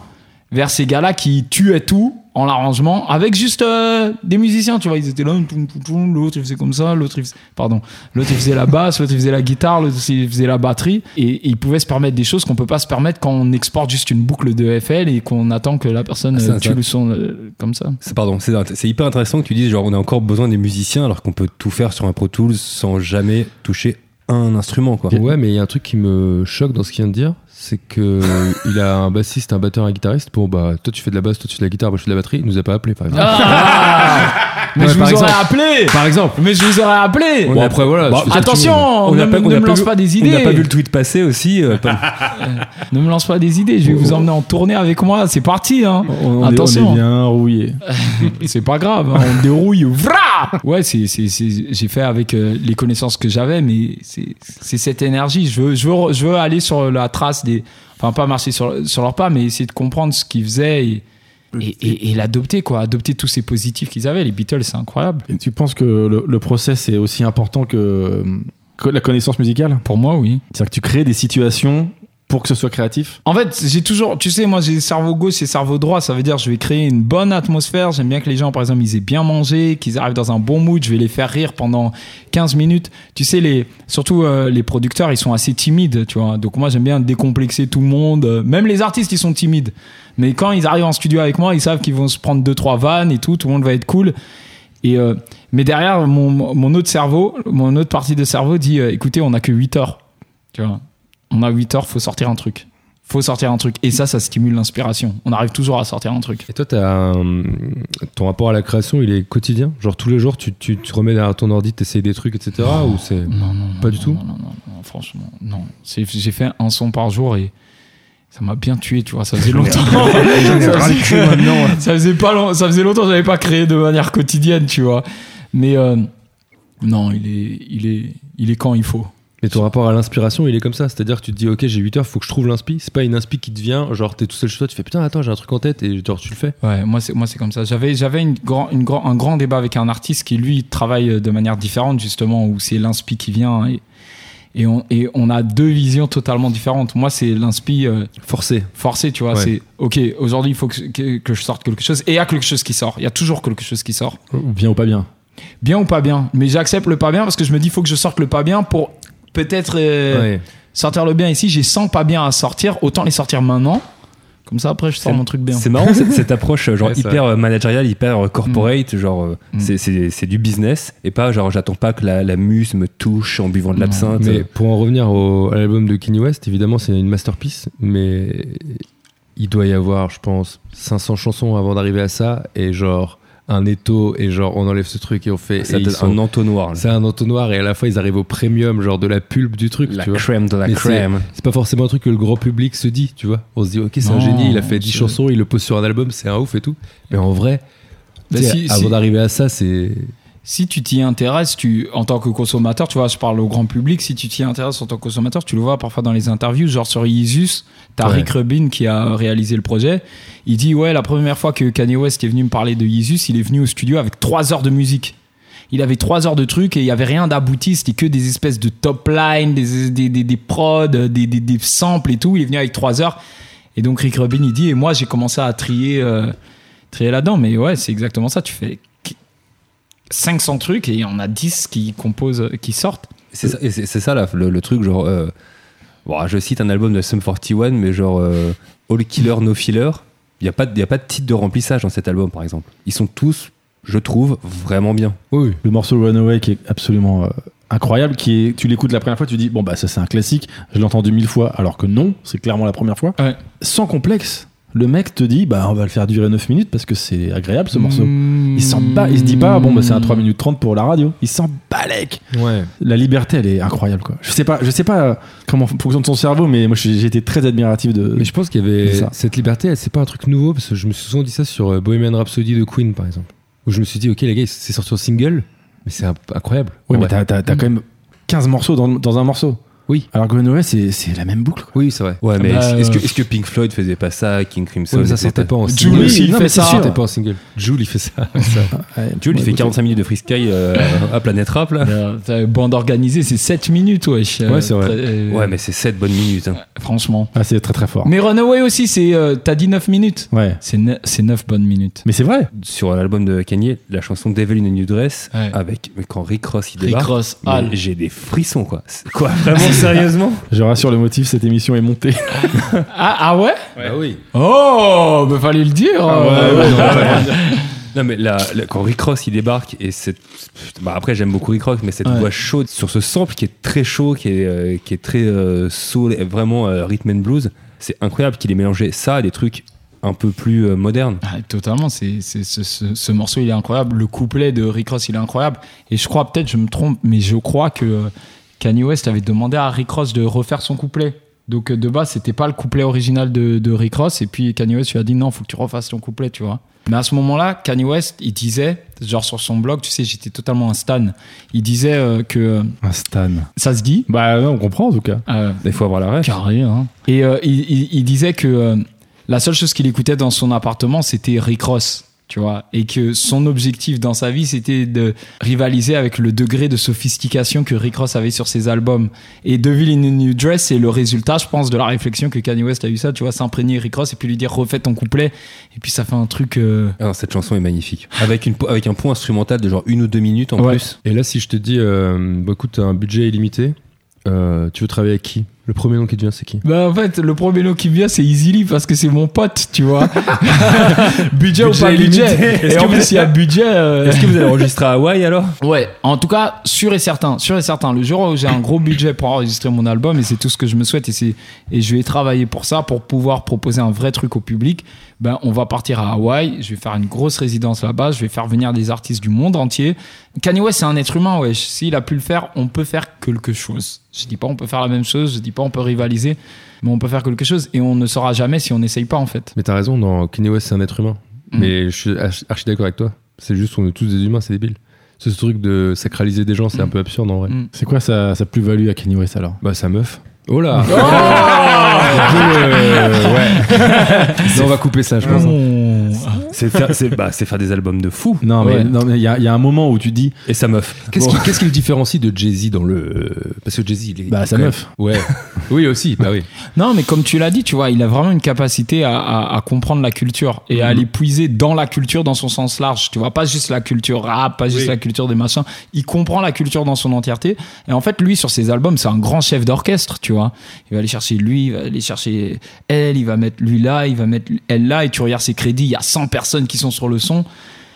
[SPEAKER 3] vers ces gars-là qui tuaient tout en l'arrangement avec juste euh, des musiciens, tu vois. Ils étaient là, toum, toum, toum, l'autre il faisait comme ça, l'autre il faisait... Pardon. L'autre il faisait la basse, l'autre il faisait la guitare, l'autre il faisait la batterie. Et, et ils pouvaient se permettre des choses qu'on peut pas se permettre quand on exporte juste une boucle de FL et qu'on attend que la personne
[SPEAKER 1] Ah,
[SPEAKER 3] euh,
[SPEAKER 1] ça,
[SPEAKER 3] tue
[SPEAKER 1] ça.
[SPEAKER 3] le son euh, comme ça.
[SPEAKER 1] C'est- Pardon, c'est c'est hyper intéressant que tu dises genre on a encore besoin des musiciens alors qu'on peut tout faire sur un Pro Tools sans jamais toucher un instrument quoi.
[SPEAKER 2] Ouais, mais il y a un truc qui me choque dans ce qu'il vient de dire, c'est que il a un bassiste, un batteur, un guitariste. Bon, bah, toi tu fais de la basse, toi tu fais de la guitare, moi je fais de la batterie. Il nous a pas appelé, par
[SPEAKER 3] Ah.
[SPEAKER 2] exemple.
[SPEAKER 3] Mais
[SPEAKER 2] Ouais,
[SPEAKER 3] je vous
[SPEAKER 2] par
[SPEAKER 3] aurais
[SPEAKER 2] exemple.
[SPEAKER 3] appelé
[SPEAKER 2] Par exemple.
[SPEAKER 3] Mais je vous aurais appelé
[SPEAKER 2] Bon, après voilà.
[SPEAKER 1] Bah,
[SPEAKER 2] tu fais ce que tu
[SPEAKER 3] Attention,
[SPEAKER 1] On
[SPEAKER 3] ne,
[SPEAKER 1] n'a pas- on
[SPEAKER 3] ne
[SPEAKER 1] n'a
[SPEAKER 3] me
[SPEAKER 1] pas
[SPEAKER 3] lance
[SPEAKER 1] vu-
[SPEAKER 3] pas des
[SPEAKER 1] On
[SPEAKER 3] idées
[SPEAKER 1] n'a pas vu le tweet passer aussi. euh, pas-
[SPEAKER 3] Ne me lance pas des idées, je vais
[SPEAKER 1] Oh.
[SPEAKER 3] vous emmener en tournée avec moi, c'est parti hein.
[SPEAKER 4] on, est-
[SPEAKER 3] Attention.
[SPEAKER 4] on est bien rouillé.
[SPEAKER 3] C'est pas grave, hein, on dérouille. Vra ouais, c'est, c'est, c'est- j'ai fait avec euh, les connaissances que j'avais, mais c'est, c'est cette énergie. Je veux, je, veux, je veux aller sur la trace des. Enfin, pas marcher sur, sur leur pas, mais essayer de comprendre ce qu'ils faisaient et, et, et- et l'adopter, quoi. Adopter tous ces positifs qu'ils avaient. Les Beatles, c'est incroyable.
[SPEAKER 4] Et tu penses que le, le process est aussi important que, que la connaissance musicale
[SPEAKER 3] Pour moi, oui.
[SPEAKER 4] C'est-à-dire que tu crées des situations pour que ce soit créatif
[SPEAKER 3] En fait, j'ai toujours, tu sais, moi j'ai cerveau gauche et cerveau droit, ça veut dire je vais créer une bonne atmosphère, j'aime bien que les gens, par exemple, ils aient bien mangé, qu'ils arrivent dans un bon mood, je vais les faire rire pendant 15 minutes. Tu sais, les, surtout euh, les producteurs, ils sont assez timides, tu vois, donc moi j'aime bien décomplexer tout le monde, Euh, même les artistes, ils sont timides. Mais quand ils arrivent en studio avec moi, ils savent qu'ils vont se prendre deux trois vannes et tout, tout le monde va être cool. Et euh, mais derrière, mon, mon autre cerveau, mon autre partie de cerveau dit, euh, écoutez, on a que 8 heures, tu vois, on a 8 heures, faut sortir un truc faut sortir un truc. Et ça, ça stimule l'inspiration. On arrive toujours à sortir un truc.
[SPEAKER 2] Et toi, t'as un- ton rapport à la création, il est quotidien Genre tous les jours, tu, tu te remets derrière ton ordi, t'essayes des trucs, etc. Ou c'est
[SPEAKER 3] Non, non, non,
[SPEAKER 2] Pas du
[SPEAKER 3] non,
[SPEAKER 2] tout
[SPEAKER 3] Non, non, non, non, franchement, non. C'est- J'ai fait un son par jour et ça m'a bien tué, tu vois. Ça faisait longtemps. ça, faisait, ça faisait pas long- ça faisait longtemps que j'avais pas créé de manière quotidienne, tu vois. Mais euh, non, il est, il est, il est quand il faut.
[SPEAKER 2] Mais ton rapport à l'inspiration, il est comme ça. C'est-à-dire que tu te dis, ok, j'ai 8 heures, faut que je trouve l'inspi. C'est pas une inspi qui te vient, genre t'es tout seul chez toi, tu fais putain, attends, j'ai un truc en tête et genre tu le fais.
[SPEAKER 3] Ouais, moi c'est moi c'est comme ça. J'avais j'avais une grand, une grand, un grand débat avec un artiste qui lui travaille euh, de manière différente justement où c'est l'inspi qui vient hein, et et on, et on a deux visions totalement différentes. Moi c'est l'inspi euh,
[SPEAKER 1] Forcé.
[SPEAKER 3] forcé, tu vois,
[SPEAKER 2] Ouais.
[SPEAKER 3] c'est OK, aujourd'hui il faut que, que, que je sorte quelque chose et il y a quelque chose qui sort. Il y a toujours quelque chose qui sort.
[SPEAKER 4] Ou Bien ou pas bien
[SPEAKER 3] Bien ou pas bien, mais j'accepte le pas bien parce que je me dis faut que je sorte le pas bien pour peut-être euh,
[SPEAKER 2] Ouais.
[SPEAKER 3] sortir le bien ici, j'ai 100 pas bien à sortir, autant les sortir maintenant. Comme ça après je sors mon truc bien.
[SPEAKER 1] C'est marrant cette, cette approche euh, genre
[SPEAKER 2] Ouais, c'est
[SPEAKER 1] hyper euh, managériale, hyper euh, corporate, genre euh,
[SPEAKER 3] Mm.
[SPEAKER 1] c'est- c'est c'est du business et pas genre j'attends pas que la, la muse me touche en buvant de
[SPEAKER 3] Non.
[SPEAKER 1] l'absinthe.
[SPEAKER 2] Mais pour en revenir au, à l'album de Kanye West, évidemment, c'est une masterpiece, mais il doit y avoir, je pense, 500 chansons avant d'arriver à ça, et genre un étau, et genre on enlève ce truc et on fait.
[SPEAKER 1] Ça
[SPEAKER 2] et
[SPEAKER 1] donne
[SPEAKER 2] ils sont-
[SPEAKER 1] un entonnoir. là.
[SPEAKER 2] C'est un entonnoir, et à la fois ils arrivent au premium, genre de la pulpe du truc,
[SPEAKER 1] La
[SPEAKER 2] tu vois.
[SPEAKER 1] crème de la
[SPEAKER 2] Mais c'est-
[SPEAKER 1] crème.
[SPEAKER 2] C'est pas forcément un truc que le grand public se dit, tu vois. On se dit, ok, c'est
[SPEAKER 3] Non,
[SPEAKER 2] un génie, il a fait 10
[SPEAKER 3] c'est-
[SPEAKER 2] chansons, il le pose sur un album, c'est un ouf et tout. Mais en vrai,
[SPEAKER 3] Bah,
[SPEAKER 2] tu sais,
[SPEAKER 3] si-
[SPEAKER 2] avant
[SPEAKER 3] si-
[SPEAKER 2] d'arriver à ça, c'est.
[SPEAKER 3] Si tu t'y intéresses, tu, en tant que consommateur, tu vois, je parle au grand public, si tu t'y intéresses en tant que consommateur, tu le vois parfois dans les interviews, genre sur Isus, t'as
[SPEAKER 2] Ouais.
[SPEAKER 3] Rick Rubin qui a réalisé le projet. Il dit, ouais, la première fois que Kanye West est venu me parler de Isus, il est venu au studio avec trois heures de musique. Il avait trois heures de trucs et il y avait rien d'abouti, c'était que des espèces de top line, des, des, des, des prods, des, des, des samples et tout. Il est venu avec trois heures. Et donc Rick Rubin, il dit, et moi j'ai commencé à trier, euh, trier là-dedans. Mais ouais, c'est exactement ça. Tu fais 500 trucs et il y en a 10 qui composent, qui sortent.
[SPEAKER 1] C'est ça, et c'est- c'est ça là, le, le truc, genre. euh, bon, je cite un album de Sum 41, mais genre euh, All Killer No Filler. Il n'y a, pas de- y a pas de titre de remplissage dans cet album, par exemple. Ils sont tous, je trouve, vraiment bien.
[SPEAKER 2] Oui,
[SPEAKER 4] Le morceau Runaway qui est absolument euh, incroyable, qui est, tu l'écoutes la première fois, tu dis bon bah ça c'est un classique, je l'ai entendu mille fois, alors que non, c'est clairement la première fois.
[SPEAKER 3] Ouais.
[SPEAKER 4] Sans complexe, le mec te dit bah on va le faire durer 9 minutes parce que c'est agréable
[SPEAKER 3] Mm.
[SPEAKER 4] ce morceau.
[SPEAKER 2] Hmm.
[SPEAKER 4] Il s'en bat, il se dit
[SPEAKER 3] ah
[SPEAKER 4] pas bon bah c'est un 3 minutes 30 pour la radio, il s'en balèque.
[SPEAKER 2] ouais.
[SPEAKER 4] La liberté elle est incroyable quoi. Je sais pas, je sais pas euh, comment fonctionne son cerveau, mais moi j'ai j'ai été très admiratif de.
[SPEAKER 2] Mais je pense qu'il y avait
[SPEAKER 4] C'est ça.
[SPEAKER 2] cette liberté, elle, c'est pas un truc nouveau parce que je me suis souvent dit ça sur euh, Bohemian Rhapsody de Queen par exemple, où je me suis dit ok les gars c'est sorti en single, mais c'est imp- incroyable.
[SPEAKER 4] Ouais,
[SPEAKER 2] En
[SPEAKER 4] mais t'as-
[SPEAKER 2] vrai.
[SPEAKER 4] t'as t'as quand même 15 morceaux dans, dans un morceau.
[SPEAKER 2] Oui.
[SPEAKER 4] Alors que Runaway c'est c'est la même boucle. quoi.
[SPEAKER 2] oui c'est vrai.
[SPEAKER 1] Ouais, mais
[SPEAKER 3] bah,
[SPEAKER 1] est-ce que,
[SPEAKER 3] euh,
[SPEAKER 1] est-ce que Pink Floyd faisait pas ça King Crimson
[SPEAKER 2] Ah Ouais, mais
[SPEAKER 1] etc.
[SPEAKER 2] ça sortait pas en
[SPEAKER 3] Julie,
[SPEAKER 2] single.
[SPEAKER 3] il
[SPEAKER 4] Oui, non,
[SPEAKER 3] fait
[SPEAKER 4] mais c'est
[SPEAKER 3] ça.
[SPEAKER 2] Ça sortait
[SPEAKER 4] sûr.
[SPEAKER 2] pas en single. Jules il fait ça.
[SPEAKER 4] Ouais,
[SPEAKER 1] Jules, il
[SPEAKER 4] ouais,
[SPEAKER 1] fait
[SPEAKER 4] ok.
[SPEAKER 1] 45 minutes de free sky euh, à Planète Rap là.
[SPEAKER 3] Euh, t'as Bande organisée, c'est 7 minutes, wesh. Euh,
[SPEAKER 2] Ouais, c'est vrai.
[SPEAKER 3] euh,
[SPEAKER 1] Ouais, mais c'est 7 bonnes minutes. hein.
[SPEAKER 3] Franchement.
[SPEAKER 4] Ah, c'est très très fort.
[SPEAKER 3] Mais Runaway aussi, c'est. euh, t'as dit 9 minutes.
[SPEAKER 4] Ouais.
[SPEAKER 3] C'est ne- c'est 9 bonnes minutes.
[SPEAKER 4] Mais c'est vrai.
[SPEAKER 1] Sur l'album de Kanye, la chanson Devil in a New Dress,
[SPEAKER 3] Ouais.
[SPEAKER 1] avec mais quand Rick Ross il
[SPEAKER 3] Rick
[SPEAKER 1] débarque,
[SPEAKER 3] Ross,
[SPEAKER 1] mais
[SPEAKER 3] ah,
[SPEAKER 1] j'ai des frissons quoi. C'est- Quoi, vraiment sérieusement
[SPEAKER 4] Je rassure le motif, cette émission est montée.
[SPEAKER 3] Ah, ah ouais
[SPEAKER 1] Bah
[SPEAKER 2] Ah oui.
[SPEAKER 3] Oh, bah fallait le dire.
[SPEAKER 2] Ah
[SPEAKER 1] Non mais la- la- quand Rick Ross il débarque et cette putain, bah après j'aime beaucoup Rick Ross mais cette
[SPEAKER 3] Ouais.
[SPEAKER 1] voix chaude sur ce sample qui est très chaud qui est euh, qui est très euh, soul et vraiment euh, rhythm and blues c'est incroyable qu'il ait mélangé ça à des trucs un peu plus euh, modernes
[SPEAKER 3] Ah, totalement, c'est, c'est- ce, ce- ce morceau il est incroyable, le couplet de Rick Ross il est incroyable, et je crois peut-être, je me trompe, mais je crois que euh, Kanye West avait demandé à Rick Ross de refaire son couplet. Donc euh, de base c'était pas le couplet original de, de Rick Ross, et puis Kanye West lui a dit non, faut que tu refasses ton couplet, tu vois. Mais à ce moment-là, Kanye West il disait, genre sur son blog, tu sais, j'étais totalement un stan, il disait euh, que euh,
[SPEAKER 4] Un Stan.
[SPEAKER 3] ça se dit.
[SPEAKER 4] Bah, on comprend en tout cas.
[SPEAKER 3] euh,
[SPEAKER 1] il faut avoir la ref
[SPEAKER 3] Carré, hein. Et euh, il, il- il disait que euh, la seule chose qu'il écoutait dans son appartement, c'était Rick Ross, tu vois. Et que son objectif dans sa vie, c'était de rivaliser avec le degré de sophistication que Rick Ross avait sur ses albums. Et Devil in a New Dress, c'est le résultat, je pense, de la réflexion que Kanye West a eu ça, tu vois, s'imprégner Rick Ross et puis lui dire refais ton couplet. Et puis ça fait un truc. euh,
[SPEAKER 1] Alors, hein, cette chanson est magnifique avec une po- avec un point instrumental de genre une ou deux minutes en
[SPEAKER 3] Ouais.
[SPEAKER 1] plus
[SPEAKER 2] Et là si je te dis euh, bah, écoute t'as un budget illimité, euh, tu veux travailler avec qui Le premier nom qui te vient c'est qui
[SPEAKER 3] Bah en fait, le premier nom qui me vient, c'est Easily parce que c'est mon pote, tu vois. budget, ou
[SPEAKER 1] Budget
[SPEAKER 3] pas
[SPEAKER 1] illimité.
[SPEAKER 3] budget.
[SPEAKER 1] Est-ce
[SPEAKER 3] Et
[SPEAKER 1] que
[SPEAKER 3] en
[SPEAKER 1] vous-
[SPEAKER 3] plus, il y a budget. euh,
[SPEAKER 1] est-ce que vous allez enregistrer à Hawaï alors
[SPEAKER 3] Ouais, en tout cas, sûr et certain, sûr et certain. Le jour où j'ai un gros budget pour enregistrer mon album, et c'est tout ce que je me souhaite, et, c'est- et je vais travailler pour ça, pour pouvoir proposer un vrai truc au public, ben, on va partir à Hawaï, je vais faire une grosse résidence là-bas, je vais faire venir des artistes du monde entier. Kanye West, c'est un être humain, ouais. S'il a pu le faire, on peut faire quelque chose. Je dis pas on peut faire la même chose, je dis pas on peut rivaliser, mais on peut faire quelque chose, et on ne saura jamais si on n'essaye pas, en fait.
[SPEAKER 2] Mais t'as raison, dans Kanye West, c'est un être humain.
[SPEAKER 3] Mm.
[SPEAKER 2] Mais je suis archi archi d'accord avec toi. C'est juste qu'on est tous des humains, c'est débile. Ce truc de sacraliser des gens, c'est un peu absurde en vrai.
[SPEAKER 3] Mm.
[SPEAKER 4] C'est quoi sa, sa plus-value à Kanye West alors
[SPEAKER 2] Bah, sa meuf. Oh là Ouais. Non, on va couper ça, je pense.
[SPEAKER 1] c'est faire, c'est- bah, c'est faire des albums de fou
[SPEAKER 4] Non, mais
[SPEAKER 3] Ouais.
[SPEAKER 4] non, mais il y, a il y a un moment où tu dis
[SPEAKER 1] et sa meuf
[SPEAKER 2] Qu'est-ce
[SPEAKER 1] Bon.
[SPEAKER 2] qui, qu'est-ce qui le différencie de Jay-Z dans le. euh, Parce que Jay-Z, il est.
[SPEAKER 4] bah sa
[SPEAKER 2] quand
[SPEAKER 4] meuf.
[SPEAKER 2] même- Ouais. Oui, aussi, bah oui.
[SPEAKER 3] Non, mais comme tu l'as dit, tu vois, il a vraiment une capacité à, à- à comprendre la culture et à aller puiser dans la culture dans son sens large. Tu vois, pas juste la culture rap, pas juste la culture des machins. Il comprend la culture dans son entièreté. Et en fait, lui, sur ses albums, c'est un grand chef d'orchestre, tu vois. Il va aller chercher lui, il va aller chercher elle, il va mettre lui là, il va mettre elle là. Et tu regardes ses crédits, il y a 100 personnes qui sont sur le son.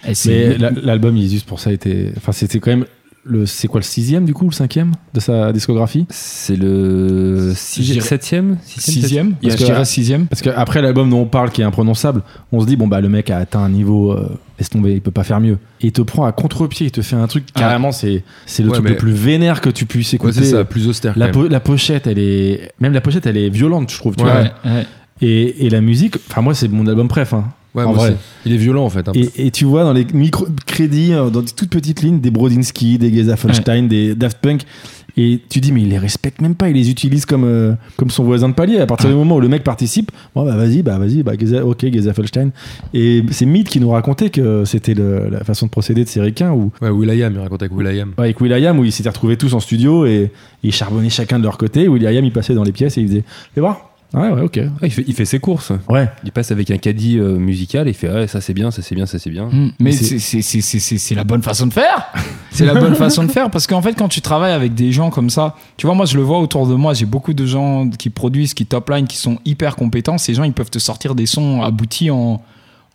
[SPEAKER 3] Et c'est-
[SPEAKER 4] Mais la- l'album, il est juste pour ça, était. Enfin, c'était quand même le c'est quoi le sixième du coup, le cinquième de sa discographie
[SPEAKER 1] C'est le sixième,
[SPEAKER 3] dirais-
[SPEAKER 1] septième, sixième, septième
[SPEAKER 3] Sixième,
[SPEAKER 4] Parce
[SPEAKER 3] je
[SPEAKER 4] que-
[SPEAKER 3] dirais sixième.
[SPEAKER 4] Parce qu'après l'album dont on parle qui est imprononçable, on se dit bon bah le mec a atteint un niveau euh, laisse tomber, il peut pas faire mieux. Et il te prend à contre-pied, il te fait un truc carrément c'est c'est le
[SPEAKER 2] Ah. Ouais,
[SPEAKER 4] truc
[SPEAKER 2] mais-
[SPEAKER 4] le plus vénère que tu puisses
[SPEAKER 2] Ouais,
[SPEAKER 4] écouter.
[SPEAKER 2] c'est ça, plus austère.
[SPEAKER 4] La,
[SPEAKER 2] quand
[SPEAKER 4] po- la pochette, elle est même la pochette, elle est violente, je trouve. Tu vois.
[SPEAKER 3] Ouais, ouais.
[SPEAKER 4] Et, et la musique, enfin moi c'est mon album préf. hein.
[SPEAKER 2] même. Ouais,
[SPEAKER 4] en
[SPEAKER 2] moi
[SPEAKER 4] vrai.
[SPEAKER 2] aussi. Il est violent en fait. hein.
[SPEAKER 4] Et, et tu vois dans les micro crédits, euh, dans des toutes petites lignes, des Brodinski, des Geza Folstein, des Daft Punk. Et tu dis mais il les respecte même pas, il les utilise comme euh, comme son voisin de palier. À partir du moment où le mec participe, bon bah vas-y, bah vas-y, bah Geza- ok Geza Folstein. Et c'est Mythe qui nous racontait que c'était le- la façon de procéder de ces requins où
[SPEAKER 2] Ouais, Will.i.am, il raconte avec Will.i.am.
[SPEAKER 4] Ouais, avec Will.i.am où ils s'étaient retrouvés tous en studio et ils charbonnaient chacun de leur côté. Will.i.am il passait dans les pièces et il faisait Fais voir Ouais, ouais, ok.
[SPEAKER 1] Ah, il, fait, il fait ses courses.
[SPEAKER 4] Ouais.
[SPEAKER 1] Il passe avec un caddie euh, musical et il fait ah, ça c'est bien, ça c'est bien, ça c'est bien.
[SPEAKER 3] Mm. Mais
[SPEAKER 4] c'est-
[SPEAKER 3] c'est- c'est c'est- c'est- c'est- c'est la bonne façon de faire. C'est la bonne façon de faire parce qu'en fait, quand tu travailles avec des gens comme ça, tu vois, moi je le vois autour de moi, j'ai beaucoup de gens qui produisent, qui top line, qui sont hyper compétents. Ces gens, ils peuvent te sortir des sons aboutis en,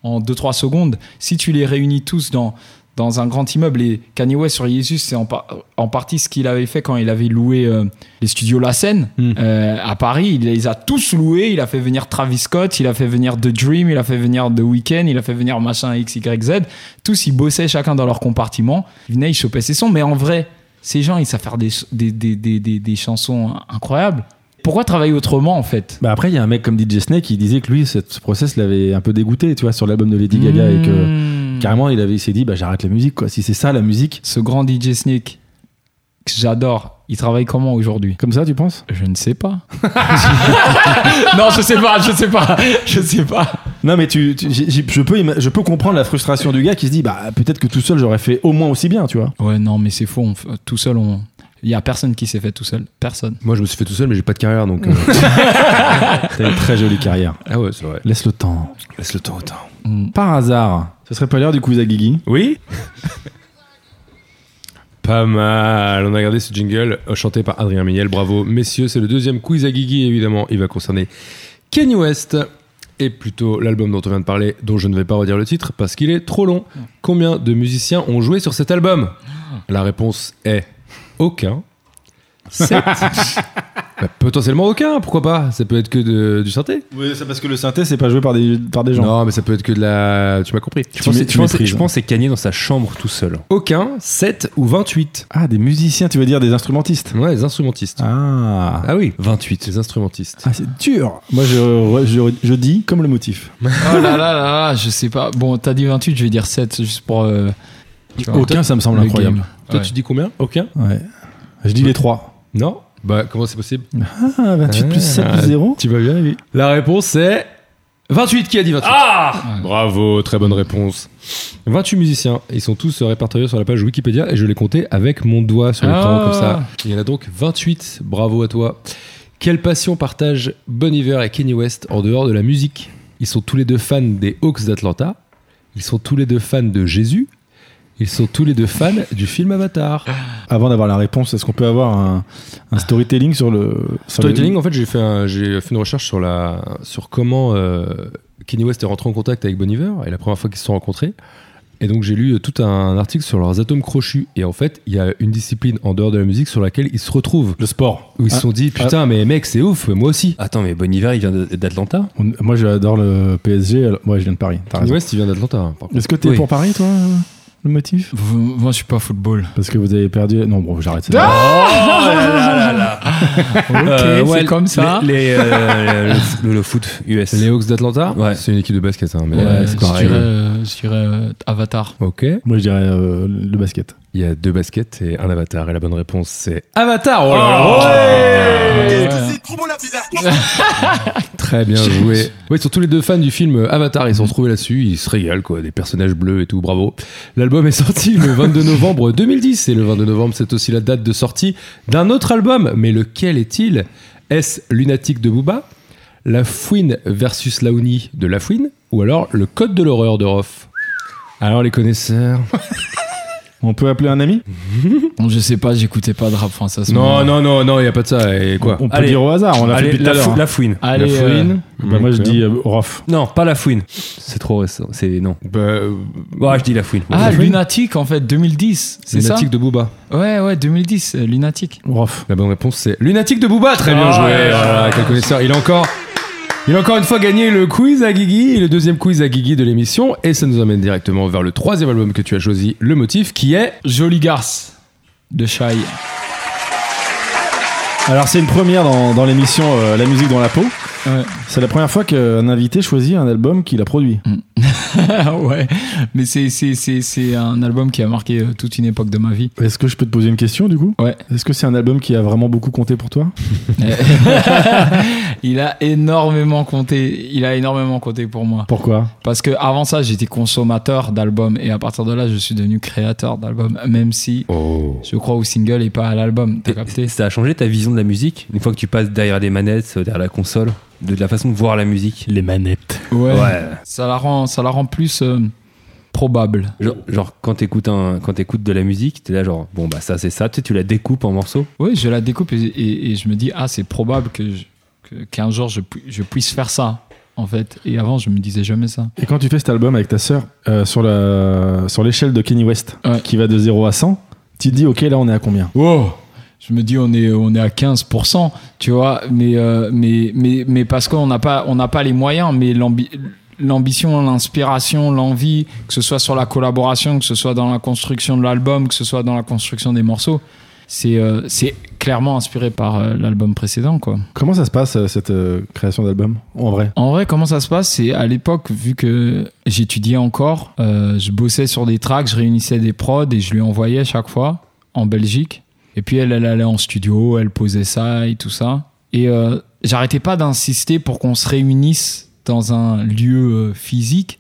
[SPEAKER 3] en 2-3 secondes. Si tu les réunis tous dans, dans un grand immeuble, et Kanye West sur Jesus, c'est en, par- en partie ce qu'il avait fait quand il avait loué euh, les studios La Seine
[SPEAKER 4] Mm.
[SPEAKER 3] euh, à Paris. Il les a tous loués. Il a fait venir Travis Scott, il a fait venir The Dream, il a fait venir The Weeknd, il a fait venir machin XYZ. Tous, ils bossaient chacun dans leur compartiment. Ils venaient, ils chopaient ses sons. Mais en vrai, ces gens, ils savent faire des, des, des, des, des- des chansons incroyables. Pourquoi travailler autrement en fait
[SPEAKER 4] Bah après, il y a un mec comme DJ Snake qui disait que lui, cette- ce process l'avait un peu dégoûté, tu vois, sur l'album de Lady Gaga euh, et que
[SPEAKER 3] Mmh.
[SPEAKER 4] carrément, il, avait, il s'est dit Bah j'arrête la musique, quoi. Si c'est ça la musique,
[SPEAKER 3] Ce grand DJ Snake, que j'adore, il travaille comment aujourd'hui
[SPEAKER 4] comme ça, tu penses
[SPEAKER 3] Je ne sais pas. non, je sais pas, je sais pas, je sais pas.
[SPEAKER 4] Non, mais tu, tu- j'ai- j'ai- je, peux, ima- je peux comprendre la frustration du gars qui se dit Bah peut-être que tout seul, j'aurais fait au moins aussi bien, tu vois.
[SPEAKER 3] Ouais, non, mais c'est faux. on f- tout seul, on. Il y a personne qui s'est fait tout seul. Personne.
[SPEAKER 2] Moi, je me suis fait tout seul, mais j'ai pas de carrière donc. euh,
[SPEAKER 4] T'as une très jolie carrière.
[SPEAKER 2] Ah ouais, c'est vrai.
[SPEAKER 4] Laisse le temps.
[SPEAKER 2] Laisse le temps au temps.
[SPEAKER 3] Mm.
[SPEAKER 4] Par hasard, ce serait pas l'heure du quiz à Guigui
[SPEAKER 2] Oui Pas mal. On a regardé ce jingle euh, chanté par Adrien Méniel. Bravo, messieurs. C'est le deuxième quiz à Guigui, évidemment. Il va concerner Kanye West et plutôt l'album dont on vient de parler, dont je ne vais pas redire le titre parce qu'il est trop long. Combien de musiciens ont joué sur cet album La réponse est aucun. Sept. Bah, potentiellement aucun, pourquoi pas Ça peut être que de- du synthé.
[SPEAKER 4] Oui, c'est parce que le synthé, c'est pas joué par des, par des gens.
[SPEAKER 2] Non, mais ça peut être que de la. Tu m'as compris.
[SPEAKER 1] Je pense,
[SPEAKER 4] mets-
[SPEAKER 1] je
[SPEAKER 4] tu
[SPEAKER 1] pense-
[SPEAKER 4] maîtrises.
[SPEAKER 1] je pense que c'est Kanye dans sa chambre tout seul.
[SPEAKER 2] Aucun, 7 ou 28.
[SPEAKER 4] Ah, des musiciens, tu veux dire des instrumentistes
[SPEAKER 2] Ouais, les instrumentistes.
[SPEAKER 4] Ah,
[SPEAKER 2] Ah oui,
[SPEAKER 1] 28.
[SPEAKER 2] les instrumentistes.
[SPEAKER 4] Ah, c'est dur Moi, je, je, je dis comme le motif.
[SPEAKER 3] Oh là là là là, je sais pas. Bon, t'as dit 28, je vais dire 7 juste pour. euh, tu vois,
[SPEAKER 4] Aucun, ça me semble
[SPEAKER 3] le
[SPEAKER 4] incroyable.
[SPEAKER 3] game.
[SPEAKER 2] Toi,
[SPEAKER 3] Ouais.
[SPEAKER 2] tu dis combien Aucun
[SPEAKER 4] Ouais. Je dis les trois.
[SPEAKER 2] Non Bah, comment c'est possible
[SPEAKER 4] Ah, 28 plus 7 plus 0
[SPEAKER 2] Tu vas bien, oui. La réponse est 28. Qui a dit 28 Ah Bravo, très bonne réponse. 28 musiciens. Ils sont tous répertoriés sur la page Wikipédia et je les comptais avec mon doigt sur l'écran
[SPEAKER 3] Ah.
[SPEAKER 2] comme ça. Il y en a donc 28. Bravo à toi. Quelle passion partagent Bon Iver et Kenny West en dehors de la musique Ils sont tous les deux fans des Hawks d'Atlanta. Ils sont tous les deux fans de Jésus. Ils sont tous les deux fans du film Avatar.
[SPEAKER 4] Avant d'avoir la réponse, est-ce qu'on peut avoir un, un storytelling sur le... sur le-
[SPEAKER 2] Storytelling, en fait, j'ai fait, un- j'ai fait une recherche sur, la, sur comment euh, Kenny West est rentré en contact avec Bon Iver et la première fois qu'ils se sont rencontrés. Et donc, j'ai lu euh, tout un article sur leurs atomes crochus. Et en fait, il y a une discipline en dehors de la musique sur laquelle ils se retrouvent.
[SPEAKER 4] le sport.
[SPEAKER 2] Où ils se sont dit, putain, mais mec, c'est ouf, mais moi aussi.
[SPEAKER 1] Attends, mais Bon Hiver, il vient d- d'Atlanta
[SPEAKER 4] On- moi, j'adore le PSG. alors- Moi, je viens de Paris. T'as
[SPEAKER 2] Kenny
[SPEAKER 4] raison.
[SPEAKER 2] West, il vient d'Atlanta. hein, par contre.
[SPEAKER 4] Est-ce que t'es
[SPEAKER 1] Oui.
[SPEAKER 4] pour Paris, toi, euh, le motif
[SPEAKER 3] V- Moi, je suis pas football.
[SPEAKER 4] Parce que vous avez perdu... Non, bon, j'arrête. c'est
[SPEAKER 3] Ah
[SPEAKER 4] bon.
[SPEAKER 3] Ok,
[SPEAKER 1] Euh, ouais,
[SPEAKER 3] c'est comme ça.
[SPEAKER 1] Les, les, euh, le, le foot US.
[SPEAKER 2] Les Hawks d'Atlanta,
[SPEAKER 1] Ouais.
[SPEAKER 2] c'est une équipe de basket, hein, mais
[SPEAKER 3] Ouais,
[SPEAKER 2] euh,
[SPEAKER 3] je
[SPEAKER 2] c'est
[SPEAKER 3] dirais,
[SPEAKER 2] pareil.
[SPEAKER 3] euh, je dirais, euh, Avatar.
[SPEAKER 2] Ok.
[SPEAKER 4] Moi, je dirais euh, le basket.
[SPEAKER 2] Il y a deux baskets et un avatar. Et la bonne réponse, c'est Avatar. Oh là là.
[SPEAKER 3] Ouais.
[SPEAKER 2] Très bien joué. Oui, ils sont tous les deux fans du film euh, Avatar. Ils se sont retrouvés là-dessus. Ils se régalent, quoi. Des personnages bleus et tout. Bravo. L'album est sorti le 22 novembre 2010. Et le 22 novembre, c'est aussi la date de sortie d'un autre album. Mais lequel est-il Est-ce Lunatique de Booba La Fouine versus Laouni de Ah, La Fouine Ou alors Le Code de l'horreur de Roth Alors, les connaisseurs
[SPEAKER 4] On peut appeler un ami
[SPEAKER 3] Bon, je sais pas, j'écoutais pas de rap français. à ce moment-là.
[SPEAKER 2] Non, non, non, non, il n'y a pas de ça. Et quoi
[SPEAKER 4] On peut
[SPEAKER 1] Allez.
[SPEAKER 4] dire au hasard, on l'a fait
[SPEAKER 1] Allez,
[SPEAKER 4] depuis tout
[SPEAKER 1] la,
[SPEAKER 4] à l'heure. hein.
[SPEAKER 1] fou- la fouine.
[SPEAKER 3] Allez,
[SPEAKER 2] La
[SPEAKER 3] euh,
[SPEAKER 2] fouine
[SPEAKER 4] Bah, moi je dis euh, Rof.
[SPEAKER 1] Non, pas la fouine. C'est trop récent. C'est non.
[SPEAKER 2] Bah, euh,
[SPEAKER 1] Ouais, je dis la fouine.
[SPEAKER 3] Ah,
[SPEAKER 1] La fouine.
[SPEAKER 3] Lunatic en fait, 2010, c'est ça
[SPEAKER 2] Lunatique de Booba.
[SPEAKER 3] Ouais, ouais, 2010, euh, Lunatic.
[SPEAKER 4] Rof.
[SPEAKER 2] La bonne réponse, c'est Lunatique de Booba. Très bien
[SPEAKER 1] Ah,
[SPEAKER 2] joué.
[SPEAKER 1] ouais.
[SPEAKER 2] Voilà, quel connaisseur. Il a encore. Il a encore une fois gagné le quiz à Guigui, le deuxième quiz à Guigui de l'émission, et ça nous amène directement vers le troisième album que tu as choisi, Le Motif, qui est
[SPEAKER 3] Joli garce de Shai.
[SPEAKER 4] Alors c'est une première dans, dans l'émission euh, La musique dans la peau.
[SPEAKER 3] Ouais.
[SPEAKER 4] C'est la première fois qu'un invité choisit un album qu'il a produit.
[SPEAKER 3] ouais, mais c'est- c'est c'est- c'est un album qui a marqué euh, toute une époque de ma vie.
[SPEAKER 1] Mm.
[SPEAKER 4] Est-ce que je peux te poser une question du coup
[SPEAKER 3] Ouais.
[SPEAKER 4] Est-ce que c'est un album qui a vraiment beaucoup compté pour toi
[SPEAKER 3] il a énormément compté, il a énormément compté pour moi.
[SPEAKER 4] Pourquoi
[SPEAKER 3] Parce que avant ça, j'étais consommateur d'albums et à partir de là, je suis devenu créateur d'albums, même si je crois au single et pas à l'album. T'as capté
[SPEAKER 1] Ça a changé ta vision de la musique une fois que tu passes derrière des manettes, euh, derrière la console, de la façon de voir la musique.
[SPEAKER 4] Les manettes.
[SPEAKER 3] ouais.
[SPEAKER 1] Ouais.
[SPEAKER 3] Ça la rend, ça la rend plus euh, probable.
[SPEAKER 1] Genre, genre, quand t'écoutes un, quand t'écoutes de la musique, t'es là genre bon bah ça c'est ça, tu sais, tu la découpes en morceaux.
[SPEAKER 3] Oui, je la découpe et, et- et je me dis ah c'est probable que je- que- qu'un jour je, pu- je puisse faire ça en fait. Et avant je me disais jamais ça.
[SPEAKER 4] Et quand tu fais cet album avec ta sœur euh, sur la sur l'échelle de Kenny West
[SPEAKER 3] Ouais.
[SPEAKER 4] qui va de 0 à 100, tu te dis OK là on est à combien
[SPEAKER 3] Wow. Je me dis on est on est à 15%, tu vois, mais euh, mais mais mais parce qu'on n'a pas on n'a pas les moyens, mais l'ambi- l'ambition, l'inspiration, l'envie, que ce soit sur la collaboration, que ce soit dans la construction de l'album, que ce soit dans la construction des morceaux, c'est euh, c'est clairement inspiré par euh, l'album précédent quoi.
[SPEAKER 4] Comment ça se passe euh, cette euh, création d'album en vrai
[SPEAKER 3] En vrai, comment ça se passe C'est à l'époque, vu que j'étudiais encore, euh, je bossais sur des tracks, je réunissais des prods et je lui envoyais chaque fois en Belgique. Et puis elle, elle allait en studio, elle posait ça et tout ça. Et euh, j'arrêtais pas d'insister pour qu'on se réunisse dans un lieu euh, physique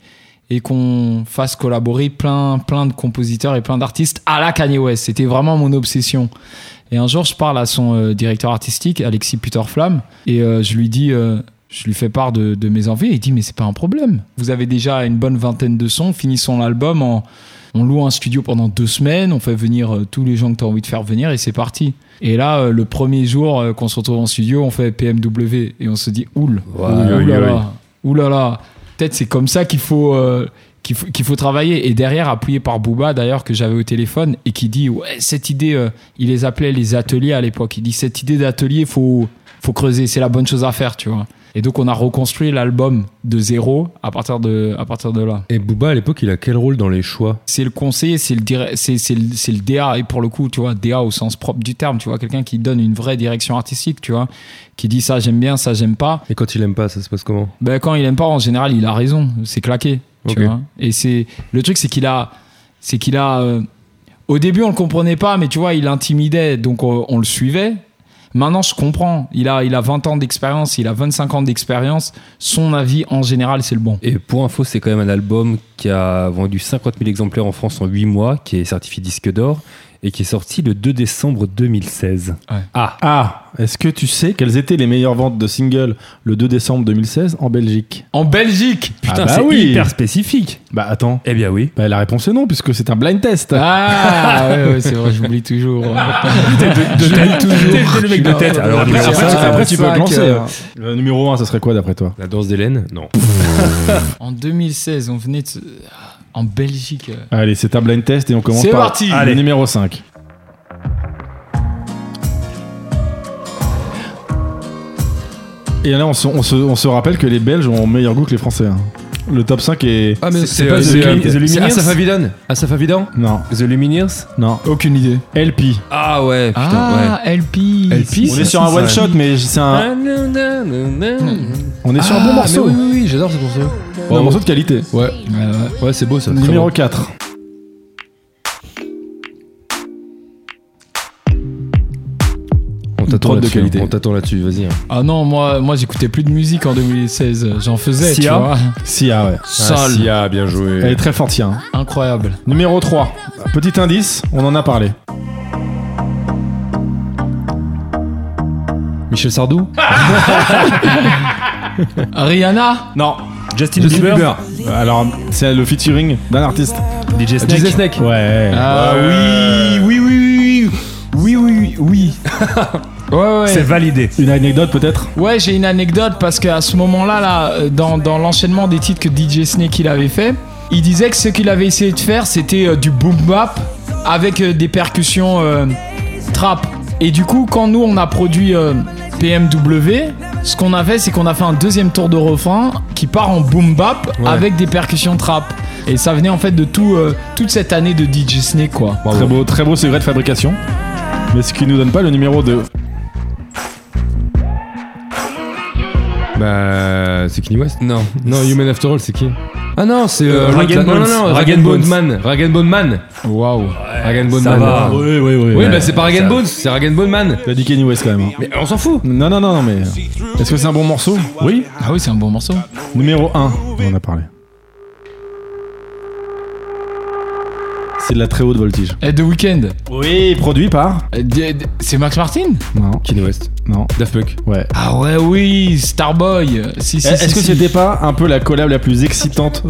[SPEAKER 3] et qu'on fasse collaborer plein, plein de compositeurs et plein d'artistes à la Kanye West. C'était vraiment mon obsession. Et un jour, je parle à son euh, directeur artistique, Alexis Puterflamme, et euh, je lui dis, euh, je lui fais part de, de mes envies. Et il dit, mais c'est pas un problème. Vous avez déjà une bonne vingtaine de sons. Finissons l'album en. On loue un studio pendant deux semaines, on fait venir euh, tous les gens que tu as envie de faire venir et c'est parti. Et là, euh, le premier jour euh, qu'on se retrouve en studio, on fait PMW et on se dit, oul,
[SPEAKER 1] Ouah,
[SPEAKER 3] oul, là là, ouh là là. Peut-être c'est comme ça qu'il faut, euh, qu'il faut, qu'il faut travailler. Et derrière, appuyé par Booba, d'ailleurs, que j'avais au téléphone, et qui dit Ouais, cette idée, euh, il les appelait les ateliers à l'époque. Il dit Cette idée d'atelier, faut, faut creuser, c'est la bonne chose à faire, tu vois. Et donc, on a reconstruit l'album de zéro à partir de, à partir de là.
[SPEAKER 2] Et Booba à l'époque, il a quel rôle dans les choix
[SPEAKER 3] C'est le conseiller, c'est le, dire- c'est, c'est le, c'est le DA, et pour le coup, tu vois, DA au sens propre du terme, tu vois, quelqu'un qui donne une vraie direction artistique, tu vois, qui dit ça j'aime bien, ça j'aime pas,
[SPEAKER 2] Et quand il aime pas, ça se passe comment
[SPEAKER 3] ben, quand il aime pas, en général, il a raison. C'est claqué. Tu
[SPEAKER 2] Ok.
[SPEAKER 3] vois Et c'est le truc, c'est qu'il a, c'est qu'il a. euh, au début, on le comprenait pas, mais tu vois, il intimidait, donc euh, on le suivait. Maintenant, je comprends. Il a, il a 20 ans d'expérience, il a 25 ans d'expérience. Son avis, en général, c'est le bon.
[SPEAKER 1] Et pour info, c'est quand même un album qui a vendu 50 000 exemplaires en France en 8 mois, qui est certifié disque d'or et qui est sorti le 2 décembre 2016.
[SPEAKER 4] Ah, est-ce que tu sais quelles étaient les meilleures ventes de singles le 2 décembre 2016 en Belgique
[SPEAKER 3] En Belgique
[SPEAKER 1] Putain,
[SPEAKER 4] Ah bah
[SPEAKER 1] c'est
[SPEAKER 4] oui.
[SPEAKER 1] hyper spécifique.
[SPEAKER 4] Bah attends,
[SPEAKER 1] Eh bien oui.
[SPEAKER 4] bah, la réponse est non puisque c'est un blind test.
[SPEAKER 3] Ah, ouais, ouais, c'est vrai, j'oublie toujours.
[SPEAKER 1] De tête,
[SPEAKER 3] toujours.
[SPEAKER 1] le mec de tête. Ah. Alors,
[SPEAKER 4] Après,
[SPEAKER 1] numéro
[SPEAKER 4] après,
[SPEAKER 1] cinq.
[SPEAKER 4] tu- après, tu peux
[SPEAKER 3] Sac,
[SPEAKER 4] te lancer.
[SPEAKER 3] euh.
[SPEAKER 4] Le numéro 1, ça serait quoi d'après toi
[SPEAKER 2] La danse d'Hélène Non.
[SPEAKER 3] En 2016, on venait de. se- En Belgique. euh.
[SPEAKER 4] Allez, c'est un blind test et on commence
[SPEAKER 3] C'est
[SPEAKER 4] par
[SPEAKER 3] parti.
[SPEAKER 4] le
[SPEAKER 1] Allez.
[SPEAKER 4] numéro 5. Et là, on se, on se- on se rappelle que les Belges ont meilleur goût que les Français. hein. Le top 5 est...
[SPEAKER 2] Ah, mais
[SPEAKER 1] C'est- euh,
[SPEAKER 2] c'est
[SPEAKER 1] c'est pas
[SPEAKER 2] pas
[SPEAKER 1] The Lumi- The Lumineers
[SPEAKER 2] Asaf Avidan Asaf Avidan
[SPEAKER 4] Non,
[SPEAKER 1] The Lumineers
[SPEAKER 4] non.
[SPEAKER 3] Aucune idée.
[SPEAKER 4] LP.
[SPEAKER 1] Ah ouais, putain,
[SPEAKER 3] ah, LP.
[SPEAKER 1] LP,
[SPEAKER 4] On
[SPEAKER 1] Si, si,
[SPEAKER 4] est sur un
[SPEAKER 1] si,
[SPEAKER 4] one
[SPEAKER 1] si.
[SPEAKER 4] shot, mais c'est un...
[SPEAKER 1] hein. ouais.
[SPEAKER 4] On est sur un
[SPEAKER 2] Ah,
[SPEAKER 4] bon
[SPEAKER 2] mais
[SPEAKER 4] morceau.
[SPEAKER 2] Oui, oui, oui, j'adore ce morceau.
[SPEAKER 4] Un morceau de qualité.
[SPEAKER 3] Ouais,
[SPEAKER 2] Ouais,
[SPEAKER 3] ouais.
[SPEAKER 2] ouais c'est beau ça. très
[SPEAKER 4] Numéro
[SPEAKER 2] bon.
[SPEAKER 4] 4.
[SPEAKER 2] On t'attend
[SPEAKER 4] prod de
[SPEAKER 2] là-dessus,
[SPEAKER 4] qualité.
[SPEAKER 2] On t'attend là-dessus, vas-y. hein.
[SPEAKER 3] Ah non, moi, moi j'écoutais plus de musique en 2016. J'en faisais,
[SPEAKER 1] Sia.
[SPEAKER 3] tu vois.
[SPEAKER 4] Sia, ouais.
[SPEAKER 2] Ah, Sia, bien joué.
[SPEAKER 1] Eh,
[SPEAKER 4] Elle est très forte, Sia. hein.
[SPEAKER 3] Incroyable.
[SPEAKER 4] Numéro 3. Petit indice, on en a parlé.
[SPEAKER 2] Michel Sardou
[SPEAKER 3] Rihanna
[SPEAKER 4] Non.
[SPEAKER 1] Justin Bieber.
[SPEAKER 4] Alors, c'est le featuring d'un artiste.
[SPEAKER 6] DJ Snake.
[SPEAKER 2] DJ Snake.
[SPEAKER 4] Ouais.
[SPEAKER 3] Ah
[SPEAKER 6] Oui, oui, oui, oui, oui, oui, oui, oui.
[SPEAKER 3] Ouais, ouais, ouais.
[SPEAKER 6] C'est validé.
[SPEAKER 4] Une anecdote peut-être
[SPEAKER 3] Ouais, j'ai une anecdote parce qu'à ce moment-là, là, euh, dans, dans l'enchaînement des titres que DJ Snake il avait fait, il disait que ce qu'il avait essayé de faire, c'était euh, du boom bap avec euh, des percussions euh, trap. Et du coup, quand nous on a produit euh, PMW, ce qu'on a fait, c'est qu'on a fait un deuxième tour de refrain qui part en boom bap
[SPEAKER 2] Ouais.
[SPEAKER 3] avec des percussions trap. Et ça venait en fait de tout, euh, toute cette année de DJ Snake, quoi.
[SPEAKER 2] Bravo.
[SPEAKER 4] Très beau, très beau secret de fabrication. Mais ce qui nous donne pas le numéro de.
[SPEAKER 2] Bah, c'est Kenny West
[SPEAKER 1] Non.
[SPEAKER 2] Non, Human After All, c'est qui Ah non, c'est.
[SPEAKER 6] Euh,
[SPEAKER 2] l'autre,
[SPEAKER 6] Rag
[SPEAKER 2] là.
[SPEAKER 6] and
[SPEAKER 2] Non, non,
[SPEAKER 6] Bones.
[SPEAKER 2] non,
[SPEAKER 6] Rag
[SPEAKER 2] Rag
[SPEAKER 6] and
[SPEAKER 2] and Bone
[SPEAKER 6] Bones.
[SPEAKER 2] Man. Rag and Bone Man.
[SPEAKER 3] Waouh.
[SPEAKER 2] Rag and Bone
[SPEAKER 6] ça
[SPEAKER 2] Man.
[SPEAKER 6] va.
[SPEAKER 4] Oui, oui, oui.
[SPEAKER 2] Oui, bah c'est pas Rag and Bones, c'est Rag and Bone Man.
[SPEAKER 4] T'as dit Kenny West quand même. hein.
[SPEAKER 2] Mais on s'en fout.
[SPEAKER 4] Non, non, non, non, mais. Est-ce que c'est un bon morceau Oui.
[SPEAKER 3] Ah oui, c'est un bon morceau.
[SPEAKER 4] Numéro 1. On en a parlé. C'est de la très haute voltige.
[SPEAKER 3] Et The Weeknd.
[SPEAKER 4] Oui, produit par.
[SPEAKER 3] Euh, d- d- C'est Max Martin
[SPEAKER 4] Non,
[SPEAKER 2] Kenny West.
[SPEAKER 4] non.
[SPEAKER 2] Daft Punk.
[SPEAKER 4] Ouais.
[SPEAKER 3] Ah ouais, oui, Starboy. Si, si,
[SPEAKER 4] Eh, Est-ce
[SPEAKER 3] si,
[SPEAKER 4] que
[SPEAKER 3] si.
[SPEAKER 4] c'était pas un peu la collab la plus excitante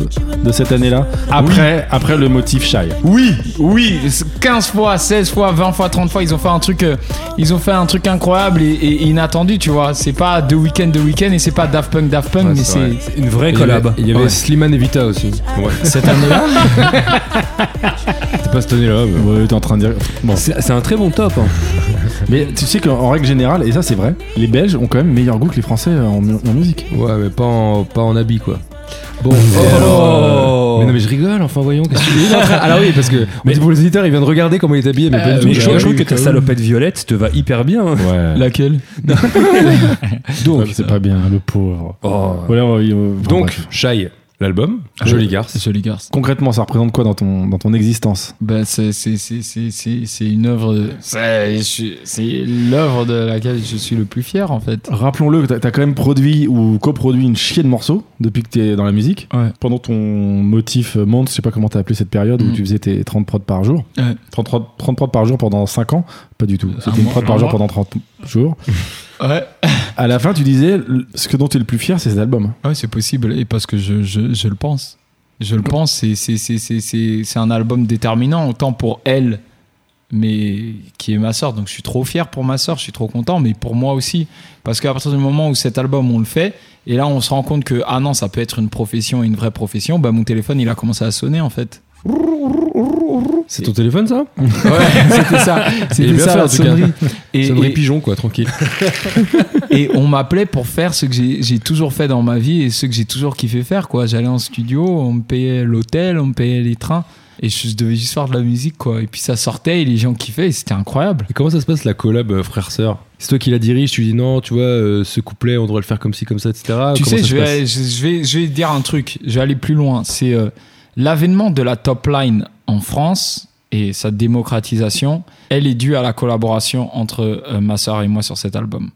[SPEAKER 4] de cette année-là Après, après le motif Shy.
[SPEAKER 3] Oui, oui, 15 fois, 16 fois, 20 fois, 30 fois, ils ont fait un truc, euh, ils ont fait un truc incroyable et, et inattendu, tu vois. C'est pas The Weeknd, The Weeknd et c'est pas Daft Punk, Daft Punk,
[SPEAKER 2] Ouais,
[SPEAKER 3] mais
[SPEAKER 2] c'est
[SPEAKER 3] c'est
[SPEAKER 2] vrai.
[SPEAKER 1] Une vraie
[SPEAKER 2] Il y avait,
[SPEAKER 1] collab.
[SPEAKER 2] il y avait
[SPEAKER 1] Ouais.
[SPEAKER 2] Slimane et Vita aussi. Ouais.
[SPEAKER 3] cette année-là.
[SPEAKER 2] C'était pas cette année-là. mais-
[SPEAKER 4] Ouais, t'es en train de dire. Bon.
[SPEAKER 1] C'est c'est un très bon top. hein.
[SPEAKER 4] Mais tu sais qu'en règle générale, et ça c'est vrai, les Belges ont quand même meilleur goût que les Français en, mu- en musique.
[SPEAKER 2] Ouais, mais pas en, pas en habit, quoi. Bon.
[SPEAKER 1] Oh.
[SPEAKER 2] Mais non, mais je rigole, enfin, voyons. qu'est-ce que tu- Il est en train- Alors oui, parce que. Mais pour les éditeurs, ils viennent de regarder comment il est habillé, mais pas du tout.
[SPEAKER 1] Euh, Mais je
[SPEAKER 2] J'ai
[SPEAKER 1] trouve- je trouve que
[SPEAKER 2] vu,
[SPEAKER 1] ta
[SPEAKER 2] quand
[SPEAKER 1] salopette violette te va hyper bien.
[SPEAKER 2] même. Ouais.
[SPEAKER 3] Laquelle
[SPEAKER 4] Ouais, c'est pas bien, le pauvre.
[SPEAKER 1] Oh.
[SPEAKER 4] Voilà, ouais, ouais, enfin,
[SPEAKER 2] Donc,
[SPEAKER 4] euh, bref.
[SPEAKER 2] Shy, l'album. Joli garce.
[SPEAKER 3] C'est Jolly Garce.
[SPEAKER 4] concrètement, ça représente quoi dans ton, dans ton existence
[SPEAKER 3] Bah, c'est c'est- c'est- c'est- c'est- c'est une œuvre. de- C'est je suis- c'est l'œuvre de laquelle je suis le plus fier, en fait.
[SPEAKER 4] Rappelons-le, t'as as quand même produit ou coproduit une chier de morceaux depuis que t'es dans la musique.
[SPEAKER 3] Ouais.
[SPEAKER 4] Pendant ton motif euh, monde, je sais pas comment t'as appelé cette période où
[SPEAKER 3] Mm.
[SPEAKER 4] tu faisais tes 30 prods par jour.
[SPEAKER 3] Ouais. Ah,
[SPEAKER 4] 30, prods- 30 prods par jour pendant 5 ans Pas du tout. C'était une
[SPEAKER 3] mois,
[SPEAKER 4] prod
[SPEAKER 3] un
[SPEAKER 4] par jour
[SPEAKER 3] mois.
[SPEAKER 4] pendant 30 jours.
[SPEAKER 3] Ouais.
[SPEAKER 4] À la fin, tu disais, l- ce que dont tu es le plus fier, c'est cet album.
[SPEAKER 3] Ouais, c'est possible, et parce que je, je, je le pense. Je le pense, c'est- c'est- c'est- c'est c'est- c'est un album déterminant, autant pour elle, mais qui est ma sœur. Donc je suis trop fier pour ma sœur, je suis trop content, mais pour moi aussi. Parce qu'à partir du moment où cet album, on le fait, et là on se rend compte que, ah non, ça peut être une profession, une vraie profession, bah mon téléphone, il a commencé à sonner en fait.
[SPEAKER 2] C'est ton téléphone, ça
[SPEAKER 3] Ouais, c'était ça,
[SPEAKER 2] Il est
[SPEAKER 3] c'était
[SPEAKER 2] bien
[SPEAKER 3] ça
[SPEAKER 2] fait, en
[SPEAKER 3] la
[SPEAKER 2] tout cas.
[SPEAKER 3] sonnerie. Et-
[SPEAKER 2] Sonnerie
[SPEAKER 3] et-
[SPEAKER 2] pigeon, quoi, tranquille.
[SPEAKER 3] et on m'appelait pour faire ce que j'ai j'ai toujours fait dans ma vie et ce que j'ai toujours kiffé faire quoi j'allais en studio on me payait l'hôtel on me payait les trains et je devais juste faire de la musique quoi et puis ça sortait et les gens kiffaient et c'était incroyable
[SPEAKER 2] Et comment ça se passe la collab euh, frère-sœur C'est toi qui la dirige, tu dis non, tu vois, euh, ce couplet, on devrait le faire comme ci, comme ça, etc.
[SPEAKER 3] tu
[SPEAKER 2] Ah, Comment
[SPEAKER 3] sais
[SPEAKER 2] ça
[SPEAKER 3] je
[SPEAKER 2] se passe
[SPEAKER 3] vais, je, je vais je vais dire un truc je vais aller plus loin c'est euh, l'avènement de la top line en France et sa démocratisation elle est due à la collaboration entre euh, ma sœur et moi sur cet album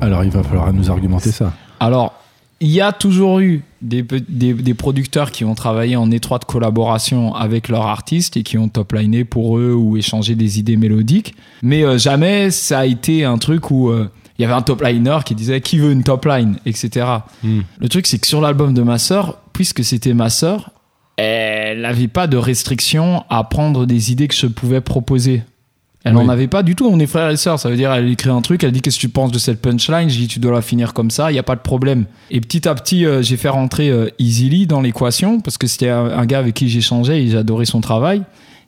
[SPEAKER 4] Alors, il va falloir nous argumenter ça.
[SPEAKER 3] Alors, il y a toujours eu des, pe- des- des producteurs qui ont travaillé en étroite collaboration avec leurs artistes et qui ont top-liné pour eux ou échangé des idées mélodiques. Mais euh, jamais ça a été un truc où euh, il y avait un top-liner qui disait qui veut une top-line, etc.
[SPEAKER 2] Hmm.
[SPEAKER 3] Le truc, c'est que sur l'album de ma sœur, puisque c'était ma sœur, elle n'avait pas de restriction à prendre des idées que je pouvais proposer. Elle
[SPEAKER 2] Oui.
[SPEAKER 3] en avait pas du tout. On est frères et sœurs. Ça veut dire, elle écrit un truc, elle dit qu'est-ce que tu penses de cette punchline. Je dis tu dois la finir comme ça. Il n'y a pas de problème. Et petit à petit, euh, j'ai fait rentrer euh, Easily dans l'équation parce que c'était un, un gars avec qui j'échangeais et j'adorais son travail.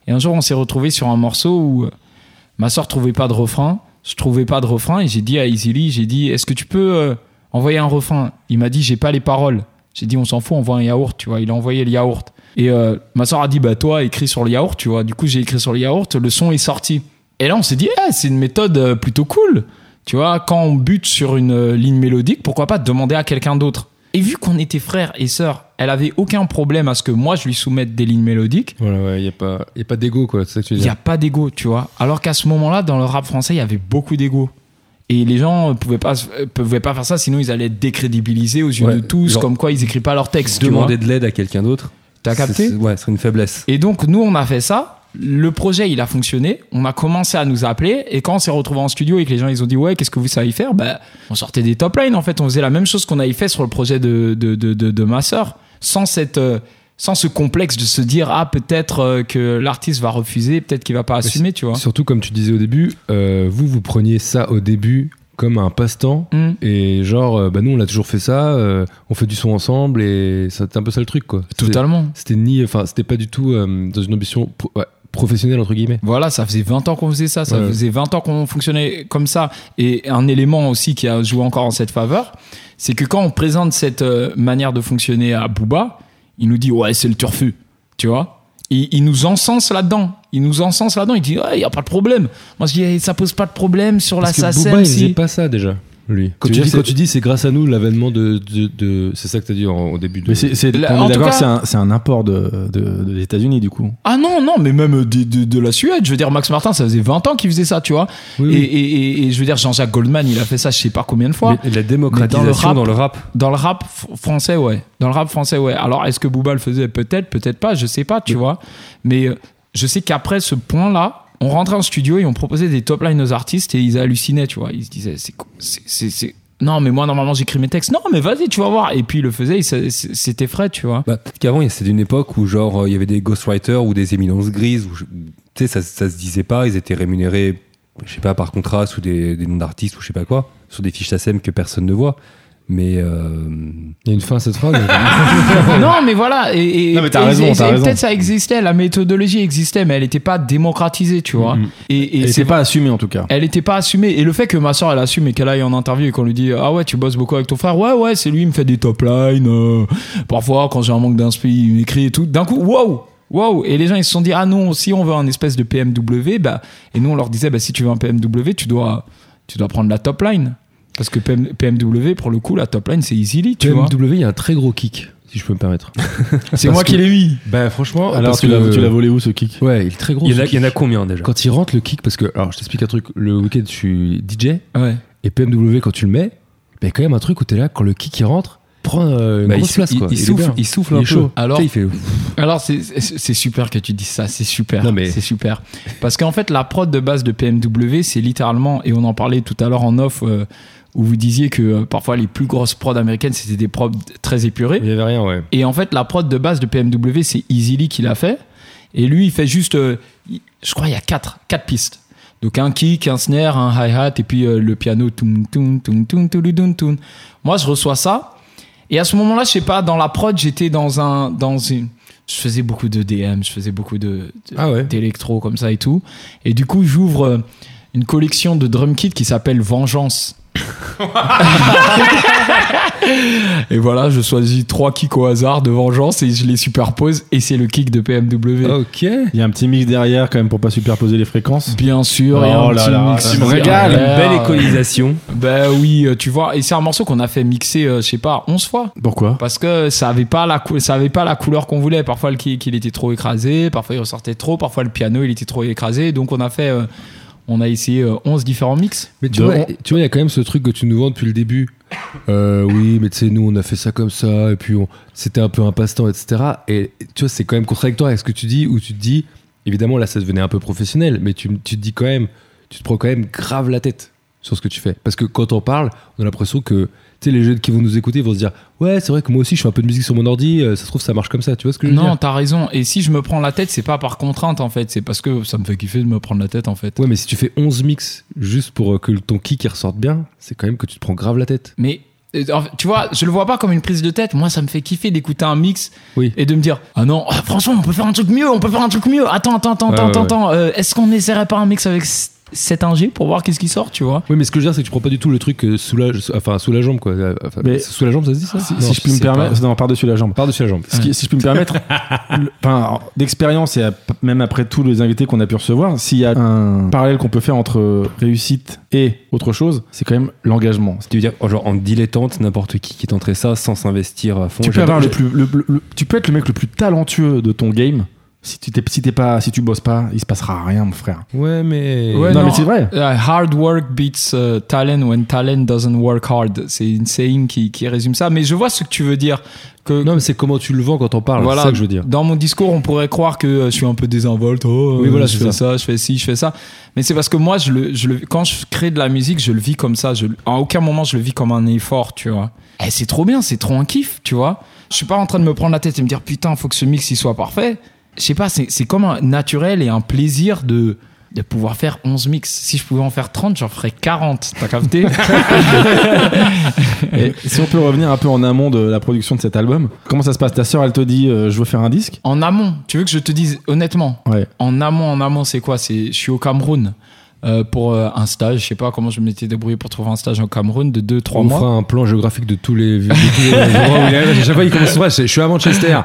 [SPEAKER 3] Et un jour, on s'est retrouvé sur un morceau où euh, ma soeur trouvait pas de refrain. Je trouvais pas de refrain et j'ai dit à Easily, j'ai dit est-ce que tu peux euh, envoyer un refrain Il m'a dit j'ai pas les paroles. J'ai dit on s'en fout, envoie un yaourt, tu vois. Il a envoyé le yaourt. Et euh, ma soeur a dit bah toi écris sur le yaourt, tu vois. Du coup j'ai écrit sur le yaourt, le son est sorti. Et là, on s'est dit, Eh, c'est une méthode euh, plutôt cool. Tu vois, quand on bute sur une euh, ligne mélodique, pourquoi pas demander à quelqu'un d'autre Et vu qu'on était frères et sœurs, elle avait aucun problème à ce que moi je lui soumette des lignes mélodiques.
[SPEAKER 2] Voilà, ouais, y a pas, y a pas d'ego, quoi, c'est ça que tu veux
[SPEAKER 3] Il
[SPEAKER 2] dire.
[SPEAKER 3] n'y a pas d'ego, tu vois. Alors qu'à ce moment-là, dans le rap français, il y avait beaucoup d'ego. Et les gens euh, pouvaient pas, euh, pouvaient pas faire ça, sinon ils allaient être décrédibilisés aux yeux
[SPEAKER 1] Ouais,
[SPEAKER 3] de tous,
[SPEAKER 1] genre-
[SPEAKER 3] comme quoi ils écrivent pas leurs textes. tu vois.
[SPEAKER 1] Demander de l'aide à quelqu'un d'autre.
[SPEAKER 3] T'as capté
[SPEAKER 1] c'est- c'est- Ouais, c'est une faiblesse.
[SPEAKER 3] Et donc, nous, on a fait ça. Le projet, il a fonctionné. On a commencé à nous appeler. Et quand on s'est retrouvés en studio et que les gens, ils ont dit, ouais, qu'est-ce que vous savez faire bah, On sortait des top lines, en fait. On faisait la même chose qu'on avait fait sur le projet de, de, de, de, de ma sœur. Sans cette, euh, sans ce complexe de se dire ah peut-être euh, que l'artiste va refuser, peut-être qu'il va pas assumer, tu vois.
[SPEAKER 2] Surtout comme tu disais au début, euh, vous vous preniez ça au début comme un passe-temps
[SPEAKER 3] Mm.
[SPEAKER 2] et genre euh, bah nous on a toujours fait ça, euh, on fait du son ensemble et c'était un peu ça le truc quoi. C'était-
[SPEAKER 3] Totalement.
[SPEAKER 2] C'était ni, enfin c'était pas du tout euh, dans une ambition pro- ouais, professionnelle entre guillemets.
[SPEAKER 3] Voilà, ça faisait 20 ans qu'on faisait ça, ça
[SPEAKER 2] Ouais.
[SPEAKER 3] faisait 20 ans qu'on fonctionnait comme ça. Et un élément aussi qui a joué encore en cette faveur, c'est que quand on présente cette euh, manière de fonctionner à Booba, il nous dit ouais, c'est le turfu, tu vois. Il, il nous encense là-dedans. Il nous encense là-dedans. Il dit ouais, il y a pas de problème. Moi je dis eh, ça pose pas de problème sur la
[SPEAKER 2] Parce que
[SPEAKER 3] SACEM,
[SPEAKER 2] Booba, il
[SPEAKER 3] si.
[SPEAKER 2] faisait pas ça déjà. Lui. Quand
[SPEAKER 4] Tu
[SPEAKER 2] tu,
[SPEAKER 4] veux
[SPEAKER 2] dis,
[SPEAKER 4] dire,
[SPEAKER 2] quand
[SPEAKER 4] c'est-
[SPEAKER 2] tu dis c'est grâce à nous l'avènement de, de, de- c'est ça que t'as dit en- au début de.
[SPEAKER 4] Mais c'est, c'est,
[SPEAKER 3] Là,
[SPEAKER 4] on
[SPEAKER 3] en
[SPEAKER 4] est
[SPEAKER 3] tout
[SPEAKER 4] d'accord,
[SPEAKER 3] cas-
[SPEAKER 4] c'est un, c'est un import de, de- des États-Unis du coup.
[SPEAKER 3] Ah non non, mais même de, de- de la Suède. Je veux dire Max Martin, ça faisait 20 ans qu'il faisait ça, tu vois.
[SPEAKER 2] Oui,
[SPEAKER 3] Et,
[SPEAKER 2] oui.
[SPEAKER 3] et- et- et je veux dire Jean-Jacques Goldman, il a fait ça je sais pas combien de fois.
[SPEAKER 1] Mais la démocratisation
[SPEAKER 3] Mais dans le rap-
[SPEAKER 1] dans le rap,
[SPEAKER 3] Dans le rap fr- français, ouais. Dans le rap français, ouais. Alors, est-ce que Booba le faisait Peut-être, peut-être pas, je sais pas, tu vois. Mais euh, je sais qu'après ce point-là, on rentrait en studio et on proposait des top lines aux artistes et ils hallucinaient, tu vois. Ils se disaient, c'est. co- c'est- c'est- c'est- Non, mais moi, normalement, j'écris mes textes. Non, mais vas-y, tu vas voir. Et puis, il le faisait, il se- c'était frais, tu vois.
[SPEAKER 1] Bah, peut-être qu'avant, il y a- c'était une époque où, genre, euh, il y avait des ghostwriters ou des éminences grises, où, je- tu sais, ça, ça se disait pas, ils étaient rémunérés, je sais pas, par contrat, sous des, des noms d'artistes ou je sais pas quoi, sur des fiches ASM que personne ne voit. Mais euh,
[SPEAKER 2] Il y a une fin à cette phrase.
[SPEAKER 3] non, mais voilà. Et, et-
[SPEAKER 4] Non, mais t'as
[SPEAKER 3] et-
[SPEAKER 4] raison,
[SPEAKER 3] et-
[SPEAKER 4] t'as
[SPEAKER 3] et
[SPEAKER 4] raison.
[SPEAKER 3] Peut-être ça existait, la méthodologie existait, mais elle n'était pas démocratisée, tu
[SPEAKER 4] Mm,
[SPEAKER 3] vois. Et, et
[SPEAKER 4] Et
[SPEAKER 3] c'est
[SPEAKER 4] c'est pas assumé en tout cas.
[SPEAKER 3] Elle était pas assumée. Et le fait que ma soeur, elle assume et qu'elle aille en interview et qu'on lui dit Ah ouais, tu bosses beaucoup avec ton frère. Ouais, ouais, c'est lui, il me fait des top lines. euh, parfois, quand j'ai un manque d'inspi, il m'écrit et tout. D'un coup, wow! Wow! Et les gens, ils se sont dit Ah non, si on veut un espèce de PMW, bah, et nous, on leur disait bah, Si tu veux un PMW, tu dois, tu dois prendre la top line. Parce que PM PMW, pour le coup, la top line, c'est easily, tu vois.
[SPEAKER 2] BMW, il y a un très gros kick, si je peux me permettre.
[SPEAKER 3] C'est
[SPEAKER 2] parce
[SPEAKER 3] moi qui
[SPEAKER 2] que-
[SPEAKER 3] l'ai mis.
[SPEAKER 2] bah franchement,
[SPEAKER 4] Alors
[SPEAKER 2] parce
[SPEAKER 4] tu l'as,
[SPEAKER 2] que-
[SPEAKER 4] tu l'as volé où ce kick
[SPEAKER 2] Ouais, il est très gros.
[SPEAKER 1] il y,
[SPEAKER 2] ce
[SPEAKER 1] en a-
[SPEAKER 2] kick.
[SPEAKER 1] il y en a combien déjà
[SPEAKER 2] Quand il rentre le kick, parce que, alors je t'explique un truc, le week-end je suis DJ,
[SPEAKER 3] Ouais.
[SPEAKER 2] et PMW quand tu le mets, bah, il y a quand même un truc où t'es là, quand le kick il rentre, prend euh, une
[SPEAKER 1] Bah,
[SPEAKER 2] grosse
[SPEAKER 1] il,
[SPEAKER 2] place
[SPEAKER 1] il-
[SPEAKER 2] quoi.
[SPEAKER 1] il
[SPEAKER 2] est
[SPEAKER 1] souffle,
[SPEAKER 2] bien.
[SPEAKER 1] il souffle
[SPEAKER 2] Il
[SPEAKER 1] un
[SPEAKER 2] est
[SPEAKER 1] peu.
[SPEAKER 2] chaud.
[SPEAKER 3] Alors-
[SPEAKER 1] Tu sais, il fait ouf.
[SPEAKER 3] Alors, c'est- c'est c'est super que tu dises ça, c'est super.
[SPEAKER 2] Non, mais-
[SPEAKER 3] C'est super. Parce qu'en fait, la prod de base de PMW, c'est littéralement, et on en parlait tout à l'heure en off, euh, où vous disiez que euh, parfois les plus grosses prods américaines, c'était des prods très épurées.
[SPEAKER 2] Il y avait rien, ouais.
[SPEAKER 3] Et en fait, la prod de base de PMW, c'est Easily qui l'a fait. Et lui, il fait juste, euh, il- je crois, il y a quatre, quatre pistes. Donc un kick, un snare, un hi-hat, et puis euh, le piano. toum, toum, toum, toum, touloudoum, toum. Moi, je reçois ça. Et à ce moment-là, je sais pas, dans la prod, j'étais dans un, dans une, je faisais beaucoup de DM, je faisais beaucoup de, de-
[SPEAKER 2] Ah ouais.
[SPEAKER 3] d'électro comme ça et tout. Et du coup, j'ouvre euh, une collection de drum kits qui s'appelle Vengeance. et voilà, je choisis trois kicks au hasard de Vengeance et je les superpose et c'est le kick de PMW.
[SPEAKER 4] Oh.
[SPEAKER 2] Ok.
[SPEAKER 4] Il y a un petit mix derrière quand même pour pas superposer les fréquences.
[SPEAKER 3] Bien sûr,
[SPEAKER 4] Oh
[SPEAKER 3] et un
[SPEAKER 4] là
[SPEAKER 3] petit
[SPEAKER 4] là,
[SPEAKER 3] mix
[SPEAKER 4] tu me
[SPEAKER 3] derrière.
[SPEAKER 4] régales.
[SPEAKER 1] Une belle écolisation.
[SPEAKER 3] Ben oui, euh, tu vois, et c'est un morceau qu'on a fait mixer, euh, je sais pas, 11 fois.
[SPEAKER 4] Pourquoi
[SPEAKER 3] Parce que ça avait pas la, cou- ça avait pas la couleur qu'on voulait. Parfois, le kick, il était trop écrasé. Parfois, il ressortait trop. Parfois, le piano, il était trop écrasé. Donc, on a fait, euh, on a essayé euh, 11 différents mix.
[SPEAKER 2] Mais tu
[SPEAKER 4] De-
[SPEAKER 2] vois, tu vois, il y a quand même ce truc que tu nous vends depuis le début. Euh, oui, mais tu sais, nous, on a fait ça comme ça, et puis on- c'était un peu un passe-temps, etc. Et tu vois, c'est quand même contradictoire avec ce que tu dis, où tu te dis, évidemment, là, ça devenait un peu professionnel, mais tu, tu te dis quand même, tu te prends quand même grave la tête sur ce que tu fais. Parce que quand on parle, on a l'impression que, tu sais, les jeunes qui vont nous écouter vont se dire, ouais, c'est vrai que moi aussi, je fais un peu de musique sur mon ordi, euh, ça se trouve, ça marche comme ça, tu vois ce que je veux
[SPEAKER 3] Non,
[SPEAKER 2] dire
[SPEAKER 3] t'as raison. Et si je me prends la tête, c'est pas par contrainte, en fait. C'est parce que ça me fait kiffer de me prendre la tête, en fait.
[SPEAKER 2] Ouais, mais si tu fais 11 mix juste pour euh, que ton kick il ressorte bien, c'est quand même que tu te prends grave la tête.
[SPEAKER 3] Mais euh, en fait, tu vois, je le vois pas comme une prise de tête. Moi, ça me fait kiffer d'écouter un mix
[SPEAKER 2] Oui.
[SPEAKER 3] et de me dire Ah non, ah, franchement, on peut faire un truc mieux, on peut faire un truc mieux. Attends, attends, attends,
[SPEAKER 2] Ouais,
[SPEAKER 3] attends,
[SPEAKER 2] ouais,
[SPEAKER 3] attends. euh, Est-ce qu'on essaierait pas un mix avec c- cet ingé pour voir qu'est-ce qui sort, tu vois
[SPEAKER 2] Oui, mais ce que je veux dire, c'est que tu prends pas du tout le truc euh, sous la, enfin, sous la jambe, quoi. Euh, Enfin,
[SPEAKER 4] Mais-
[SPEAKER 2] sous la jambe, ça se dit ça
[SPEAKER 4] Si,
[SPEAKER 2] Non,
[SPEAKER 4] si je puis me
[SPEAKER 2] sais pas.
[SPEAKER 4] permettre, non, par-dessus la jambe.
[SPEAKER 2] Par-dessus la jambe.
[SPEAKER 4] Ce qui- si je puis me permettre, le- enfin, alors, d'expérience et ap- même après tous les invités qu'on a pu recevoir, s'il y a un parallèle qu'on peut faire entre réussite et autre chose, c'est quand même l'engagement.
[SPEAKER 1] Tu veux dire, genre, en dilettante, n'importe qui qui tenterait ça sans s'investir à fond.
[SPEAKER 4] Tu peux,
[SPEAKER 1] J'adore-
[SPEAKER 4] avoir le plus, le- le- le- tu peux être le mec le plus talentueux de ton game Si tu t'es, si t'es pas, si tu bosses pas, il se passera rien, mon frère.
[SPEAKER 2] Ouais, mais.
[SPEAKER 3] Ouais,
[SPEAKER 4] non,
[SPEAKER 3] non.
[SPEAKER 4] mais c'est vrai.
[SPEAKER 3] Euh, hard work beats euh, talent when talent doesn't work hard. C'est une saying qui, qui résume ça. Mais je vois ce que tu veux dire. Que,
[SPEAKER 2] Non, mais c'est comment tu le vends quand on parle,
[SPEAKER 3] Voilà.
[SPEAKER 2] Ah, c'est ça que je veux dire.
[SPEAKER 3] Dans mon discours, on pourrait croire que euh, je suis un peu désinvolte. Oh,
[SPEAKER 2] Oui,
[SPEAKER 3] euh,
[SPEAKER 2] voilà,
[SPEAKER 3] je
[SPEAKER 2] c'est
[SPEAKER 3] fais ça. je fais ci, je fais ça. Mais c'est parce que moi, je le, je le- quand je crée de la musique, je le vis comme ça. Je, le- à aucun moment, je le vis comme un effort, tu vois. Eh, c'est trop bien, c'est trop un kiff, tu vois. Je suis pas en train de me prendre la tête et me dire putain, faut que ce mix il soit parfait. Je sais pas, c'est c'est comme un naturel et un plaisir de de pouvoir faire 11 mix. Si je pouvais en faire 30, j'en ferais 40. T'as capté
[SPEAKER 4] Et si on peut revenir un peu en amont de la production de cet album, comment ça se passe Ta sœur, elle te dit, euh, je veux faire un disque.
[SPEAKER 3] En amont, tu veux que je te dise honnêtement
[SPEAKER 4] Ouais.
[SPEAKER 3] En amont, en amont, c'est quoi C'est je suis au Cameroun euh, pour euh, un stage. Je sais pas comment je m'étais débrouillé pour trouver un stage au Cameroun de 2-3
[SPEAKER 2] on
[SPEAKER 3] mois.
[SPEAKER 2] fera un plan géographique de tous les, de tous les endroits où il est. À Chaque fois, il commence ouais, c'est- Je suis à Manchester. et là.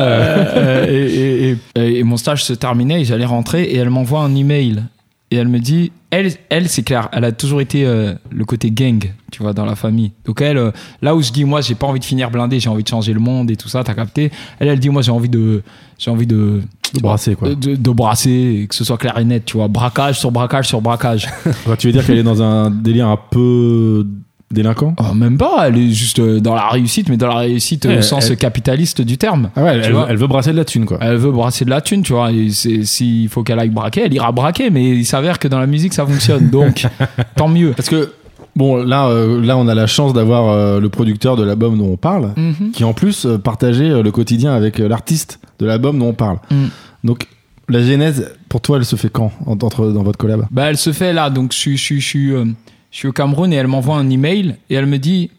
[SPEAKER 2] euh,
[SPEAKER 3] Euh, et, et- et- et mon stage se terminait et j'allais rentrer et elle m'envoie un email et elle me dit elle elle c'est clair elle a toujours été euh, le côté gang tu vois dans la famille donc elle euh, là où je dis moi j'ai pas envie de finir blindé j'ai envie de changer le monde et tout ça t'as capté elle elle dit moi j'ai envie de j'ai envie de
[SPEAKER 4] De brasser, quoi.
[SPEAKER 3] de, de brasser et que ce soit clair et net tu vois braquage sur braquage sur braquage
[SPEAKER 4] Enfin, tu veux dire qu'elle est dans un délire un peu délinquant
[SPEAKER 3] Oh, même pas elle est juste euh, dans la réussite mais dans la réussite euh,
[SPEAKER 4] Elle-
[SPEAKER 3] au sens
[SPEAKER 4] elle-
[SPEAKER 3] capitaliste du terme
[SPEAKER 4] Ah ouais, elle,
[SPEAKER 3] Tu
[SPEAKER 4] elle-
[SPEAKER 3] vois.
[SPEAKER 4] elle veut brasser de la thune, quoi.
[SPEAKER 3] Elle veut brasser de la thune, tu vois. et c'est- S'il faut qu'elle aille braquer, elle ira braquer. Mais il s'avère que dans la musique, ça fonctionne. Donc, tant mieux.
[SPEAKER 4] Parce que bon, là, euh, là, on a la chance d'avoir euh, le producteur de l'album dont on parle,
[SPEAKER 3] Mhm.
[SPEAKER 4] qui en plus euh, partageait euh, le quotidien avec euh, l'artiste de l'album dont on parle.
[SPEAKER 3] Mm.
[SPEAKER 4] Donc la genèse, pour toi, elle se fait quand en- entre, dans votre collab
[SPEAKER 3] Bah, elle se fait là. Donc, je, suis- je, suis- je, suis, euh, je suis au Cameroun et elle m'envoie un email et elle me dit,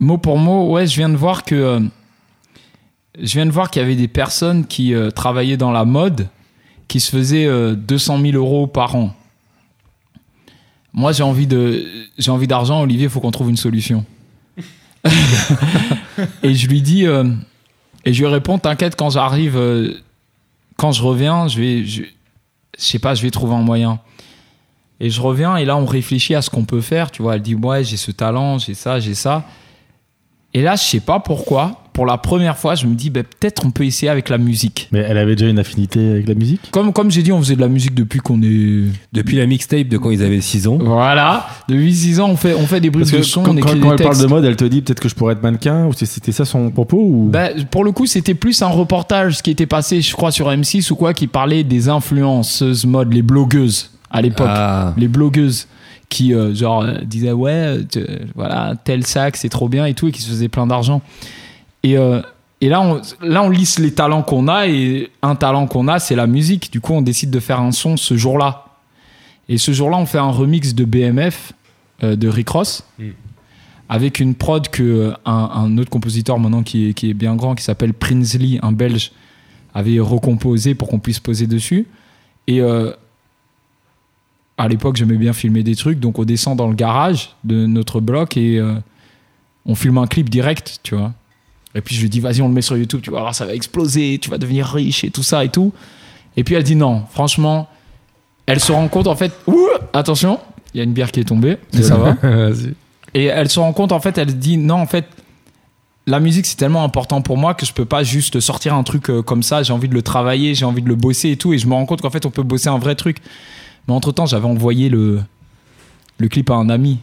[SPEAKER 3] mot pour mot, ouais, je viens de voir que. euh, je viens de voir qu'il y avait des personnes qui euh, travaillaient dans la mode qui se faisaient euh, 200 000 euros par an. Moi, j'ai envie de, j'ai envie d'argent, Olivier, il faut qu'on trouve une solution. et je lui dis, euh, et je lui réponds, t'inquiète, quand j'arrive, euh, quand je reviens, je vais, je, je sais pas, je vais trouver un moyen. Et je reviens, et là, on réfléchit à ce qu'on peut faire. Tu vois, elle dit, ouais, j'ai ce talent, j'ai ça, j'ai ça. Et là, je sais pas pourquoi, pour la première fois, je me dis, ben, peut-être on peut essayer avec la musique.
[SPEAKER 4] Mais elle avait déjà une affinité avec la musique.
[SPEAKER 3] Comme, comme j'ai dit, on faisait de la musique depuis qu'on est.
[SPEAKER 1] Depuis la mixtape de quand ils avaient 6 ans.
[SPEAKER 3] Voilà, de 8-6 ans, on fait, on fait des
[SPEAKER 4] Parce
[SPEAKER 3] briques
[SPEAKER 4] que
[SPEAKER 3] de son,
[SPEAKER 4] quand,
[SPEAKER 3] on écrit
[SPEAKER 4] quand-
[SPEAKER 3] des
[SPEAKER 4] quand elle
[SPEAKER 3] textes.
[SPEAKER 4] parle de mode, elle te dit peut-être que je pourrais être mannequin ou c'est- c'était ça son propos ou
[SPEAKER 3] Bah, pour le coup, c'était plus un reportage, ce qui était passé, je crois, sur M6 ou quoi, qui parlait des influenceuses mode, les blogueuses à l'époque.
[SPEAKER 1] Ah,
[SPEAKER 3] Les blogueuses qui, euh, genre, euh, disaient ouais, euh, tu- euh, voilà, tel sac, c'est trop bien et tout, et qui se faisaient plein d'argent. Et, euh, et là, on, là, on lisse les talents qu'on a, et un talent qu'on a, c'est la musique. Du coup, on décide de faire un son ce jour-là. Et ce jour-là, on fait un remix de BMF, euh, de Rick Ross, avec une prod que euh, un, un autre compositeur maintenant qui est, qui est bien grand, qui s'appelle Prinsley, un Belge, avait recomposé pour qu'on puisse poser dessus. Et euh, à l'époque, j'aimais bien filmer des trucs, donc on descend dans le garage de notre bloc et euh, on filme un clip direct, tu vois. Et puis je lui dis, vas-y, on le met sur YouTube, tu vas voir, ça va exploser, tu vas devenir riche et tout ça et tout. Et puis elle dit non, franchement, elle se rend compte en fait, ouh, attention, il y a une bière qui est tombée, mais ça va.
[SPEAKER 2] Vas-y.
[SPEAKER 3] Et elle se rend compte, en fait, elle se dit non, en fait, la musique c'est tellement important pour moi que je peux pas juste sortir un truc euh, comme ça. J'ai envie de le travailler, j'ai envie de le bosser et tout. Et je me rends compte qu'en fait, on peut bosser un vrai truc. Mais entre temps, j'avais envoyé le, le clip à un ami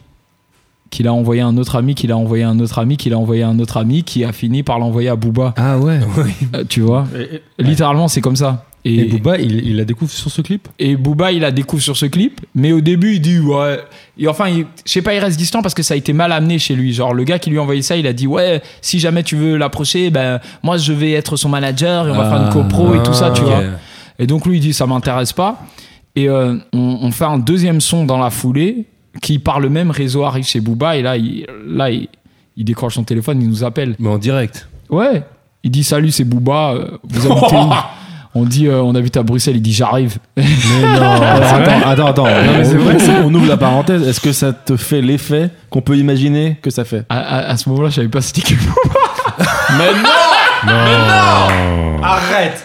[SPEAKER 3] qui l'a envoyé à un autre ami, qui l'a envoyé à un autre ami, qui l'a envoyé à un autre ami, qui a fini par l'envoyer à Booba.
[SPEAKER 2] Ah ouais.
[SPEAKER 3] Euh, tu vois Littéralement, c'est comme ça.
[SPEAKER 2] Et Booba, il, il la découvre sur ce clip
[SPEAKER 3] Et Booba, il la découvre sur ce clip, mais au début, il dit ouais. Et enfin, il- je sais pas, il reste distant parce que ça a été mal amené chez lui. Genre, le gars qui lui a envoyé ça, il a dit ouais, si jamais tu veux l'approcher, ben moi je vais être son manager et on va faire une copro et tout ça, tu
[SPEAKER 1] ok.
[SPEAKER 3] vois. Et donc lui, il dit ça m'intéresse pas. Et euh, on, on fait un deuxième son dans la foulée qui, par le même réseau, arrive chez Booba. Et là, il, là, il- il décroche son téléphone, il nous appelle.
[SPEAKER 1] Mais en direct.
[SPEAKER 3] Ouais. Il dit salut, c'est Booba. euh, Vous habitez où On dit euh, on habite à Bruxelles. Il dit j'arrive.
[SPEAKER 4] attends, attends, attends. on, on ouvre la parenthèse. Est-ce que ça te fait l'effet qu'on peut imaginer que ça fait
[SPEAKER 3] À, à- à ce moment-là, je savais pas c'était que
[SPEAKER 5] Arrête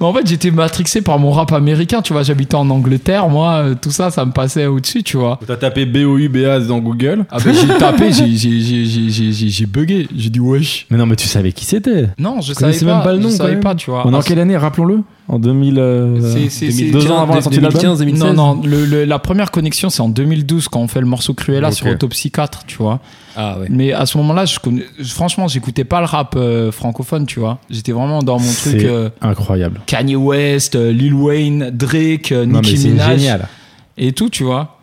[SPEAKER 3] Mais en fait, j'étais matrixé par mon rap américain, tu vois. J'habitais en Angleterre, moi, euh, tout ça, ça me passait au-dessus, tu vois.
[SPEAKER 4] T'as tapé B-O-U-B-A dans Google
[SPEAKER 3] Ah ben, j'ai tapé, j'ai- j'ai- j'ai- j'ai j'ai- j'ai- j'ai bugué. J'ai dit wesh.
[SPEAKER 4] Mais non, mais tu savais qui c'était
[SPEAKER 3] Non, je savais
[SPEAKER 4] connaissais
[SPEAKER 3] pas.
[SPEAKER 4] même pas le nom,
[SPEAKER 3] Je
[SPEAKER 4] quand
[SPEAKER 3] savais
[SPEAKER 4] même.
[SPEAKER 3] pas, tu vois.
[SPEAKER 4] On est en
[SPEAKER 3] Ah,
[SPEAKER 4] quelle année, rappelons-le En 2000. euh,
[SPEAKER 3] C'est- c'est- c'est-
[SPEAKER 4] 2002, deux ans avant la sortie de l'album
[SPEAKER 1] 2015, 2016.
[SPEAKER 3] Non, non, le- le- la première connexion, c'est en 2012 quand on fait le morceau Cruella sur
[SPEAKER 1] Ok.
[SPEAKER 3] Autopsy 4, tu vois.
[SPEAKER 1] Ah ouais.
[SPEAKER 3] Mais à ce moment-là, je connais- franchement, j'écoutais pas le rap euh, francophone, tu vois. J'étais vraiment dans mon
[SPEAKER 4] C'est
[SPEAKER 3] truc euh,
[SPEAKER 4] Incroyable.
[SPEAKER 3] Kanye West, euh, Lil Wayne, Drake, euh,
[SPEAKER 4] Non, mais
[SPEAKER 3] Nicki
[SPEAKER 4] c'est
[SPEAKER 3] Minaj
[SPEAKER 4] génial.
[SPEAKER 3] et tout, tu vois.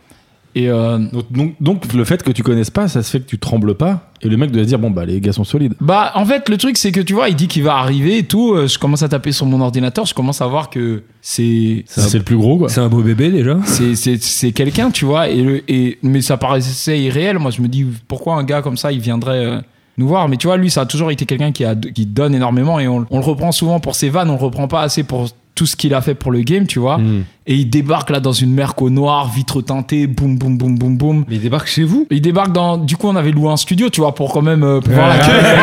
[SPEAKER 3] Et euh,
[SPEAKER 4] Donc, donc- donc, le fait que tu connaisses pas, ça se fait que tu trembles pas. Et le mec doit se dire bon, bah les gars sont solides.
[SPEAKER 3] bah, en fait, le truc, c'est que tu vois, il dit qu'il va arriver et tout. euh, Je commence à taper sur mon ordinateur, je commence à voir que c'est
[SPEAKER 1] C'est un-
[SPEAKER 4] C'est le plus gros, quoi.
[SPEAKER 1] C'est un beau bébé déjà.
[SPEAKER 3] c'est- c'est c'est quelqu'un, tu vois. Et, le- et- mais ça paraissait irréel. Moi, je me dis, pourquoi un gars comme ça, il viendrait euh, nous voir Mais tu vois, lui, ça a toujours été quelqu'un qui, a, qui donne énormément et on, on le reprend souvent pour ses vannes, on le reprend pas assez pour tout ce qu'il a fait pour le game, tu vois.
[SPEAKER 2] Hmm.
[SPEAKER 3] Et il débarque là dans une merco noire, vitre teintée, boum, boum, boum, boum, boum.
[SPEAKER 2] Mais il débarque chez vous
[SPEAKER 3] Il débarque dans. Du coup, on avait loué un studio, tu vois, pour quand même euh, pouvoir l'accueillir.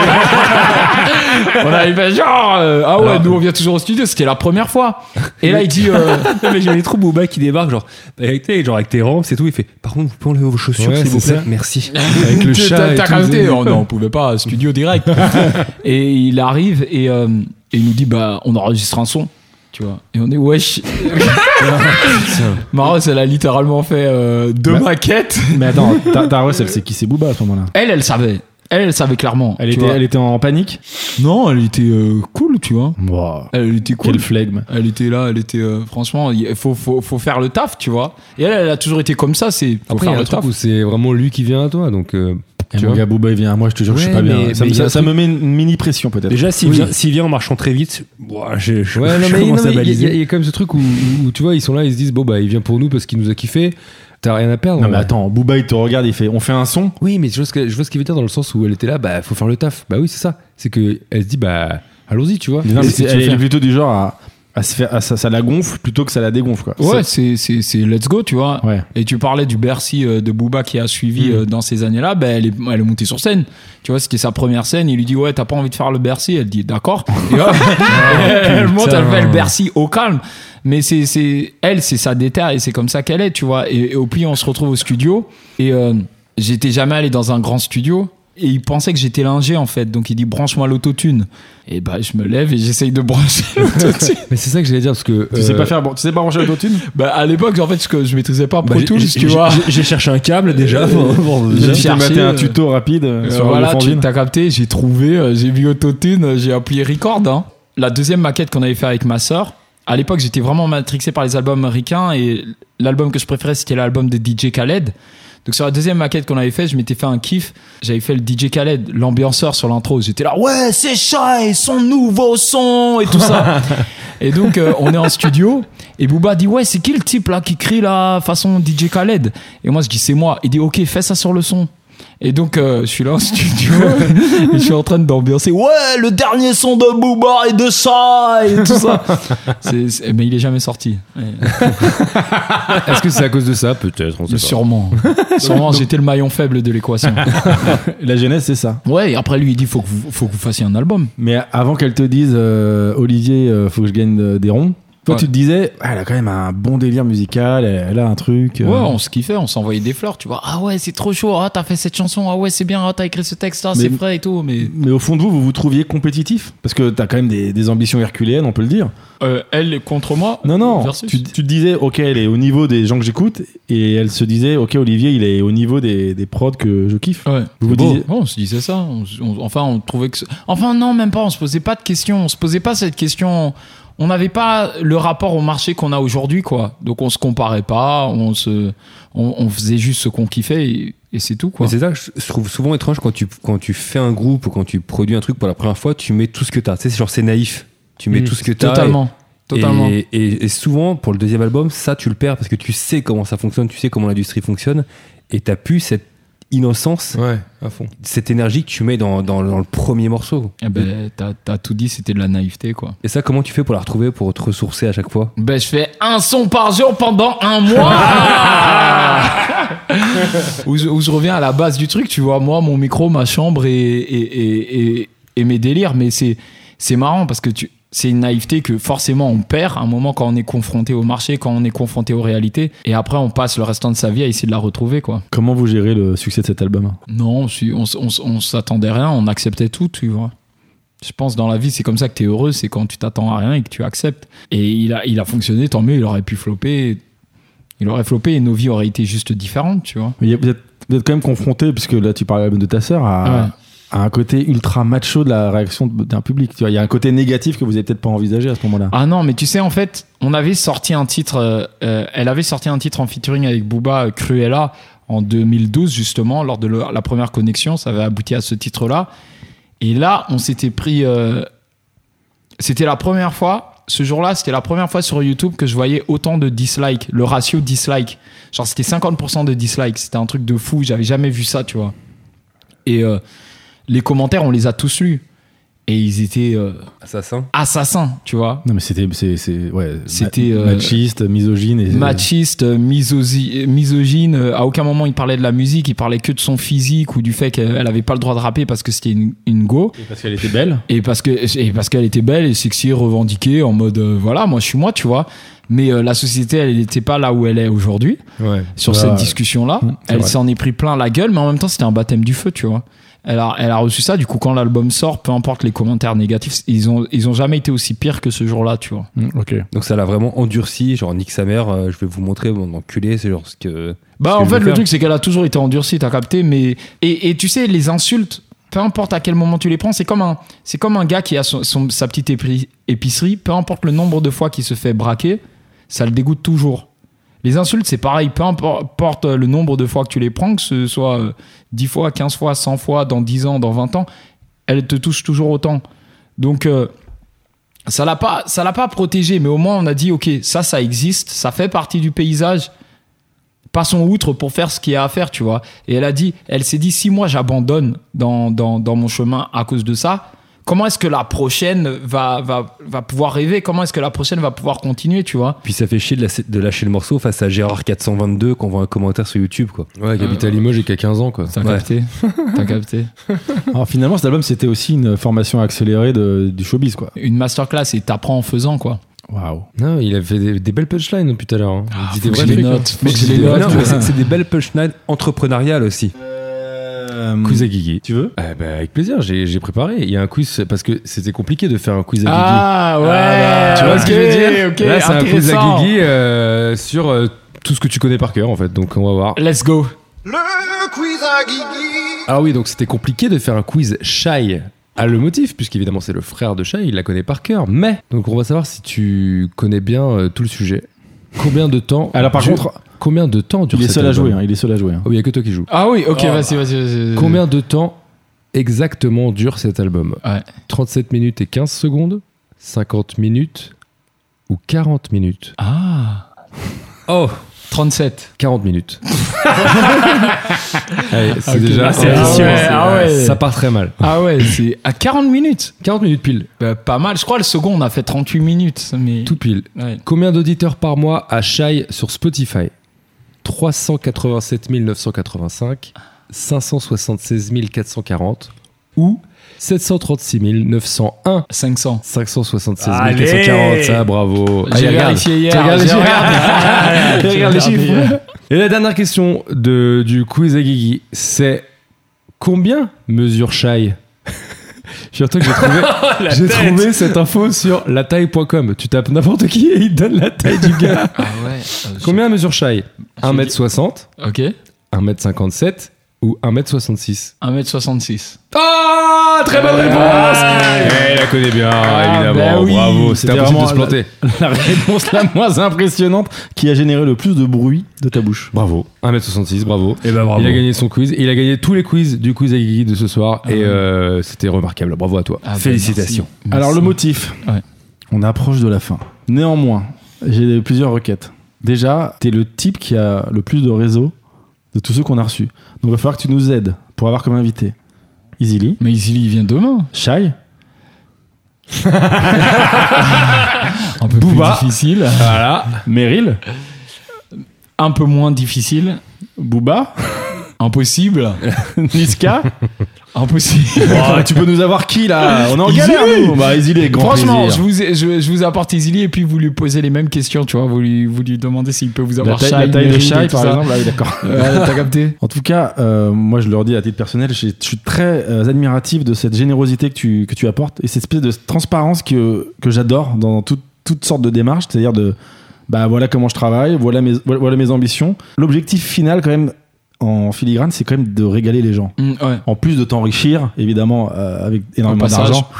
[SPEAKER 3] on avait fait genre. euh, ah ouais, nous on vient toujours au studio, c'était la première fois. Et là, il dit. euh,
[SPEAKER 1] Non, mais j'avais trop Booba qui débarque, genre avec tes, genre avec tes rampes, c'est tout. Il fait Par contre, vous pouvez enlever vos chaussures,
[SPEAKER 2] Ouais,
[SPEAKER 1] s'il vous
[SPEAKER 2] c'est
[SPEAKER 1] plaît
[SPEAKER 2] ça.
[SPEAKER 1] Merci.
[SPEAKER 2] Avec le
[SPEAKER 3] T'as-
[SPEAKER 2] chat. et
[SPEAKER 3] T'as
[SPEAKER 2] tout,
[SPEAKER 3] capté
[SPEAKER 2] vous
[SPEAKER 3] Oh
[SPEAKER 2] avez-
[SPEAKER 3] non, on pouvait pas, studio direct. et il arrive et, euh, et il nous dit bah on enregistre un son, tu vois. Et on est wesh. Maros, elle a littéralement fait euh, deux
[SPEAKER 4] Bah-
[SPEAKER 3] maquettes.
[SPEAKER 4] Mais attends, ta, ta Russ, elle sait qui c'est Booba à ce moment-là.
[SPEAKER 3] Elle, elle savait. Elle, elle savait clairement.
[SPEAKER 4] Elle
[SPEAKER 3] tu
[SPEAKER 4] était,
[SPEAKER 3] vois.
[SPEAKER 4] elle était en panique
[SPEAKER 3] Non, elle était euh, cool, tu vois.
[SPEAKER 4] Bah,
[SPEAKER 3] Elle était cool.
[SPEAKER 4] Quel flegme.
[SPEAKER 3] Elle était là, elle était. euh, franchement, il faut, faut, faut faire le taf, tu vois. Et elle, elle a toujours été comme ça, c'est. Faut
[SPEAKER 2] Après, il y
[SPEAKER 3] faire
[SPEAKER 2] a un
[SPEAKER 3] le
[SPEAKER 2] truc
[SPEAKER 3] taf.
[SPEAKER 2] où c'est vraiment lui qui vient à toi. Donc, euh,
[SPEAKER 4] Et
[SPEAKER 2] tu
[SPEAKER 4] Eh, mon
[SPEAKER 2] vois.
[SPEAKER 4] gars, Booba, il vient. Moi, je te jure, je suis
[SPEAKER 1] Ouais,
[SPEAKER 4] pas bien.
[SPEAKER 1] mais-
[SPEAKER 4] ça
[SPEAKER 1] mais
[SPEAKER 4] me,
[SPEAKER 1] il y a
[SPEAKER 4] ça-
[SPEAKER 1] un
[SPEAKER 4] ça
[SPEAKER 1] truc-
[SPEAKER 4] me met une mini pression, peut-être.
[SPEAKER 1] Déjà, s'il
[SPEAKER 2] Oui.
[SPEAKER 1] vient, s'il vient en marchant très vite, ouah, j'ai- je
[SPEAKER 2] Ouais, non,
[SPEAKER 1] je
[SPEAKER 2] mais non,
[SPEAKER 1] commence à
[SPEAKER 2] mais il y, a-
[SPEAKER 1] baliser.
[SPEAKER 2] il y a comme ce truc où, où- où, tu vois, ils sont là, ils se disent, bon, bah, il vient pour nous parce qu'il nous a kiffé. T'as rien à perdre.
[SPEAKER 4] Non, mais attends, Booba, il te regarde, il fait on fait un son.
[SPEAKER 2] Oui, mais je vois, ce que- je vois ce qu'il veut dire dans le sens où elle était là, bah, faut faire le taf. Bah oui, c'est ça. C'est que elle se dit, bah, allons-y, tu vois.
[SPEAKER 4] Non, mais
[SPEAKER 2] Qu'est-ce que
[SPEAKER 4] c'est-
[SPEAKER 2] tu veux
[SPEAKER 4] elle est
[SPEAKER 2] faire
[SPEAKER 4] plutôt du genre à, à se faire. à- ça, ça la gonfle plutôt que ça la dégonfle, quoi.
[SPEAKER 3] Ouais, c'est c'est- c'est let's go, tu vois.
[SPEAKER 4] Ça- ouais.
[SPEAKER 3] Et tu parlais du Bercy euh, de Booba qui a
[SPEAKER 1] Mhm.
[SPEAKER 3] suivi euh, dans ces années-là, ben, elle, est, elle est montée sur scène. Tu vois, c'était sa première scène. Il lui dit Ouais, t'as pas envie de faire le Bercy Elle dit D'accord. Et hop,
[SPEAKER 1] Ah,
[SPEAKER 3] elle monte, elle fait le Bercy au calme. Mais c'est, c'est, elle, c'est sa déterre et c'est comme ça qu'elle est, tu vois. Et, et au pire, on se retrouve au studio. Et euh, j'étais jamais allé dans un grand studio. Et il pensait que j'étais lingé en fait. Donc il dit Branche-moi l'autotune. Et bah, je me lève et j'essaye de brancher l'autotune.
[SPEAKER 2] Mais c'est ça que j'allais dire parce que.
[SPEAKER 4] Tu sais
[SPEAKER 2] euh,
[SPEAKER 4] pas faire, tu sais pas brancher l'autotune
[SPEAKER 3] bah, à l'époque, en fait, ce que je maîtrisais pas
[SPEAKER 1] Bah,
[SPEAKER 3] Pro
[SPEAKER 1] j'ai-
[SPEAKER 3] Tools,
[SPEAKER 1] j'ai-
[SPEAKER 3] tu vois.
[SPEAKER 1] j'ai- J'ai cherché un câble déjà. bon, bon,
[SPEAKER 4] J'ai
[SPEAKER 1] déjà.
[SPEAKER 3] cherché,
[SPEAKER 4] maté
[SPEAKER 3] euh,
[SPEAKER 4] un tuto rapide euh,
[SPEAKER 3] Euh,
[SPEAKER 4] sur
[SPEAKER 3] voilà,
[SPEAKER 4] le
[SPEAKER 3] tu
[SPEAKER 4] fanzine.
[SPEAKER 3] t'as capté, j'ai trouvé, euh, j'ai vu Autotune, euh, j'ai appuyé record. hein. La deuxième maquette qu'on avait fait avec ma sœur, à l'époque, j'étais vraiment matrixé par les albums américains et l'album que je préférais, c'était l'album de DJ Khaled. Donc sur la deuxième maquette qu'on avait fait, je m'étais fait un kiff. J'avais fait le DJ Khaled, l'ambianceur sur l'intro. J'étais là, ouais, c'est Shy, son nouveau son et tout ça. et donc euh, on est en studio et Booba dit ouais, c'est qui le type là qui crie la façon DJ Khaled Et moi je dis c'est moi. Il dit ok, fais ça sur le son. Et donc, euh, je suis là en studio et je suis en train d'ambiancer. Ouais, le dernier son de Booba et de ça et tout ça. C'est- c'est- mais il est jamais sorti. Ouais.
[SPEAKER 2] Est-ce que c'est à cause de ça Peut-être, on sait pas.
[SPEAKER 3] Sûrement. Sûrement, j'étais le maillon faible de l'équation.
[SPEAKER 4] La jeunesse, c'est ça.
[SPEAKER 3] Ouais, et après lui, il dit faut que vous, faut que vous fassiez un album.
[SPEAKER 4] Mais avant qu'elle te dise, euh, Olivier, euh, faut que je gagne euh, des ronds. Toi,
[SPEAKER 3] Ouais.
[SPEAKER 4] tu te disais, Ah, elle a quand même un bon délire musical, elle, elle a un truc. euh,
[SPEAKER 3] Ouais, on se kiffait, on s'envoyait des fleurs, tu vois. Ah ouais, c'est trop chaud. Ah, t'as fait cette chanson. Ah ouais, c'est bien. Ah, t'as écrit ce texte. Ah, c'est
[SPEAKER 4] Mais-
[SPEAKER 3] vrai et tout. Mais
[SPEAKER 4] Mais au fond de vous, vous vous trouviez compétitif Parce que t'as quand même des, des ambitions herculéennes, on peut le dire.
[SPEAKER 3] euh, elle contre moi.
[SPEAKER 4] Non, non, tu, tu te disais, ok, elle est au niveau des gens que j'écoute, et elle se disait, ok, Olivier, il est au niveau des, des prods que je kiffe.
[SPEAKER 3] Ouais.
[SPEAKER 4] Vous vous
[SPEAKER 3] Bon,
[SPEAKER 4] disiez-
[SPEAKER 3] bon, on se disait ça. On se- on- enfin, on trouvait que. ce- Enfin, non, même pas. On se posait pas de questions. On se posait pas cette question. On n'avait pas le rapport au marché qu'on a aujourd'hui, quoi. Donc, on se comparait pas. On se, on, on faisait juste ce qu'on kiffait et, et c'est tout, quoi.
[SPEAKER 1] Mais c'est ça, que je je trouve souvent étrange quand tu, quand tu fais un groupe ou quand tu produis un truc pour la première fois, tu mets tout ce que t'as. Tu sais, c'est genre, c'est naïf. Tu mets
[SPEAKER 2] Mm.
[SPEAKER 1] tout ce que t'as.
[SPEAKER 3] Totalement.
[SPEAKER 1] et-
[SPEAKER 3] Totalement.
[SPEAKER 1] Et, et- et souvent, pour le deuxième album, ça, tu le perds parce que tu sais comment ça fonctionne, tu sais comment l'industrie fonctionne et t'as plus cette innocence,
[SPEAKER 2] Ouais, à fond.
[SPEAKER 1] cette énergie que tu mets dans, dans- dans le premier morceau.
[SPEAKER 3] Eh ben, t'as, t'as tout dit. C'était de la naïveté, quoi.
[SPEAKER 1] Et ça, comment tu fais pour la retrouver, pour te ressourcer à chaque fois
[SPEAKER 3] Ben, je fais un son par jour pendant un mois. où, je, où je reviens à la base du truc, tu vois. Moi, mon micro, ma chambre et, et, et, et- et mes délires. Mais c'est, c'est marrant parce que tu, c'est une naïveté que forcément on perd à un moment quand on est confronté au marché, quand on est confronté aux réalités. Et après, on passe le restant de sa vie à essayer de la retrouver, quoi.
[SPEAKER 4] Comment vous gérez le succès de cet album
[SPEAKER 3] Non, si- on, s- on s- on s'attendait à rien, on acceptait tout, tu vois. Je pense dans la vie, c'est comme ça que t'es heureux, c'est quand tu t'attends à rien et que tu acceptes. Et il a, il a fonctionné, tant mieux, il aurait pu flopper. Il aurait flopé et nos vies auraient été juste différentes, tu vois.
[SPEAKER 4] Il y a- Vous êtes, vous êtes quand même confronté, puisque là tu parles de ta sœur, à,
[SPEAKER 3] Ouais.
[SPEAKER 4] à un côté ultra macho de la réaction de- d'un public. Tu vois, il y a un côté négatif que vous n'avez peut-être pas envisagé à ce moment-là.
[SPEAKER 3] Ah non, mais tu sais, en fait, on avait sorti un titre, euh, euh, elle avait sorti un titre en featuring avec Booba euh, Cruella en 2012, justement, lors de le- la première connexion. Ça avait abouti à ce titre-là. Et là, on s'était pris. euh, c'était la première fois, ce jour-là, c'était la première fois sur YouTube que je voyais autant de dislikes, le ratio dislike. Genre, c'était 50% de dislikes. C'était un truc de fou. J'avais jamais vu ça, tu vois. Et euh, les commentaires, on les a tous lus. Et ils étaient euh,
[SPEAKER 1] Assassin.
[SPEAKER 3] assassins, tu vois.
[SPEAKER 4] Non, mais c'était. c'est- c'est- ouais,
[SPEAKER 3] C'était,
[SPEAKER 4] ma-
[SPEAKER 3] euh,
[SPEAKER 4] machiste, misogyne. Et,
[SPEAKER 3] machiste, euh, misosi- euh, misogyne. euh, À aucun moment il parlait de la musique, il parlait que de son physique ou du fait qu'elle avait pas le droit de rapper parce que c'était une, une go
[SPEAKER 4] parce qu'elle était belle.
[SPEAKER 3] et parce que et parce qu'elle était belle et sexy, revendiquée en mode euh, voilà moi je suis moi tu vois. Mais euh, la société elle n'était pas là où elle est aujourd'hui
[SPEAKER 2] Ouais.
[SPEAKER 3] sur
[SPEAKER 4] Ouais.
[SPEAKER 3] cette discussion là.
[SPEAKER 4] Mmh, c'est
[SPEAKER 3] Elle
[SPEAKER 4] vrai.
[SPEAKER 3] s'en est pris plein la gueule, mais en même temps c'était un baptême du feu tu vois. Elle a, elle a reçu ça, du coup quand l'album sort, peu importe les commentaires négatifs, ils ont, ils ont jamais été aussi pires que ce jour-là, tu vois.
[SPEAKER 4] ok.
[SPEAKER 1] Donc ça l'a vraiment endurci, genre nique sa mère, euh, je vais vous montrer mon enculé, c'est genre ce que. ce que
[SPEAKER 3] Bah
[SPEAKER 1] je
[SPEAKER 3] en fait
[SPEAKER 1] veux
[SPEAKER 3] le
[SPEAKER 1] faire.
[SPEAKER 3] truc c'est qu'elle a toujours été endurcie, t'as capté, mais et, et tu sais les insultes, peu importe à quel moment tu les prends, c'est comme un c'est comme un gars qui a son, son- sa petite épri- épicerie, peu importe le nombre de fois qu'il se fait braquer, ça le dégoûte toujours. Les insultes c'est pareil, peu importe le nombre de fois que tu les prends, que ce soit euh, 10 fois, 15 fois, 100 fois, dans 10 ans, dans 20 ans, elles te touchent toujours autant. Donc euh, ça l'a pas ça l'a pas protégé, mais au moins on a dit ok ça ça existe, ça fait partie du paysage passons outre pour faire ce qu'il y a à faire, tu vois. Et elle a dit, elle s'est dit, si moi j'abandonne dans, dans, dans mon chemin à cause de ça, comment est-ce que la prochaine va, va, va pouvoir rêver Comment est-ce que la prochaine va pouvoir continuer, tu vois
[SPEAKER 1] Puis ça fait chier de, la- de lâcher le morceau face à Gérard 422 qu'on voit un commentaire sur YouTube quoi.
[SPEAKER 2] Ouais, qui
[SPEAKER 4] Euh,
[SPEAKER 2] habite à Limoges et qui a 15 ans, quoi.
[SPEAKER 3] T'as
[SPEAKER 1] Ouais.
[SPEAKER 3] capté T'as capté
[SPEAKER 4] Alors finalement, cet album, c'était aussi une formation accélérée de- du showbiz, quoi.
[SPEAKER 3] Une masterclass et t'apprends en faisant, quoi.
[SPEAKER 4] Waouh.
[SPEAKER 2] Non, il a fait des, des belles punchlines depuis tout à l'heure. hein.
[SPEAKER 4] Ah,
[SPEAKER 2] Il dit des
[SPEAKER 3] faut que
[SPEAKER 2] vrais
[SPEAKER 3] je les
[SPEAKER 2] trucs,
[SPEAKER 3] note,
[SPEAKER 2] hein.
[SPEAKER 3] faut que je les
[SPEAKER 2] Il dit des vrais
[SPEAKER 1] Non,
[SPEAKER 2] trucs.
[SPEAKER 1] mais c'est c'est des belles punchlines entrepreneuriales aussi.
[SPEAKER 4] Euh, Kusagigi. Tu veux
[SPEAKER 2] Ah bah, avec plaisir, j'ai j'ai préparé. Il y a un quiz parce que c'était compliqué de faire un quiz à Guigui.
[SPEAKER 3] Ah ouais
[SPEAKER 2] tu vois ce que je veux dire
[SPEAKER 3] ok,
[SPEAKER 2] Là, c'est un quiz à
[SPEAKER 3] intéressant.
[SPEAKER 2] Guigui euh, sur euh, tout ce que tu connais par cœur en fait. Donc on va voir.
[SPEAKER 3] Let's go
[SPEAKER 5] Le quiz à Guigui.
[SPEAKER 2] Ah oui, donc c'était compliqué de faire un quiz Shai à le motif, puisqu'évidemment c'est le frère de Shai, il la connaît par cœur. Mais donc on va savoir si tu connais bien euh, tout le sujet. Combien de temps
[SPEAKER 4] Alors par
[SPEAKER 2] dure-
[SPEAKER 4] contre,
[SPEAKER 2] combien de temps dure
[SPEAKER 4] il est
[SPEAKER 2] cet
[SPEAKER 4] seul à
[SPEAKER 2] album
[SPEAKER 4] jouer. hein, il est seul à jouer. hein.
[SPEAKER 2] Oh, il y a que toi qui joues.
[SPEAKER 3] Ah oui, ok, vas-y, vas-y, vas-y. vas-y.
[SPEAKER 2] Oh. Combien de temps exactement dure cet album
[SPEAKER 3] Ouais.
[SPEAKER 2] 37 minutes et 15 secondes 50 minutes ou 40 minutes
[SPEAKER 3] Ah
[SPEAKER 1] Oh
[SPEAKER 3] 37.
[SPEAKER 2] 40 minutes. Allez, c'est déjà.
[SPEAKER 3] Ah, c'est ambitieux,
[SPEAKER 2] ouais,
[SPEAKER 3] c'est- ah ouais.
[SPEAKER 2] Ça part très mal.
[SPEAKER 3] Ah ouais, c'est à 40 minutes
[SPEAKER 2] 40 minutes pile.
[SPEAKER 3] Bah, pas mal, je crois le second on a fait 38 minutes, mais...
[SPEAKER 2] Tout pile.
[SPEAKER 3] Ouais.
[SPEAKER 2] Combien d'auditeurs par mois a Shai sur Spotify 387 985, 576 440 ou 736 901
[SPEAKER 3] 500.
[SPEAKER 2] 576
[SPEAKER 6] Allez
[SPEAKER 2] 440. Ça, Ah, bravo.
[SPEAKER 4] Ah,
[SPEAKER 2] Allez,
[SPEAKER 3] J'ai
[SPEAKER 2] regarde.
[SPEAKER 3] vérifié hier.
[SPEAKER 2] Tu regardes,
[SPEAKER 3] j'ai
[SPEAKER 2] tu regardes.
[SPEAKER 3] regardé.
[SPEAKER 2] Tu regardes les
[SPEAKER 3] J'ai regardé
[SPEAKER 2] chiffres.
[SPEAKER 3] hier.
[SPEAKER 2] Et la dernière question de, du quiz à Guigui, c'est combien mesure Shai Je suis que j'ai trouvé, j'ai trouvé cette info sur la taille.com. Tu tapes n'importe qui et il te donne la taille du gars.
[SPEAKER 3] Ah ouais. euh,
[SPEAKER 2] combien mesure Shai 1m60,
[SPEAKER 3] je- Ok.
[SPEAKER 2] 1m57 ou 1m66
[SPEAKER 3] 1m66.
[SPEAKER 2] Ah, très bonne réponse Eh, Il la connaît bien, évidemment.
[SPEAKER 4] bah oui,
[SPEAKER 2] Bravo,
[SPEAKER 4] c'était
[SPEAKER 2] c'était impossible de
[SPEAKER 4] vraiment
[SPEAKER 2] se planter.
[SPEAKER 4] La réponse la moins impressionnante qui a généré le plus de bruit de ta bouche.
[SPEAKER 2] Bravo, 1m66, Eh ben, bravo.
[SPEAKER 1] Et bah bravo.
[SPEAKER 2] Il a gagné son quiz. Il a gagné tous les quiz du quiz à Guigui de ce soir. et euh, c'était remarquable. Bravo à toi.
[SPEAKER 3] Ah bah,
[SPEAKER 1] Félicitations.
[SPEAKER 3] merci.
[SPEAKER 4] Alors le
[SPEAKER 3] Merci.
[SPEAKER 4] motif,
[SPEAKER 3] Ouais.
[SPEAKER 4] on approche de la fin. Néanmoins, j'ai plusieurs requêtes. Déjà, t'es le type qui a le plus de réseaux de tous ceux qu'on a reçus. Donc il va falloir que tu nous aides pour avoir comme invité Easyly,
[SPEAKER 3] Mais Izzy, il vient demain.
[SPEAKER 4] Shai,
[SPEAKER 3] Un peu
[SPEAKER 4] Booba.
[SPEAKER 3] plus difficile.
[SPEAKER 2] Voilà.
[SPEAKER 4] Meryl,
[SPEAKER 3] Un peu moins difficile.
[SPEAKER 4] Booba,
[SPEAKER 3] Impossible.
[SPEAKER 4] Niska
[SPEAKER 3] Impossible.
[SPEAKER 4] Oh, tu peux nous avoir qui là On est en
[SPEAKER 3] Izzy
[SPEAKER 4] galère nous Bah Izzy est grand
[SPEAKER 3] Franchement,
[SPEAKER 4] plaisir.
[SPEAKER 3] je vous, je, je vous apporte Izzy et puis vous lui posez les mêmes questions, tu vois. Vous lui, vous lui demandez s'il peut vous
[SPEAKER 4] la
[SPEAKER 3] avoir
[SPEAKER 4] taille,
[SPEAKER 3] Shine,
[SPEAKER 4] la taille de
[SPEAKER 3] Meryl
[SPEAKER 4] Shai
[SPEAKER 3] et tout
[SPEAKER 4] par
[SPEAKER 3] ça. Euh,
[SPEAKER 4] exemple, ah oui, d'accord.
[SPEAKER 3] Ouais, T'as capté
[SPEAKER 4] En tout cas, euh, moi je leur dis à titre personnel, j'ai- je suis très euh, admiratif de cette générosité que tu, que tu apportes et cette espèce de transparence que, que j'adore dans tout- toutes sortes de démarches, c'est-à-dire de bah voilà comment je travaille, voilà mes, voilà, voilà mes ambitions. L'objectif final quand même en filigrane, c'est quand même de régaler les gens.
[SPEAKER 3] Mm, ouais.
[SPEAKER 4] En plus de t'enrichir, évidemment, euh, avec énormément
[SPEAKER 3] Au passage.
[SPEAKER 4] d'argent.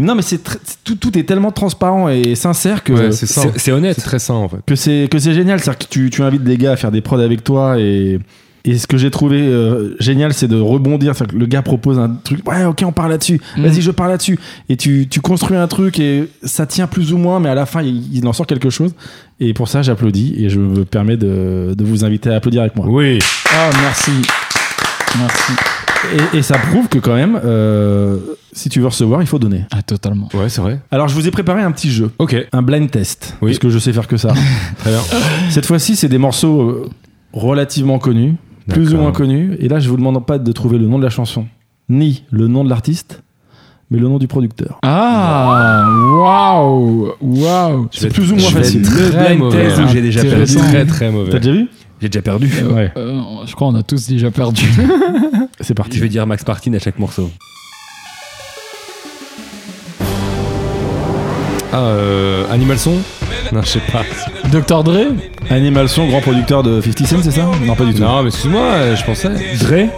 [SPEAKER 4] Non, mais c'est tr- c'est- tout, tout est tellement transparent et sincère que
[SPEAKER 2] Ouais, c'est ça.
[SPEAKER 1] C'est c'est honnête.
[SPEAKER 2] C'est très sain en fait.
[SPEAKER 4] que c'est que c'est génial c'est à dire que tu, tu invites des gars à faire des prods avec toi et et ce que j'ai trouvé euh, génial c'est de rebondir C'est-à-dire que le gars propose un truc ouais ok on parle là-dessus
[SPEAKER 3] Mm.
[SPEAKER 4] vas-y je parle là-dessus et tu, tu construis un truc et ça tient plus ou moins mais à la fin il, il en sort quelque chose et pour ça j'applaudis et je me permets de, de vous inviter à applaudir avec moi
[SPEAKER 6] Oui.
[SPEAKER 3] Ah, merci. Merci.
[SPEAKER 4] et, et ça prouve que quand même euh, si tu veux recevoir il faut donner
[SPEAKER 3] Ah, totalement.
[SPEAKER 2] Ouais, c'est vrai.
[SPEAKER 4] alors je vous ai préparé un petit jeu
[SPEAKER 2] Ok,
[SPEAKER 4] un blind test
[SPEAKER 2] Oui.
[SPEAKER 4] parce que je sais faire que ça
[SPEAKER 2] très bien.
[SPEAKER 4] Cette fois-ci, c'est des morceaux euh, relativement connus, plus ou
[SPEAKER 2] D'accord.
[SPEAKER 4] moins connus. Et là, je vous demande pas de trouver le nom de la chanson, ni le nom de l'artiste, mais le nom du producteur.
[SPEAKER 3] Ah, waouh. Waouh.
[SPEAKER 4] C'est plus ou moins
[SPEAKER 2] je vais
[SPEAKER 4] facile.
[SPEAKER 2] être
[SPEAKER 1] Le
[SPEAKER 2] très
[SPEAKER 1] blind
[SPEAKER 2] mauvais,
[SPEAKER 1] test
[SPEAKER 2] hein.
[SPEAKER 1] où j'ai déjà
[SPEAKER 3] Intéressant.
[SPEAKER 1] perdu.
[SPEAKER 2] Très très mauvais.
[SPEAKER 4] T'as déjà vu
[SPEAKER 1] J'ai déjà perdu.
[SPEAKER 4] Ouais,
[SPEAKER 3] Euh, je crois qu'on a tous déjà perdu.
[SPEAKER 4] c'est
[SPEAKER 1] Je
[SPEAKER 4] parti.
[SPEAKER 1] vais dire Max Martin à chaque morceau.
[SPEAKER 2] Ah, euh, Animal Son Non, je sais pas.
[SPEAKER 3] Dr. Dre
[SPEAKER 4] Animal Son, grand producteur de 50 Cent, c'est ça Non, pas du tout.
[SPEAKER 2] Non, mais excuse-moi, euh, je pensais.
[SPEAKER 1] Dre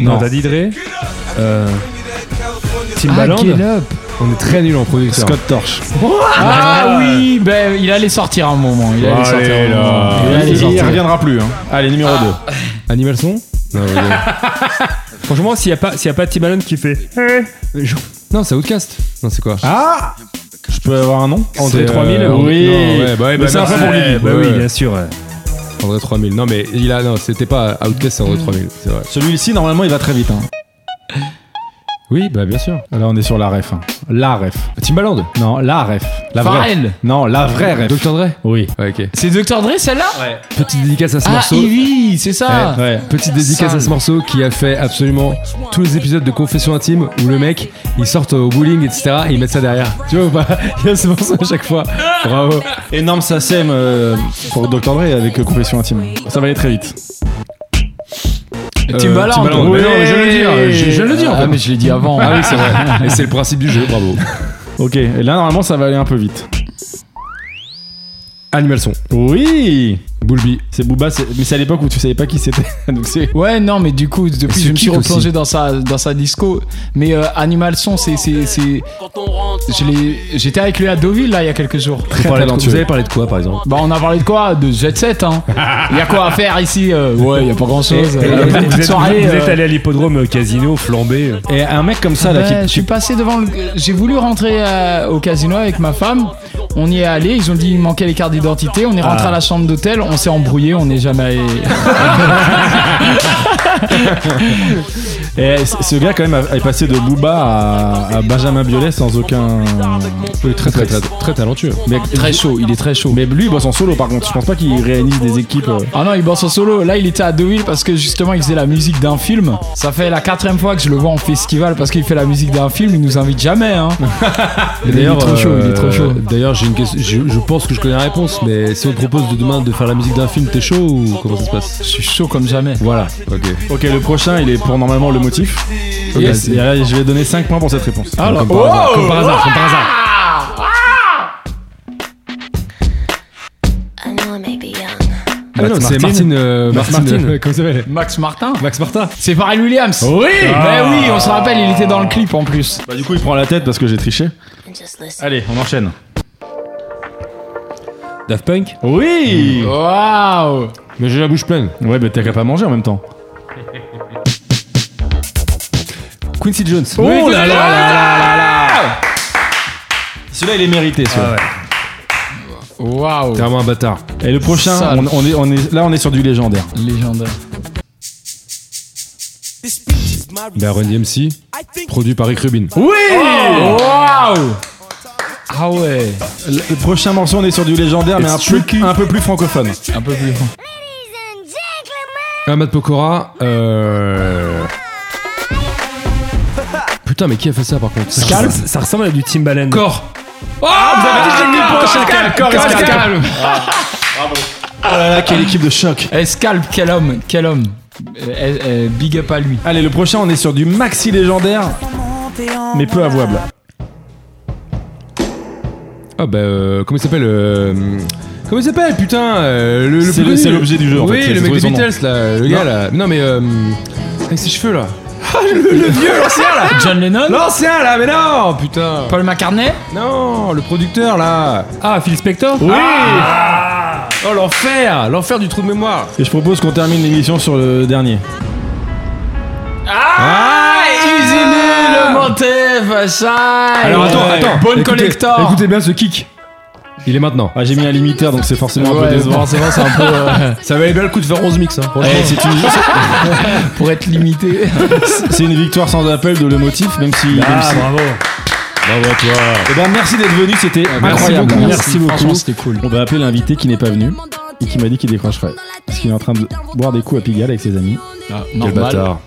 [SPEAKER 4] Non.
[SPEAKER 1] t'as dit Dre euh,
[SPEAKER 3] ah,
[SPEAKER 1] Timbaland
[SPEAKER 3] Get Up.
[SPEAKER 2] On est très nul en producteur.
[SPEAKER 4] Scott Torch.
[SPEAKER 3] Ah, oui, ben il allait sortir un moment. Il allait sortir un moment. Il allait
[SPEAKER 4] hein. il, il
[SPEAKER 3] sortir.
[SPEAKER 4] reviendra plus. hein. Allez, numéro
[SPEAKER 2] Ah.
[SPEAKER 4] 2.
[SPEAKER 2] Animal Son non, ouais.
[SPEAKER 1] Franchement, s'il n'y a, pas- s'il y a pas Timbaland qui fait.
[SPEAKER 2] Eh. non, c'est Outcast. Non, c'est quoi
[SPEAKER 4] Ah Je peux avoir un nom
[SPEAKER 2] C'est,
[SPEAKER 1] André
[SPEAKER 2] euh,
[SPEAKER 1] 3000 euh,
[SPEAKER 2] Oui.
[SPEAKER 4] Oui.
[SPEAKER 2] Non, ouais, bah ouais,
[SPEAKER 4] Mais
[SPEAKER 2] bah
[SPEAKER 4] c'est un
[SPEAKER 2] merci.
[SPEAKER 4] peu pour Guigui.
[SPEAKER 1] ouais, Bah oui,
[SPEAKER 2] Ouais.
[SPEAKER 1] bien sûr. ouais.
[SPEAKER 2] André 3000. Non, mais il a. Non, c'était pas Outcast, c'est André 3000. C'est vrai.
[SPEAKER 4] Celui-ci, normalement, il va très vite. hein.
[SPEAKER 2] Oui, bah bien sûr.
[SPEAKER 4] Là, on est sur la ref. hein. La ref.
[SPEAKER 2] Timbaland
[SPEAKER 4] Non, la ref. La vraie.
[SPEAKER 3] Pharrell.
[SPEAKER 4] Non, la vraie ref.
[SPEAKER 2] Dr. Dre
[SPEAKER 4] Oui.
[SPEAKER 2] Ouais, ok.
[SPEAKER 3] C'est Dr. Dre celle-là
[SPEAKER 2] Petite dédicace à ce
[SPEAKER 3] Ah,
[SPEAKER 2] morceau.
[SPEAKER 3] Ivy, c'est ça.
[SPEAKER 4] Eh, Ouais.
[SPEAKER 2] Petite dédicace à ce morceau qui a fait absolument tous les épisodes de Confession Intime où le mec il sort au bowling, etc. et ils mettent ça derrière. Tu vois ou pas Il y a ce morceau à chaque fois. Bravo.
[SPEAKER 4] Énorme SACEM euh, pour Dr. Dre avec euh, Confession Intime. Ça va aller très vite.
[SPEAKER 3] Timbaland.
[SPEAKER 2] Euh, Timbaland. Mais non, mais je viens de le dire. Je- je viens de le dire, en
[SPEAKER 3] Ah,
[SPEAKER 2] fait.
[SPEAKER 3] mais je l'ai dit avant.
[SPEAKER 2] Ah oui, c'est vrai. Et c'est le principe du jeu, bravo.
[SPEAKER 4] Ok, et là normalement ça va aller un peu vite.
[SPEAKER 2] Animal son.
[SPEAKER 4] Oui
[SPEAKER 2] Boulby.
[SPEAKER 4] C'est Booba, c'est- mais c'est à l'époque où tu savais pas qui c'était. Donc c'est.
[SPEAKER 3] Ouais, non, mais du coup, depuis,
[SPEAKER 2] ce
[SPEAKER 3] je me suis
[SPEAKER 2] kick
[SPEAKER 3] replongé dans sa, dans sa disco. Mais euh, Animal Son, c'est. c'est- c'est- Je l'ai- J'étais avec lui à Deauville, là, il y a quelques jours.
[SPEAKER 2] Très
[SPEAKER 4] talentueux.
[SPEAKER 2] Vous avez parlé de quoi par exemple
[SPEAKER 3] Bah, on a parlé de quoi De Jet Set, hein. Il y a quoi à faire ici Euh, Ouais, il y a pas grand chose.
[SPEAKER 1] Et- et- vous êtes- vous
[SPEAKER 3] soirée. euh,
[SPEAKER 1] êtes allé à l'hippodrome euh, casino, flambé. euh.
[SPEAKER 4] Et un mec comme ça là
[SPEAKER 3] Ouais, je
[SPEAKER 4] qui.
[SPEAKER 3] suis passé devant le. J'ai voulu rentrer euh, au casino avec ma femme. On y est allé, ils ont dit il manquait les cartes d'identité. On est rentré
[SPEAKER 1] Ah.
[SPEAKER 3] à la chambre d'hôtel, on s'est embrouillé, on n'est jamais allé.
[SPEAKER 4] Et c- ce gars quand même a- est passé de Booba à, à Benjamin Biolay sans aucun.
[SPEAKER 2] très, très, très, très talentueux.
[SPEAKER 4] Mais,
[SPEAKER 3] très chaud, il est très chaud.
[SPEAKER 4] mais lui il bosse en solo par contre. Je pense pas qu'il réalise des équipes. euh.
[SPEAKER 3] Ah non, il bosse en solo. Là, il était à Deauville parce que justement, il faisait la musique d'un film. Ça fait la quatrième fois que je le vois en festival parce qu'il fait la musique d'un film. Il nous invite jamais. Hein.
[SPEAKER 2] Et
[SPEAKER 3] il est trop chaud, il est trop chaud.
[SPEAKER 2] euh, D'ailleurs, j'ai une question. Je, je pense que je connais la réponse, mais si on te propose de demain de faire la musique d'un film, t'es chaud ou comment ça se
[SPEAKER 3] Je
[SPEAKER 2] passe
[SPEAKER 3] suis chaud comme jamais.
[SPEAKER 2] Voilà. Ok.
[SPEAKER 4] Ok, le prochain il est pour normalement le motif.
[SPEAKER 2] Yes.
[SPEAKER 4] Et là, je vais donner 5 points pour cette réponse.
[SPEAKER 2] Alors, comme par hasard, comme par hasard, comme par hasard.
[SPEAKER 7] Ah. I know I may be young.
[SPEAKER 2] Ah non, c'est Martine. euh, Martine. euh, comment ça s'appelle Ah.
[SPEAKER 3] Max Martin
[SPEAKER 2] Max Martin.
[SPEAKER 3] C'est Pharrell Williams
[SPEAKER 4] Oh.
[SPEAKER 3] Oui
[SPEAKER 4] Ah.
[SPEAKER 3] Ben oui, on se rappelle, il était dans le clip en plus.
[SPEAKER 4] Bah, du coup il prend la tête parce que j'ai triché.
[SPEAKER 7] And just listen.
[SPEAKER 4] Allez, on enchaîne.
[SPEAKER 1] Daft Punk
[SPEAKER 4] Oui
[SPEAKER 3] Waouh
[SPEAKER 2] Mais j'ai la bouche pleine.
[SPEAKER 4] Ouais, mais t'as qu'à pas manger en même temps.
[SPEAKER 1] Quincy Jones.
[SPEAKER 4] Oh là là là là là là Ah Celui-là, il est mérité, celui-là.
[SPEAKER 3] Waouh
[SPEAKER 2] T'es vraiment un bâtard.
[SPEAKER 4] Et le prochain,
[SPEAKER 3] Sale.
[SPEAKER 4] on, on est, on est, là, on est sur du légendaire.
[SPEAKER 3] Légendaire.
[SPEAKER 2] Bah, Run DMC, produit par Rick Rubin.
[SPEAKER 4] Oui
[SPEAKER 3] Waouh Ah ouais
[SPEAKER 4] Oh le, le prochain morceau, on est sur du légendaire, mais un peu, un peu plus francophone.
[SPEAKER 3] Un peu plus.
[SPEAKER 2] Ahmad Pokora. Euh... Putain, mais qui a fait ça par contre
[SPEAKER 1] Ça, ça ressemble à du Timbaland.
[SPEAKER 2] Corps
[SPEAKER 3] Ah, vous avez
[SPEAKER 4] mis le point chacun. Corps, escalpe.
[SPEAKER 3] Escalpe.
[SPEAKER 4] Ah, quelle équipe de choc
[SPEAKER 3] Escalpe, quel homme, quel homme. Euh, euh, big up à lui.
[SPEAKER 4] Allez, le prochain, on est sur du maxi légendaire, mais peu avouable.
[SPEAKER 2] Ah bah, euh, comment il s'appelle euh, Comment il s'appelle Putain euh, le, le
[SPEAKER 4] C'est
[SPEAKER 2] plus
[SPEAKER 4] le-
[SPEAKER 2] connu.
[SPEAKER 4] c'est l'objet du jeu, en
[SPEAKER 2] Oui,
[SPEAKER 4] fait,
[SPEAKER 2] le
[SPEAKER 4] c'est
[SPEAKER 2] mec
[SPEAKER 4] trouver
[SPEAKER 2] des
[SPEAKER 4] son nom.
[SPEAKER 2] Beatles là, le gars là. Non mais euh, avec ses cheveux là. Ah, le, le vieux, l'ancien là
[SPEAKER 3] John Lennon
[SPEAKER 2] L'ancien là, mais non Putain
[SPEAKER 3] Paul McCartney
[SPEAKER 2] Non, le producteur là
[SPEAKER 1] Ah, Phil Spector
[SPEAKER 4] Oui
[SPEAKER 2] Oh l'enfer L'enfer du trou de mémoire
[SPEAKER 4] Et je propose qu'on termine l'émission sur le dernier.
[SPEAKER 3] Ah, Usine le Mantef, ça
[SPEAKER 4] Ah,
[SPEAKER 2] Alors attends, attends
[SPEAKER 3] Bonne
[SPEAKER 2] écoutez-
[SPEAKER 3] collector
[SPEAKER 2] Écoutez bien ce kick Il est maintenant.
[SPEAKER 4] Ah, j'ai mis un limiteur, donc c'est forcément un peu
[SPEAKER 3] Ouais,
[SPEAKER 4] décevant.
[SPEAKER 3] forcément, c'est un peu. euh,
[SPEAKER 2] Ça valait bien le coup de faire 11 mix hein. franchement.
[SPEAKER 4] Eh, c'est une-
[SPEAKER 3] pour être limité.
[SPEAKER 4] C'est une victoire sans appel de le motif, même si. même si-
[SPEAKER 6] bravo.
[SPEAKER 4] Ah, Eh ben, merci d'être venu, c'était incroyable.
[SPEAKER 3] beaucoup,
[SPEAKER 4] merci beaucoup.
[SPEAKER 3] Franchement, c'était cool.
[SPEAKER 4] On va appeler Euh, l'invité qui n'est pas venu et qui m'a dit qu'il décrocherait. Parce qu'il est en train de boire des coups à Pigalle avec ses amis.
[SPEAKER 3] Ah,
[SPEAKER 2] Quel
[SPEAKER 3] normal.
[SPEAKER 2] bâtard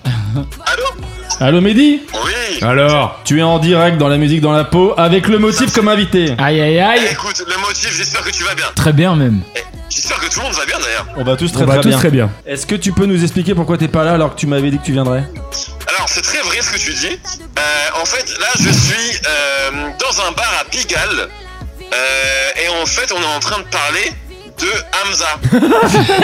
[SPEAKER 4] Allô Mehdi
[SPEAKER 7] Oui,
[SPEAKER 4] Ah.
[SPEAKER 2] Alors
[SPEAKER 4] Tu es en direct dans la musique dans la peau avec le motif comme invité.
[SPEAKER 3] Aïe, aïe, aïe.
[SPEAKER 7] écoute, le motif, j'espère que tu vas bien. Eh,
[SPEAKER 3] Très bien, même.
[SPEAKER 7] J'espère que tout le monde va bien d'ailleurs.
[SPEAKER 4] On va tous très
[SPEAKER 6] On va
[SPEAKER 2] bah,
[SPEAKER 4] très
[SPEAKER 6] tous
[SPEAKER 4] bien.
[SPEAKER 6] très bien.
[SPEAKER 4] Est-ce que tu peux nous expliquer pourquoi t'es pas là alors que tu m'avais dit que tu viendrais
[SPEAKER 7] Alors, c'est très vrai ce que tu dis. Euh, en fait, là, je suis euh, dans un bar à Pigalle. Euh, et en fait, on est en train de parler de Hamza.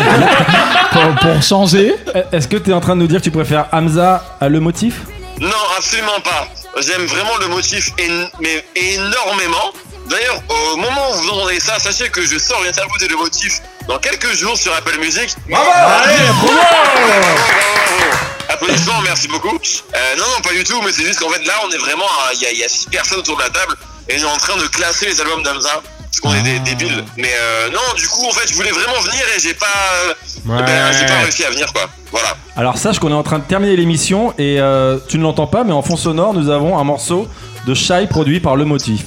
[SPEAKER 3] Pour, pour changer.
[SPEAKER 4] Euh, Est-ce que t'es en train de nous dire que tu préfères Hamza à le motif
[SPEAKER 7] Non, absolument pas. J'aime vraiment le motif éno- mais énormément. D'ailleurs, au moment où vous entendez ça, sachez que je sors une interview de le motif dans quelques jours sur Apple Music. Bravo Allez, bravo, bravo, bravo. Applaudissements, merci beaucoup. Euh, non, non, pas du tout, mais c'est juste qu'en fait, là, on est vraiment. à- Il y, a- il y a six personnes autour de la table et on est en train de classer les albums d'Amza. Parce qu'on est des débiles. Mais euh, non, du coup, en fait, je voulais vraiment venir et j'ai pas. euh, ben, j'ai pas réussi à venir, quoi. Voilà.
[SPEAKER 4] Alors sache qu'on est en train de terminer l'émission et euh, tu ne l'entends pas mais en fond sonore nous avons un morceau de Shai produit par le motif.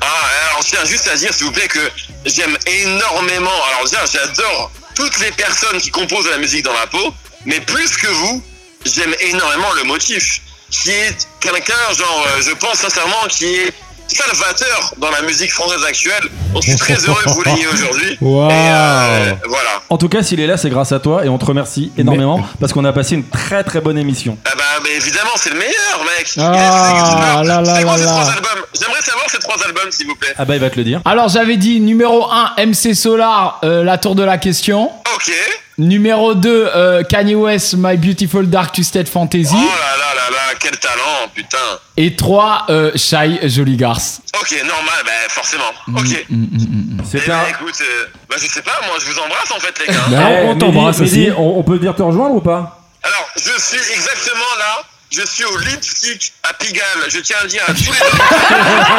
[SPEAKER 7] Ah, alors je tiens juste à dire, s'il vous plaît, que j'aime énormément. Alors, déjà, j'adore toutes les personnes qui composent la musique dans la peau, mais plus que vous, j'aime énormément le motif, qui est quelqu'un, genre, euh, je pense sincèrement, qui est salvateur dans la musique française actuelle. Donc, je suis très heureux que vous l'ayez aujourd'hui.
[SPEAKER 2] Waouh.
[SPEAKER 7] Et euh, voilà.
[SPEAKER 4] En tout cas s'il est là c'est grâce à toi et on te remercie énormément parce qu'on a passé une très très bonne émission.
[SPEAKER 7] Ah bah, mais évidemment, c'est le meilleur, mec.
[SPEAKER 3] Ah, là, là,
[SPEAKER 7] C'est quoi
[SPEAKER 3] là,
[SPEAKER 7] ces
[SPEAKER 3] là.
[SPEAKER 7] trois albums J'aimerais savoir ces trois albums, s'il vous plaît.
[SPEAKER 4] Ah bah il va te le dire.
[SPEAKER 3] Alors, j'avais dit numéro 1, MC Solar, euh, la tour de la question.
[SPEAKER 7] Ok.
[SPEAKER 3] Numéro 2, euh, Kanye West, My Beautiful Dark Twisted Fantasy.
[SPEAKER 7] Oh là là là là, quel talent, putain.
[SPEAKER 3] Et 3, euh, Shy, Joli Garce.
[SPEAKER 7] Ok, normal, bah, forcément. Ok.
[SPEAKER 3] Mm, mm, mm, mm.
[SPEAKER 7] Eh
[SPEAKER 4] C'était
[SPEAKER 7] ben,
[SPEAKER 4] un...
[SPEAKER 7] écoute, euh, bah, je sais pas, moi je vous embrasse en fait les gars.
[SPEAKER 1] Bah, on- on
[SPEAKER 4] Eh,
[SPEAKER 1] t'embrasse
[SPEAKER 4] Mehdi,
[SPEAKER 1] aussi.
[SPEAKER 4] Mehdi, On, on peut venir te rejoindre ou pas
[SPEAKER 7] Alors, je suis exactement là, je suis au lipstick à Pigalle, je tiens à le dire à tous les deux.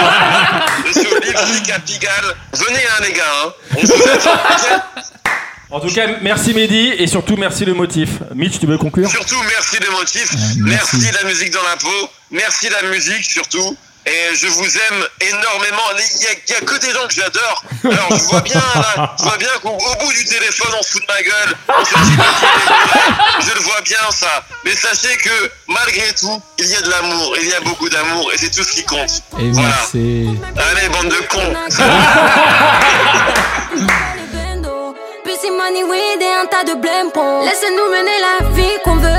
[SPEAKER 7] je suis au lipstick à Pigalle. Venez hein les gars, hein. on se fait, ok
[SPEAKER 4] En tout cas merci Mehdi et surtout merci le motif. Mitch tu veux conclure
[SPEAKER 7] Surtout merci les motifs,
[SPEAKER 3] merci.
[SPEAKER 7] merci. la musique dans la peau, merci la musique surtout. Et je vous aime énormément. Il y a, il y a que des gens que j'adore. Alors je vois bien, là, je vois bien qu'au au bout du téléphone on se fout de ma gueule. On se dit, Je le vois bien ça. Mais sachez que malgré tout, il y a de l'amour. Il y a beaucoup d'amour et c'est tout ce qui compte.
[SPEAKER 3] Et
[SPEAKER 7] Voilà.
[SPEAKER 3] merci.
[SPEAKER 7] Allez, bande de cons.
[SPEAKER 8] Plus il manie, oui, des un tas de blême pour. Laissez-nous mener la vie qu'on veut.